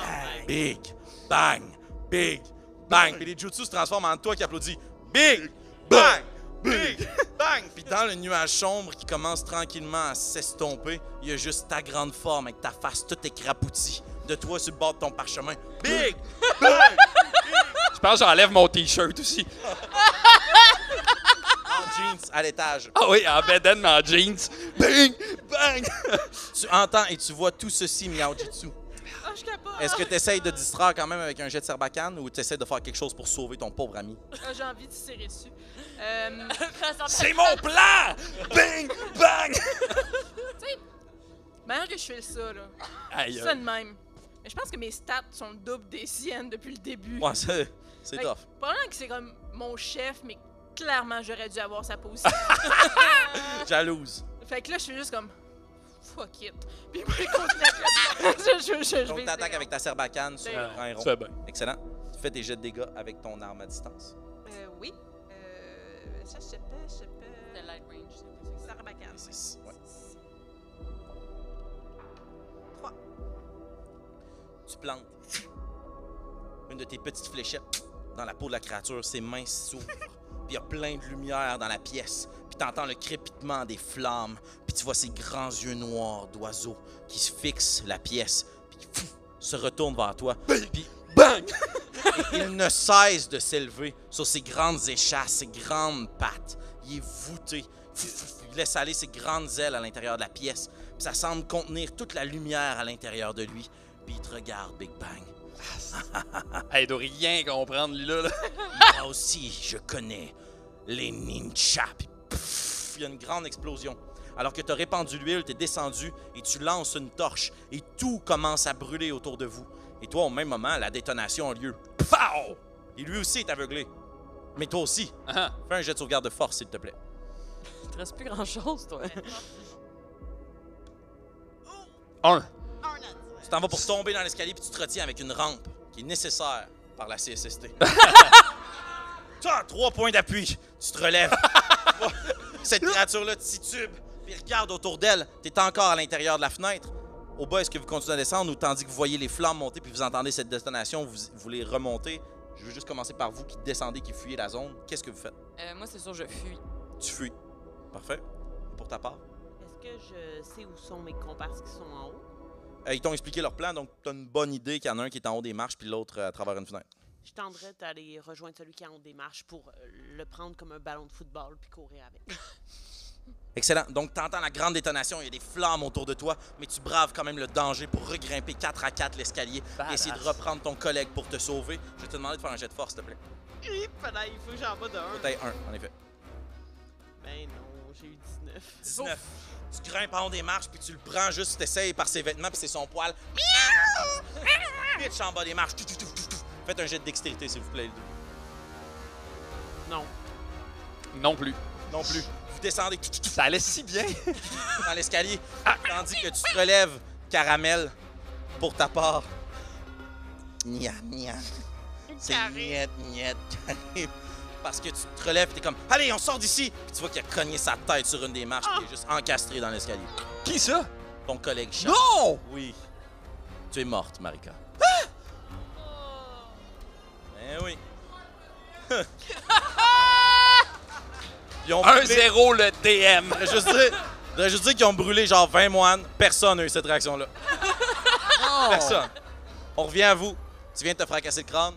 Speaker 3: big, bang, big, bang. Puis les jutsu se transforment en toi qui applaudit. Big, bang, big, bang. Puis dans le nuage sombre qui commence tranquillement à s'estomper, il y a juste ta grande forme avec ta face toute écrapoutie. De toi sur le bord de ton parchemin. Big, bang,
Speaker 5: Je pense que j'enlève mon T-shirt aussi.
Speaker 3: en jeans à l'étage.
Speaker 5: Ah oui, en bedaine, en jeans. Bing! Bang!
Speaker 3: Tu entends et tu vois tout ceci Miao Jitsu.
Speaker 7: Ah, je capote.
Speaker 3: Est-ce que tu essayes de distraire quand même avec un jet de serbacane ou tu essaies de faire quelque chose pour sauver ton pauvre ami?
Speaker 7: Ah, J'ai envie de tirer dessus. Euh,
Speaker 5: C'est mon plan! Bing! Bang!
Speaker 7: malgré que je fais ça, là.
Speaker 5: Aïe, euh,
Speaker 7: Ça
Speaker 5: aïe.
Speaker 7: de même. Mais je pense que mes stats sont le double des siennes depuis le début.
Speaker 3: Ouais, c'est c'est
Speaker 7: Hey.
Speaker 3: tough.
Speaker 7: Probablement que c'est comme mon chef, mais clairement, j'aurais dû avoir sa position.
Speaker 3: Jalouse.
Speaker 7: fait que là, je suis juste comme. Fuck it. Puis moi, je continue à- je, je, je, je vais
Speaker 3: Donc t'attaques
Speaker 7: essayer.
Speaker 3: avec ta serbacane sur
Speaker 7: Ben,
Speaker 3: le grand
Speaker 5: Tu
Speaker 3: rond.
Speaker 5: fais bien.
Speaker 3: Excellent. Tu fais des jets de dégâts avec ton arme à distance.
Speaker 6: Euh, oui. Euh, ça, je sais pas, je sais
Speaker 4: Le
Speaker 6: pas.
Speaker 4: light range, c'est pas
Speaker 6: C'est Sarbacane.
Speaker 3: C'est six, ouais. Tu plantes une de tes petites fléchettes dans la peau de la créature. Ses mains s'ouvrent. Puis il y a plein de lumière dans la pièce. Puis t'entends le crépitement des flammes. Puis tu vois ces grands yeux noirs d'oiseau qui se fixent la pièce. Puis qui, pfff, se retournent vers toi. Puis
Speaker 5: Bang!
Speaker 3: il ne cesse de s'élever sur ses grandes échasses, ses grandes pattes. Il est voûté. Fou, fou, fou. Il laisse aller ses grandes ailes à l'intérieur de la pièce. Puis ça semble contenir toute la lumière à l'intérieur de lui. Puis il te regarde, Big Bang.
Speaker 5: Hey, il doit rien comprendre, lui, là. là.
Speaker 3: Moi aussi, je connais les ninjas. Puis, pff, il y a une grande explosion. alors que tu as répandu l'huile, tu es descendu et tu lances une torche et tout commence à brûler autour de vous. Et toi, au même moment, la détonation a lieu. Pow! Et lui aussi est aveuglé. Mais toi aussi.
Speaker 5: Ah,
Speaker 3: Fais un jet de sauvegarde de force, s'il te plaît.
Speaker 4: Il te reste plus grand-chose, toi.
Speaker 5: un.
Speaker 3: Tu t'en vas pour tomber dans l'escalier puis tu te retiens avec une rampe qui est nécessaire par la CSST. T'as trois points d'appui. Tu te relèves. Cette créature-là titube puis regarde autour d'elle. T'es encore à l'intérieur de la fenêtre. Au bas, est-ce que vous continuez à descendre ou tandis que vous voyez les flammes monter puis vous entendez cette détonation, vous vous voulez remonter? Je veux juste commencer par vous qui descendez, qui fuyez la zone. Qu'est-ce que vous faites?
Speaker 4: Euh, moi, c'est sûr, je fuis.
Speaker 3: Tu fuis. Parfait. Pour ta part.
Speaker 6: Est-ce que je sais où sont mes comparses qui sont en haut?
Speaker 3: Euh, ils t'ont expliqué leur plan, donc t'as une bonne idée qu'il y en a un qui est en haut des marches puis l'autre euh, à travers une fenêtre.
Speaker 6: Je tenterais d'aller rejoindre celui qui est en haut des marches pour euh, le prendre comme un ballon de football puis courir avec.
Speaker 3: Excellent. Donc, tu entends la grande détonation, il y a des flammes autour de toi, mais tu braves quand même le danger pour regrimper 4 à 4 l'escalier et essayer de reprendre ton collègue pour te sauver. Je vais te demander de faire un jet de force, s'il te plaît.
Speaker 6: Hip, là, il faut que j'en bats de un.
Speaker 3: Peut-être un, en effet.
Speaker 6: Ben non, j'ai eu 19.
Speaker 3: 19. Tu grimpes en haut des marches, puis tu le prends juste, tu essayes par ses vêtements, puis c'est son poil. Pitch en bas des marches. Tout, tout, tout, tout, tout. Faites un jet de dextérité, s'il vous plaît, les deux.
Speaker 6: Non.
Speaker 5: Non plus.
Speaker 3: Non plus. Vous descendez tout, tout, tout,
Speaker 5: Ça allait si bien. Ah.
Speaker 3: dans l'escalier, tandis que tu te relèves, caramel, pour ta part. Nia, nia. C'est niette, niette. Parce que tu te relèves et t'es comme Allez, on sort d'ici! Puis tu vois qu'il a cogné sa tête sur une des marches puis il est juste encastré dans l'escalier.
Speaker 5: Qui ça?
Speaker 3: Ton collègue chat.
Speaker 5: Non!
Speaker 3: Oui. Tu es morte, Marika. Eh oui. Ils ont brûlé-
Speaker 5: 1-0 le DM.
Speaker 3: Je voudrais juste dire, je voudrais juste dire qu'ils ont brûlé genre 20 moines. Personne n'a eu cette réaction-là. Personne. On revient à vous. Tu viens de te fracasser le crâne.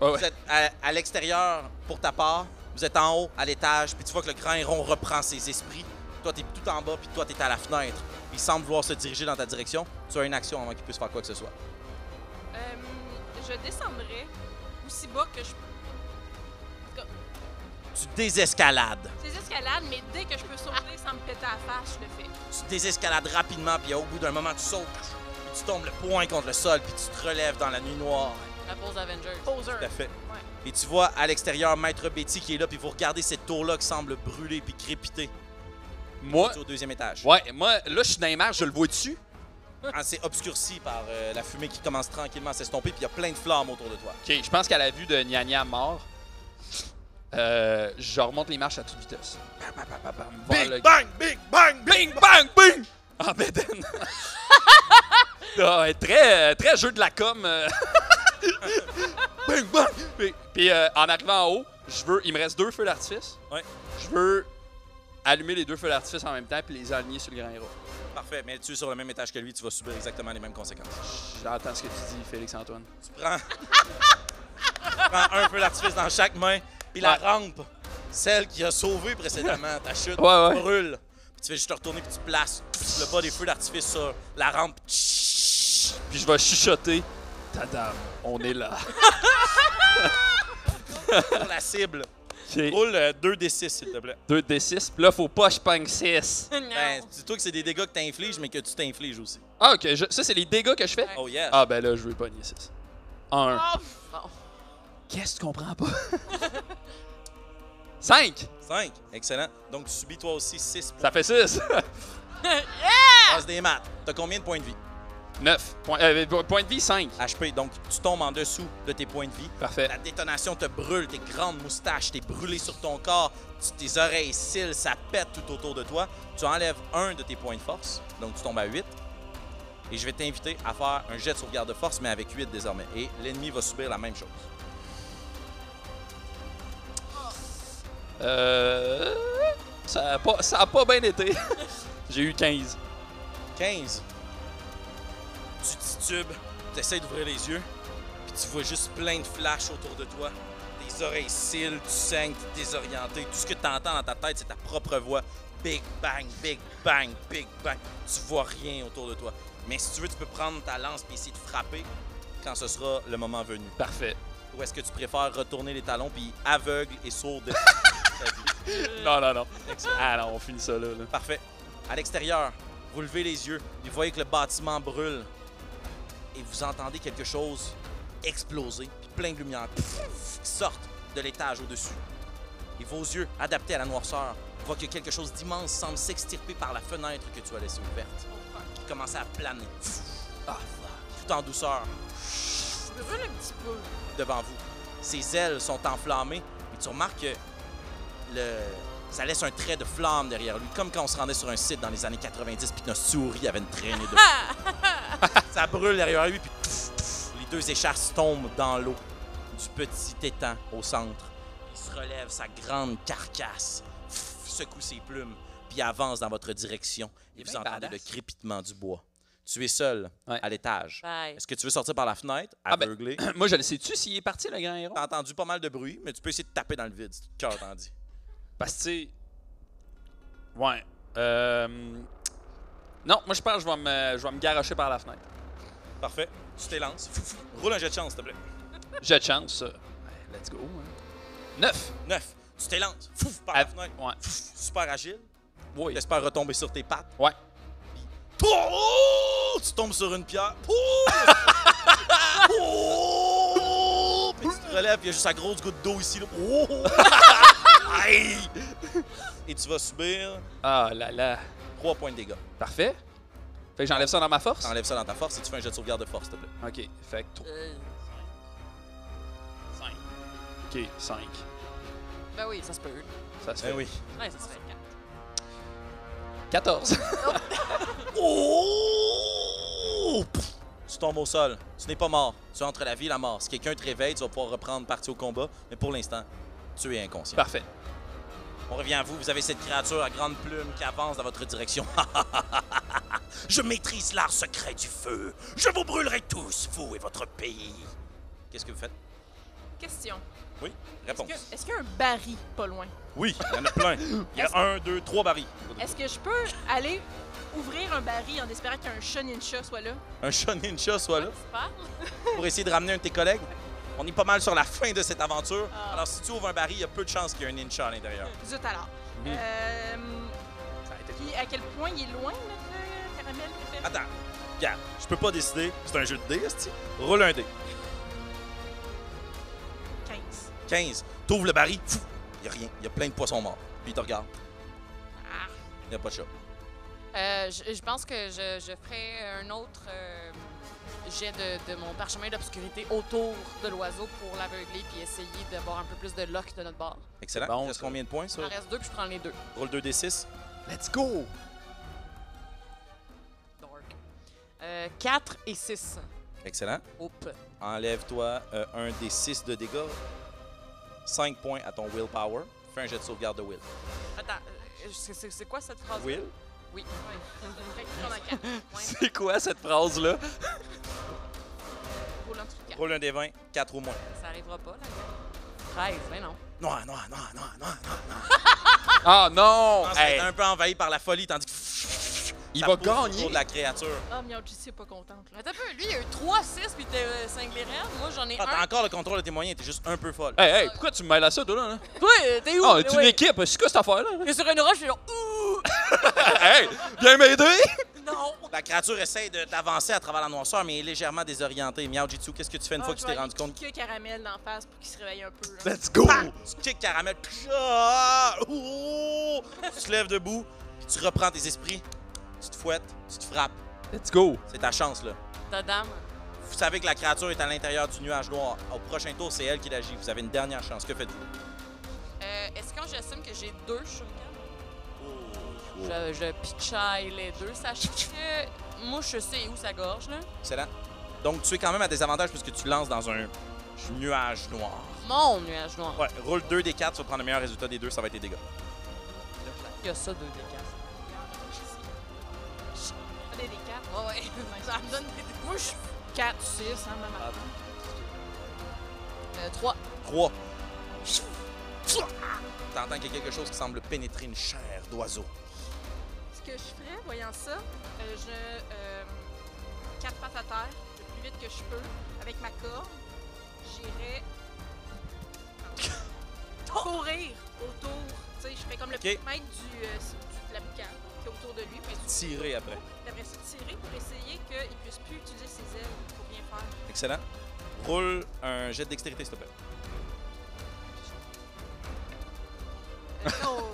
Speaker 5: Ouais,
Speaker 3: Vous
Speaker 5: ouais.
Speaker 3: êtes à, à l'extérieur pour ta part. Vous êtes en haut, à l'étage, puis tu vois que le crâne rond reprend ses esprits. Toi, t'es tout en bas, puis toi, t'es à la fenêtre. Il semble vouloir se diriger dans ta direction. Tu as une action avant qu'il puisse faire quoi que ce soit.
Speaker 7: Euh, je descendrai aussi bas que je
Speaker 3: Tu désescalades.
Speaker 7: C'est escalades, mais dès que je peux sauter sans me péter à la face, je le fais.
Speaker 3: Tu désescalades rapidement, puis au bout d'un moment, tu sautes. Puis tu tombes le poing contre le sol, puis tu te relèves dans la nuit noire.
Speaker 4: La pause Avengers.
Speaker 3: Tout à fait. Et tu vois à l'extérieur Maître Betty qui est là, puis vous regardez cette tour-là qui semble brûler puis crépiter.
Speaker 5: Moi,
Speaker 3: C'est au deuxième étage.
Speaker 5: ouais, moi, là, je suis dans les marches, je le vois dessus.
Speaker 3: Ah, C'est obscurci par euh, la fumée qui commence tranquillement à s'estomper, puis il y a plein de flammes autour de toi.
Speaker 5: OK, je pense qu'à la vue de Nya Nya mort, euh, je remonte les marches à toute vitesse. Bam, bam, bam, bam, bam, vers
Speaker 3: Big
Speaker 5: le-
Speaker 3: bang, big bang, big
Speaker 5: Bing, bang, bing! En bédaine. ben, Ah, ouais, très, euh, très jeu de la com. euh. bing, bang! Puis, puis, euh, en arrivant en haut, je veux, il me reste deux feux d'artifice.
Speaker 3: Ouais.
Speaker 5: Je veux allumer les deux feux d'artifice en même temps puis les aligner sur le grand héros.
Speaker 3: Parfait, mais tu es sur le même étage que lui, tu vas subir exactement les mêmes conséquences.
Speaker 5: J'entends ce que tu dis, Félix-Antoine.
Speaker 3: Tu prends, tu prends un peu d'artifice dans chaque main, puis la
Speaker 5: Ouais.
Speaker 3: rampe, celle qui a sauvé précédemment ta chute,
Speaker 5: Ouais, ouais.
Speaker 3: brûle. Puis tu fais juste te retourner, puis tu places le bas des feux d'artifice sur la rampe.
Speaker 5: Puis je vais chuchoter. Tadam, on est là.
Speaker 3: pour la cible.
Speaker 5: OK.
Speaker 3: Roule euh, 2d6, s'il te plaît.
Speaker 5: 2d6, puis là, faut pas que je pogne 6.
Speaker 3: Ben, dis-toi que c'est des dégâts que t'infliges, mais que tu t'infliges aussi.
Speaker 5: Ah, ok, je- ça, c'est les dégâts que je fais?
Speaker 3: Oh yeah.
Speaker 5: Ah, ben là, je veux pogner 6. 1.
Speaker 3: Oh,
Speaker 4: Bon.
Speaker 5: Qu'est-ce que tu comprends pas? 5!
Speaker 3: 5. Excellent. Donc, tu subis toi aussi 6 points.
Speaker 5: Ça fait 6!
Speaker 3: Passe des maths. T'as combien de points de vie?
Speaker 5: 9. Point, euh, po- point de vie, 5.
Speaker 3: HP. Donc, tu tombes en dessous de tes points de vie.
Speaker 5: Parfait.
Speaker 3: La détonation te brûle, tes grandes moustaches, t'es brûlé sur ton corps, tu- tes oreilles, cils, ça pète tout autour de toi. Tu enlèves un de tes points de force, donc tu tombes à 8. Et je vais t'inviter à faire un jet de sauvegarde de force, mais avec 8 désormais. Et l'ennemi va subir la même chose.
Speaker 5: Euh. Ça a pas, ça a pas bien été. J'ai eu 15.
Speaker 3: 15. Tu titubes, tu essaies d'ouvrir les yeux, puis tu vois juste plein de flashs autour de toi. Tes oreilles cils, tu saignes, t'es désorienté. Tout ce que tu entends dans ta tête, c'est ta propre voix. Big bang, big bang, big bang. Tu vois rien autour de toi. Mais si tu veux, tu peux prendre ta lance et essayer de frapper quand ce sera le moment venu.
Speaker 5: Parfait.
Speaker 3: Ou est-ce que tu préfères retourner les talons puis aveugle et sourd?
Speaker 5: Non, non, non. Ah non, on finit ça là. là.
Speaker 3: Parfait. À l'extérieur, vous levez les yeux et vous voyez que le bâtiment brûle. Et vous entendez quelque chose exploser, puis plein de lumière pff, qui sortent de l'étage au-dessus. Et vos yeux, adaptés à la noirceur, voient que quelque chose d'immense semble s'extirper par la fenêtre que tu as laissée ouverte. Qui commence à planer. Pff, ah, fuck. tout en douceur,
Speaker 9: Je brûle un petit peu.
Speaker 3: devant vous. Ses ailes sont enflammées et tu remarques que le... ça laisse un trait de flamme derrière lui, comme quand on se rendait sur un site dans les années 90 puis que notre souris avait une traînée de. ça brûle derrière lui puis pff, pff, les deux échasses tombent dans l'eau du petit étang au centre. Il se relève sa grande carcasse, pff, secoue ses plumes puis avance dans votre direction
Speaker 5: Il
Speaker 3: et
Speaker 5: est
Speaker 3: vous
Speaker 5: bien
Speaker 3: entendez le
Speaker 5: badass.
Speaker 3: crépitement du bois. Tu es seul
Speaker 5: Ouais.
Speaker 3: à l'étage.
Speaker 4: Bye.
Speaker 3: Est-ce que tu veux sortir par la fenêtre,
Speaker 5: Ah ben-
Speaker 3: aveuglé?
Speaker 5: Moi, je le sais-tu s'il est parti, le grand héros?
Speaker 3: T'as entendu pas mal de bruit, mais tu peux essayer de taper dans le vide si tu te cœur t'en dit.
Speaker 5: Parce que, tu sais. Ouais. Euh... Non, moi, je pense que je vais me, je vais me garrocher par la fenêtre.
Speaker 3: Parfait. Tu t'élances. Fou, fou. Roule un jet de chance, s'il te plaît.
Speaker 5: J'ai de chance. euh. Ouais, Let's go. hein. Neuf.
Speaker 3: Neuf. Tu t'élances. Fou, fou, Par la
Speaker 5: Ah,
Speaker 3: fenêtre.
Speaker 5: Ouais.
Speaker 3: Fou, fou. Super agile.
Speaker 5: Oui.
Speaker 3: J'espère retomber sur tes pattes.
Speaker 5: Ouais.
Speaker 3: Pouh! Tu tombes sur une pierre. Pouh! Pouh! Puis tu te relèves, puis il y a juste la grosse goutte d'eau ici. Là. Pouh! Aïe! Et tu vas subir
Speaker 5: Ah là là.
Speaker 3: 3 points de dégâts.
Speaker 5: Parfait. Fait que j'enlève ça dans ma force?
Speaker 3: T'enlèves ça dans ta force et tu fais un jet de sauvegarde de force, s'il te plaît.
Speaker 5: Ok. Fait que 3.
Speaker 4: Euh,
Speaker 5: 5. Ok, 5.
Speaker 4: ben oui, ça se peut.
Speaker 5: Ça se fait.
Speaker 3: oui.
Speaker 4: Ouais, ça se fait.
Speaker 5: 14.
Speaker 3: Oh! Pff! Tu tombes au sol. Tu n'es pas mort. Tu es entre la vie et la mort. Si quelqu'un te réveille, tu vas pouvoir reprendre partie au combat. Mais pour l'instant, tu es inconscient.
Speaker 5: Parfait.
Speaker 3: On revient à vous. Vous avez cette créature à grande plume qui avance dans votre direction. Je maîtrise l'art secret du feu. Je vous brûlerai tous, vous et votre pays. Qu'est-ce que vous faites?
Speaker 7: Question.
Speaker 3: Oui.
Speaker 7: Est-ce
Speaker 3: Réponse.
Speaker 7: que- est-ce qu'il y a un baril pas loin?
Speaker 3: Oui, il y en a plein. Il y a un, deux, trois barils.
Speaker 7: Est-ce que je peux aller ouvrir un baril en espérant qu'un chat ninja soit là?
Speaker 3: Un chat ninja soit là.
Speaker 4: Tu parles?
Speaker 3: pour essayer de ramener un de tes collègues. On est pas mal sur la fin de cette aventure. Alors, si tu ouvres un baril, il y a peu de chances qu'il y ait un ninja à l'intérieur.
Speaker 7: Zut alors.
Speaker 3: Mm.
Speaker 5: Mhm.
Speaker 7: Euh, puis à quel point il est loin, notre euh, caramel préféré?
Speaker 3: Attends, regarde, je peux pas décider. C'est un jeu de dés, esti. Roule un dé. Ah.
Speaker 7: 15.
Speaker 3: 15. T'ouvres le baril, fou, il y a rien. Il y a plein de poissons morts. Puis il te regarde. Il n'y a pas de chat.
Speaker 4: Euh, je, je pense que je, je ferai un autre euh, jet de, de mon parchemin d'obscurité autour de l'oiseau pour l'aveugler puis essayer d'avoir un peu plus de lock de notre bord.
Speaker 3: Excellent.
Speaker 5: Bon,
Speaker 3: il reste
Speaker 5: ça.
Speaker 3: combien de points, ça?
Speaker 4: Il en reste deux puis je prends les deux.
Speaker 3: Roule 2 D6.
Speaker 5: Let's go.
Speaker 4: Dork. Euh, 4 et 6.
Speaker 3: Excellent.
Speaker 4: Oups.
Speaker 3: Enlève-toi euh, un D6 de dégâts. 5 points à ton willpower. Fais un jet de sauvegarde de will.
Speaker 4: Attends, euh, c'est- c'est c'est quoi cette phrase?
Speaker 3: Will?
Speaker 4: Oui.
Speaker 7: Fait que on a 4.
Speaker 5: C'est quoi cette phrase-là?
Speaker 7: Roule en dessous de quatre.
Speaker 3: Roule un D20, 4 au moins.
Speaker 4: Ça arrivera pas, là. 13, ben non.
Speaker 3: Noir, noir, noir, noir, noir.
Speaker 5: Ah non!
Speaker 3: commence à
Speaker 5: Hey,
Speaker 3: être un peu envahi par la folie, tandis que.
Speaker 5: Il
Speaker 3: ça
Speaker 5: va
Speaker 3: pousse autour
Speaker 5: gagner.
Speaker 3: de la créature.
Speaker 7: Ah, merde, je est pas contente. Là.
Speaker 4: Attends un peu, lui, il a eu 3, 6 puis t'es euh, cinglé rien. Moi, j'en ai
Speaker 3: Ah, t'as
Speaker 4: un.
Speaker 3: encore le contrôle de tes moyens, t'es juste un peu folle.
Speaker 5: hey, hey, pourquoi tu me mêles à ça, toi, là? hein? là?
Speaker 4: Toi, euh, t'es où?
Speaker 5: Ah, tu une
Speaker 4: Ouais.
Speaker 5: équipe. C'est quoi cette affaire-là?
Speaker 4: T'es sur une roche, je suis genre, ouh!
Speaker 5: hey, viens m'aider!
Speaker 4: Non!
Speaker 3: La créature essaie de- d'avancer à travers la noirceur, mais est légèrement désorientée. Miao Jitsu, qu'est-ce que tu fais
Speaker 7: Ah,
Speaker 3: une fois que tu t'es rendu compte?
Speaker 7: que caramel d'en face pour qu'il se réveille un peu. hein. là.
Speaker 5: Let's go!
Speaker 3: Ah! Tu kicks caramel. Ah! Ouh! Tu te lèves debout, puis tu reprends tes esprits, tu te fouettes, tu te frappes.
Speaker 5: Let's go!
Speaker 3: C'est ta chance, là.
Speaker 4: Ta dame.
Speaker 3: Vous savez que la créature est à l'intérieur du nuage noir. Au prochain tour, c'est elle qui l'agit. Vous avez une dernière chance. Que faites-vous?
Speaker 4: Euh, Est-ce que j'assume que j'ai deux shurikens? Je, je pitchaille les deux, sachant que moi, je sais où ça gorge, là.
Speaker 3: Excellent. Donc, tu es quand même à désavantage puisque tu lances dans un nuage noir.
Speaker 4: Mon nuage noir.
Speaker 3: Ouais, roule 2 des 4, tu vas prendre le meilleur résultat des deux, ça va être tes dégâts.
Speaker 4: Il y a ça, deux des
Speaker 7: Allez, les quatre.
Speaker 4: quatre. Ouais, ouais. ça me donne des Moi, je suis
Speaker 7: 4, 6, hein, maman.
Speaker 4: euh, trois.
Speaker 3: 3. T'entends qu'il y a quelque chose qui semble pénétrer une chair d'oiseau.
Speaker 7: Ce que je ferais, voyant ça, euh, je. euh, quatre pattes à terre, le plus vite que je peux, avec ma corde, j'irais.
Speaker 9: courir autour. Tu sais, je fais comme le
Speaker 3: Ok.
Speaker 9: petit mètre du, euh, du- de l'habitant qui est autour de lui. Puis
Speaker 3: Tirer après.
Speaker 9: T'aimerais ça tirer pour essayer qu'il puisse plus utiliser ses ailes pour bien faire.
Speaker 3: Excellent. Roule un jet de dextérité, s'il te plaît.
Speaker 9: Euh, oh!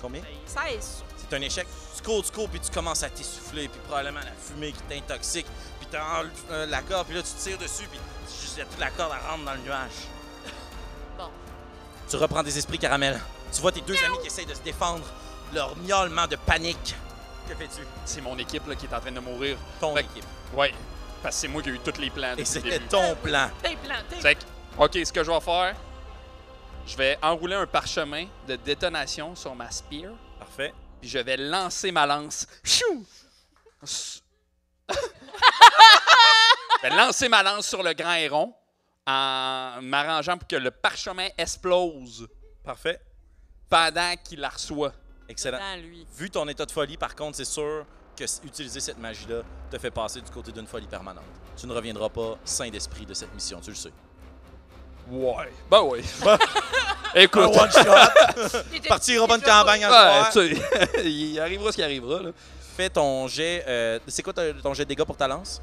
Speaker 3: Combien?
Speaker 9: 16!
Speaker 3: C'est un échec. Tu cours, tu cours, puis tu commences à t'essouffler, puis probablement la fumée qui t'intoxique, puis t'enlèves euh, la corde, puis là, tu tires dessus, puis tu- juste, toute la corde, elle rentre dans le nuage.
Speaker 4: Bon.
Speaker 3: Tu reprends des esprits, Caramel. Tu vois tes deux amis qui essayent de se défendre, leur miaulement de panique. Que fais-tu?
Speaker 5: C'est mon équipe là, qui est en train de mourir.
Speaker 3: Ton
Speaker 5: Fait-
Speaker 3: équipe.
Speaker 5: Ouais, parce que c'est moi qui ai eu tous les plans
Speaker 3: Et
Speaker 5: depuis le
Speaker 3: c'était
Speaker 5: début.
Speaker 3: ton plan.
Speaker 9: T'es planté!
Speaker 5: Fait que, OK, ce que je vais faire, je vais enrouler un parchemin de détonation sur ma spear,
Speaker 3: Parfait.
Speaker 5: puis je vais lancer ma lance. Pfiou! S- je vais lancer ma lance sur le grand héron en m'arrangeant pour que le parchemin explose
Speaker 3: Parfait.
Speaker 5: pendant qu'il la reçoit.
Speaker 3: Excellent.
Speaker 4: Dans lui.
Speaker 3: Vu ton état de folie, par contre, c'est sûr que s- utiliser cette magie-là te fait passer du côté d'une folie permanente. Tu ne reviendras pas sain d'esprit de cette mission, tu le sais.
Speaker 5: Ouais. Ben oui. Écoute.
Speaker 3: Partir en bonne campagne en
Speaker 5: Ouais,
Speaker 3: soir.
Speaker 5: tu sais, il arrivera ce qui arrivera. Là.
Speaker 3: Fais ton jet. euh, c'est quoi ta- ton jet de dégâts pour ta lance?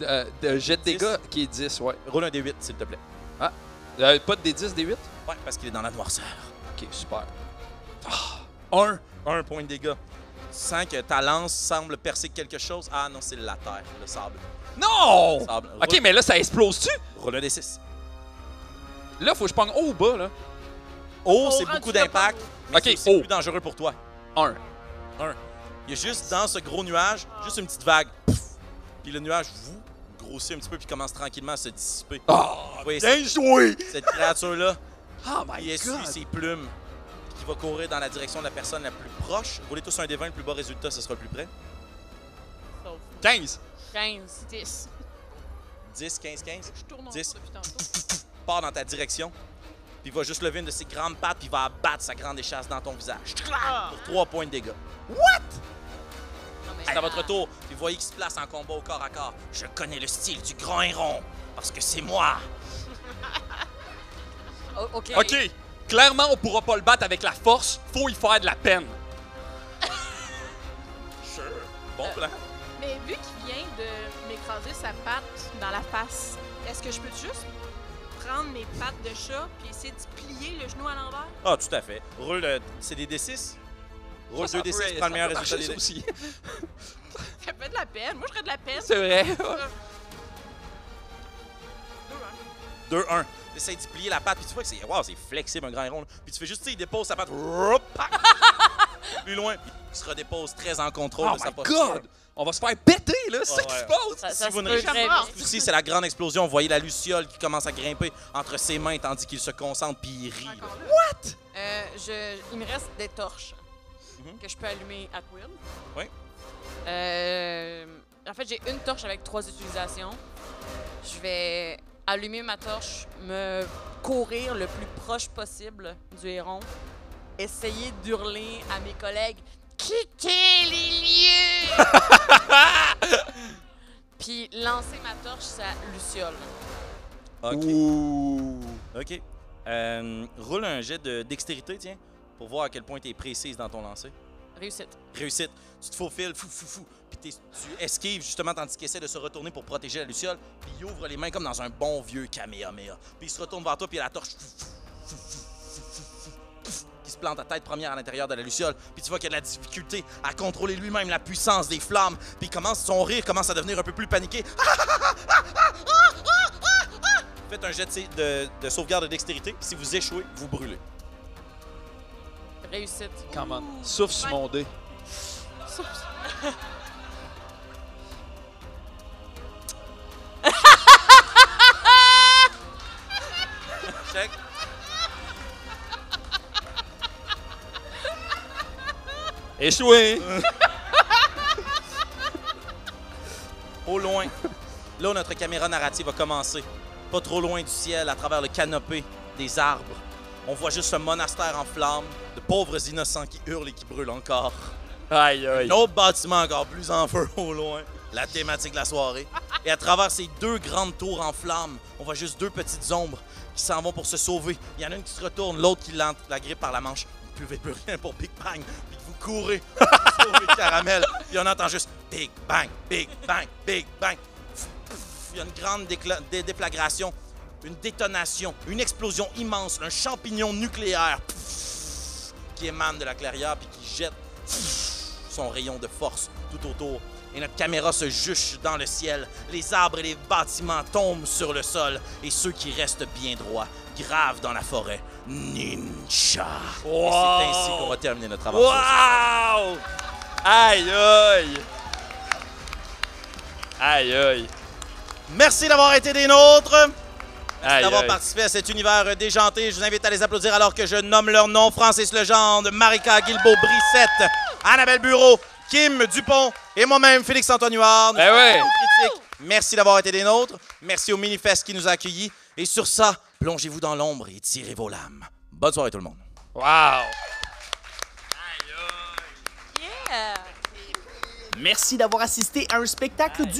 Speaker 5: Euh, de jet de
Speaker 3: Dix.
Speaker 5: dégâts qui est 10, ouais.
Speaker 3: Roule un D8, s'il te plaît.
Speaker 5: Euh, pas de D10, D8?
Speaker 3: Ouais, parce qu'il est dans la noirceur.
Speaker 5: Ok, super.
Speaker 3: Un. Un point de dégâts. Tu sens que ta lance semble percer quelque chose. Ah non, c'est la terre, le sable.
Speaker 5: Non!
Speaker 3: Sable.
Speaker 5: Ok, mais là, ça explose-tu?
Speaker 3: Roule- Roule un D6.
Speaker 5: Là, faut que je pogne haut ou bas, là.
Speaker 3: Oh, c'est
Speaker 9: rendu
Speaker 3: beaucoup
Speaker 9: là,
Speaker 3: d'impact.
Speaker 5: Ok,
Speaker 3: c'est
Speaker 5: oh.
Speaker 3: plus dangereux pour toi.
Speaker 5: 1.
Speaker 3: Il y a juste dans ce gros nuage, juste une petite vague. Pouf! Puis le nuage, vous, grossit un petit peu puis commence tranquillement à se dissiper.
Speaker 5: Ah!
Speaker 3: Oui,
Speaker 5: bien joué!
Speaker 3: Cette créature-là,
Speaker 5: Oh my
Speaker 3: qui essuie
Speaker 5: god!
Speaker 3: ses plumes, qui va courir dans la direction de la personne la plus proche. Roulez tous un des 20, le plus bas résultat, ce sera le plus près.
Speaker 5: 15!
Speaker 4: 15.
Speaker 9: 10.
Speaker 3: 10, 15, 15.
Speaker 9: Je tourne en
Speaker 3: Dix.
Speaker 9: rond depuis tantôt.
Speaker 3: Part dans ta direction, puis va juste lever une de ses grandes pattes, puis va abattre sa grande échasse dans ton visage.
Speaker 6: Ah.
Speaker 3: Pour 3 points de dégâts.
Speaker 4: Non, mais-
Speaker 3: C'est à votre tour, puis voyez qu'il se place en combat au corps à corps. Je connais le style du grand héron, parce que c'est moi.
Speaker 4: O- Oh, OK.
Speaker 5: Ok! Clairement, on pourra pas le battre avec la force. Faut y faire de la peine.
Speaker 3: Bon plan.
Speaker 9: Mais vu qu'il vient de m'écraser sa patte dans la face, est-ce que je peux juste prendre mes pattes de chat puis essayer de plier le genou à l'envers?
Speaker 3: Ah, tout à fait. Roule, euh, c'est des D6? Roule
Speaker 5: Ça, ça
Speaker 3: 2 D6,
Speaker 5: peut-
Speaker 3: prends le meilleur
Speaker 5: ça peut
Speaker 3: résultat des
Speaker 5: marcher, ça
Speaker 3: dés.
Speaker 5: aussi.
Speaker 9: Ça fait de la peine. Moi, j'aurais de la peine.
Speaker 5: C'est vrai.
Speaker 9: Deux, hein.
Speaker 3: 2-1. T'essayes de plier la patte, puis tu vois que c'est wow, c'est flexible, un grand héron. là. Puis tu fais juste, tu sais, il dépose sa patte. Roup, pac. Plus loin. Il se redépose très en contrôle
Speaker 5: Oh
Speaker 3: de sa
Speaker 5: my
Speaker 3: posture.
Speaker 5: god! On va se faire péter, là! C'est
Speaker 3: Ah
Speaker 5: ça qui se
Speaker 3: ouais.
Speaker 5: passe!
Speaker 4: Ça,
Speaker 3: Si
Speaker 4: ça
Speaker 3: vous
Speaker 4: se
Speaker 3: ne
Speaker 4: peut
Speaker 3: réussissez
Speaker 4: très
Speaker 9: pas,
Speaker 4: bien.
Speaker 3: Ici, c'est la grande explosion. Vous voyez la luciole qui commence à grimper entre ses mains tandis qu'il se concentre puis il rit. là.
Speaker 9: Encore là.
Speaker 4: Euh, je, il me reste des torches
Speaker 3: Mhm.
Speaker 4: que je peux allumer à will.
Speaker 3: Oui.
Speaker 4: Euh, en fait, j'ai une torche avec trois utilisations. Je vais allumer ma torche, me courir le plus proche possible du héron, essayer d'hurler à mes collègues Quittez les lieux Puis lancer ma torche, ça luciole.
Speaker 3: Ok.
Speaker 5: Ouh!
Speaker 3: Ok. Euh, roule un jet de dextérité, tiens, pour voir à quel point tu es précise dans ton lancer.
Speaker 4: Réussite.
Speaker 3: Réussite. Tu te faufiles, fou, fou, fou. Puis t'es- tu esquives justement tandis qu'il essaie de se retourner pour protéger la Luciole. Puis il ouvre les mains comme dans un bon vieux Kamehameha. Puis il se retourne vers toi, puis il a la torche. fou, fou, fou, fou, fou, fou, fou, fou, Qui se plante à tête première à l'intérieur de la Luciole. Puis tu vois qu'il a de la difficulté à contrôler lui-même la puissance des flammes. Puis il commence, son rire commence à devenir un peu plus paniqué. Faites un jet de, sé- de- de sauvegarde de dextérité. puis Si vous échouez, vous brûlez.
Speaker 4: Réussite.
Speaker 5: Come on. Sauf sur mon dé.
Speaker 3: Check.
Speaker 5: Échoué!
Speaker 3: au loin. Là, notre caméra narrative a commencé. Pas trop loin du ciel, à travers le canopé des arbres. On voit juste ce monastère en flammes, de pauvres innocents qui hurlent et qui brûlent encore.
Speaker 5: Aïe, aïe.
Speaker 3: Un autre bâtiment encore plus en feu au loin. La thématique de la soirée. Et à travers ces deux grandes tours en flammes, on voit juste deux petites ombres qui s'en vont pour se sauver. Il y en a une qui se retourne, l'autre qui l'en- la grippe par la manche. Vous ne pouvez plus rien pour Big Bang. Puis vous courez pour sauver le caramel. Puis on entend juste Big Bang, Big Bang, Big Bang. Pff, pff. Il y a une grande décla- dé- déflagration, une détonation, une explosion immense, un champignon nucléaire pff, qui émane de la clairière puis qui jette son rayon de force tout autour. Et notre caméra se juche dans le ciel. Les arbres et les bâtiments tombent sur le sol. Et ceux qui restent bien droits, graves dans la forêt, ninja. Et c'est ainsi qu'on va terminer notre aventure.
Speaker 5: Wow! Aïe, aïe! Aïe, aïe!
Speaker 3: Merci d'avoir été des nôtres.
Speaker 5: Aïe,
Speaker 3: d'avoir
Speaker 5: aïe.
Speaker 3: participé à cet univers déjanté. Je vous invite à les applaudir alors que je nomme leur nom. Francis Legendre, Marika Guilbeault Brissette, Annabelle Bureau, Kim Dupont et moi-même, Félix-Antoine Huard. Nous
Speaker 5: Ben
Speaker 3: sommes
Speaker 5: ouais.
Speaker 3: critiques. Merci d'avoir été des nôtres. Merci au Minifest qui nous a accueillis. Et sur ça, plongez-vous dans l'ombre et tirez vos lames. Bonne soirée tout le monde.
Speaker 5: Wow!
Speaker 1: Merci d'avoir assisté à un spectacle du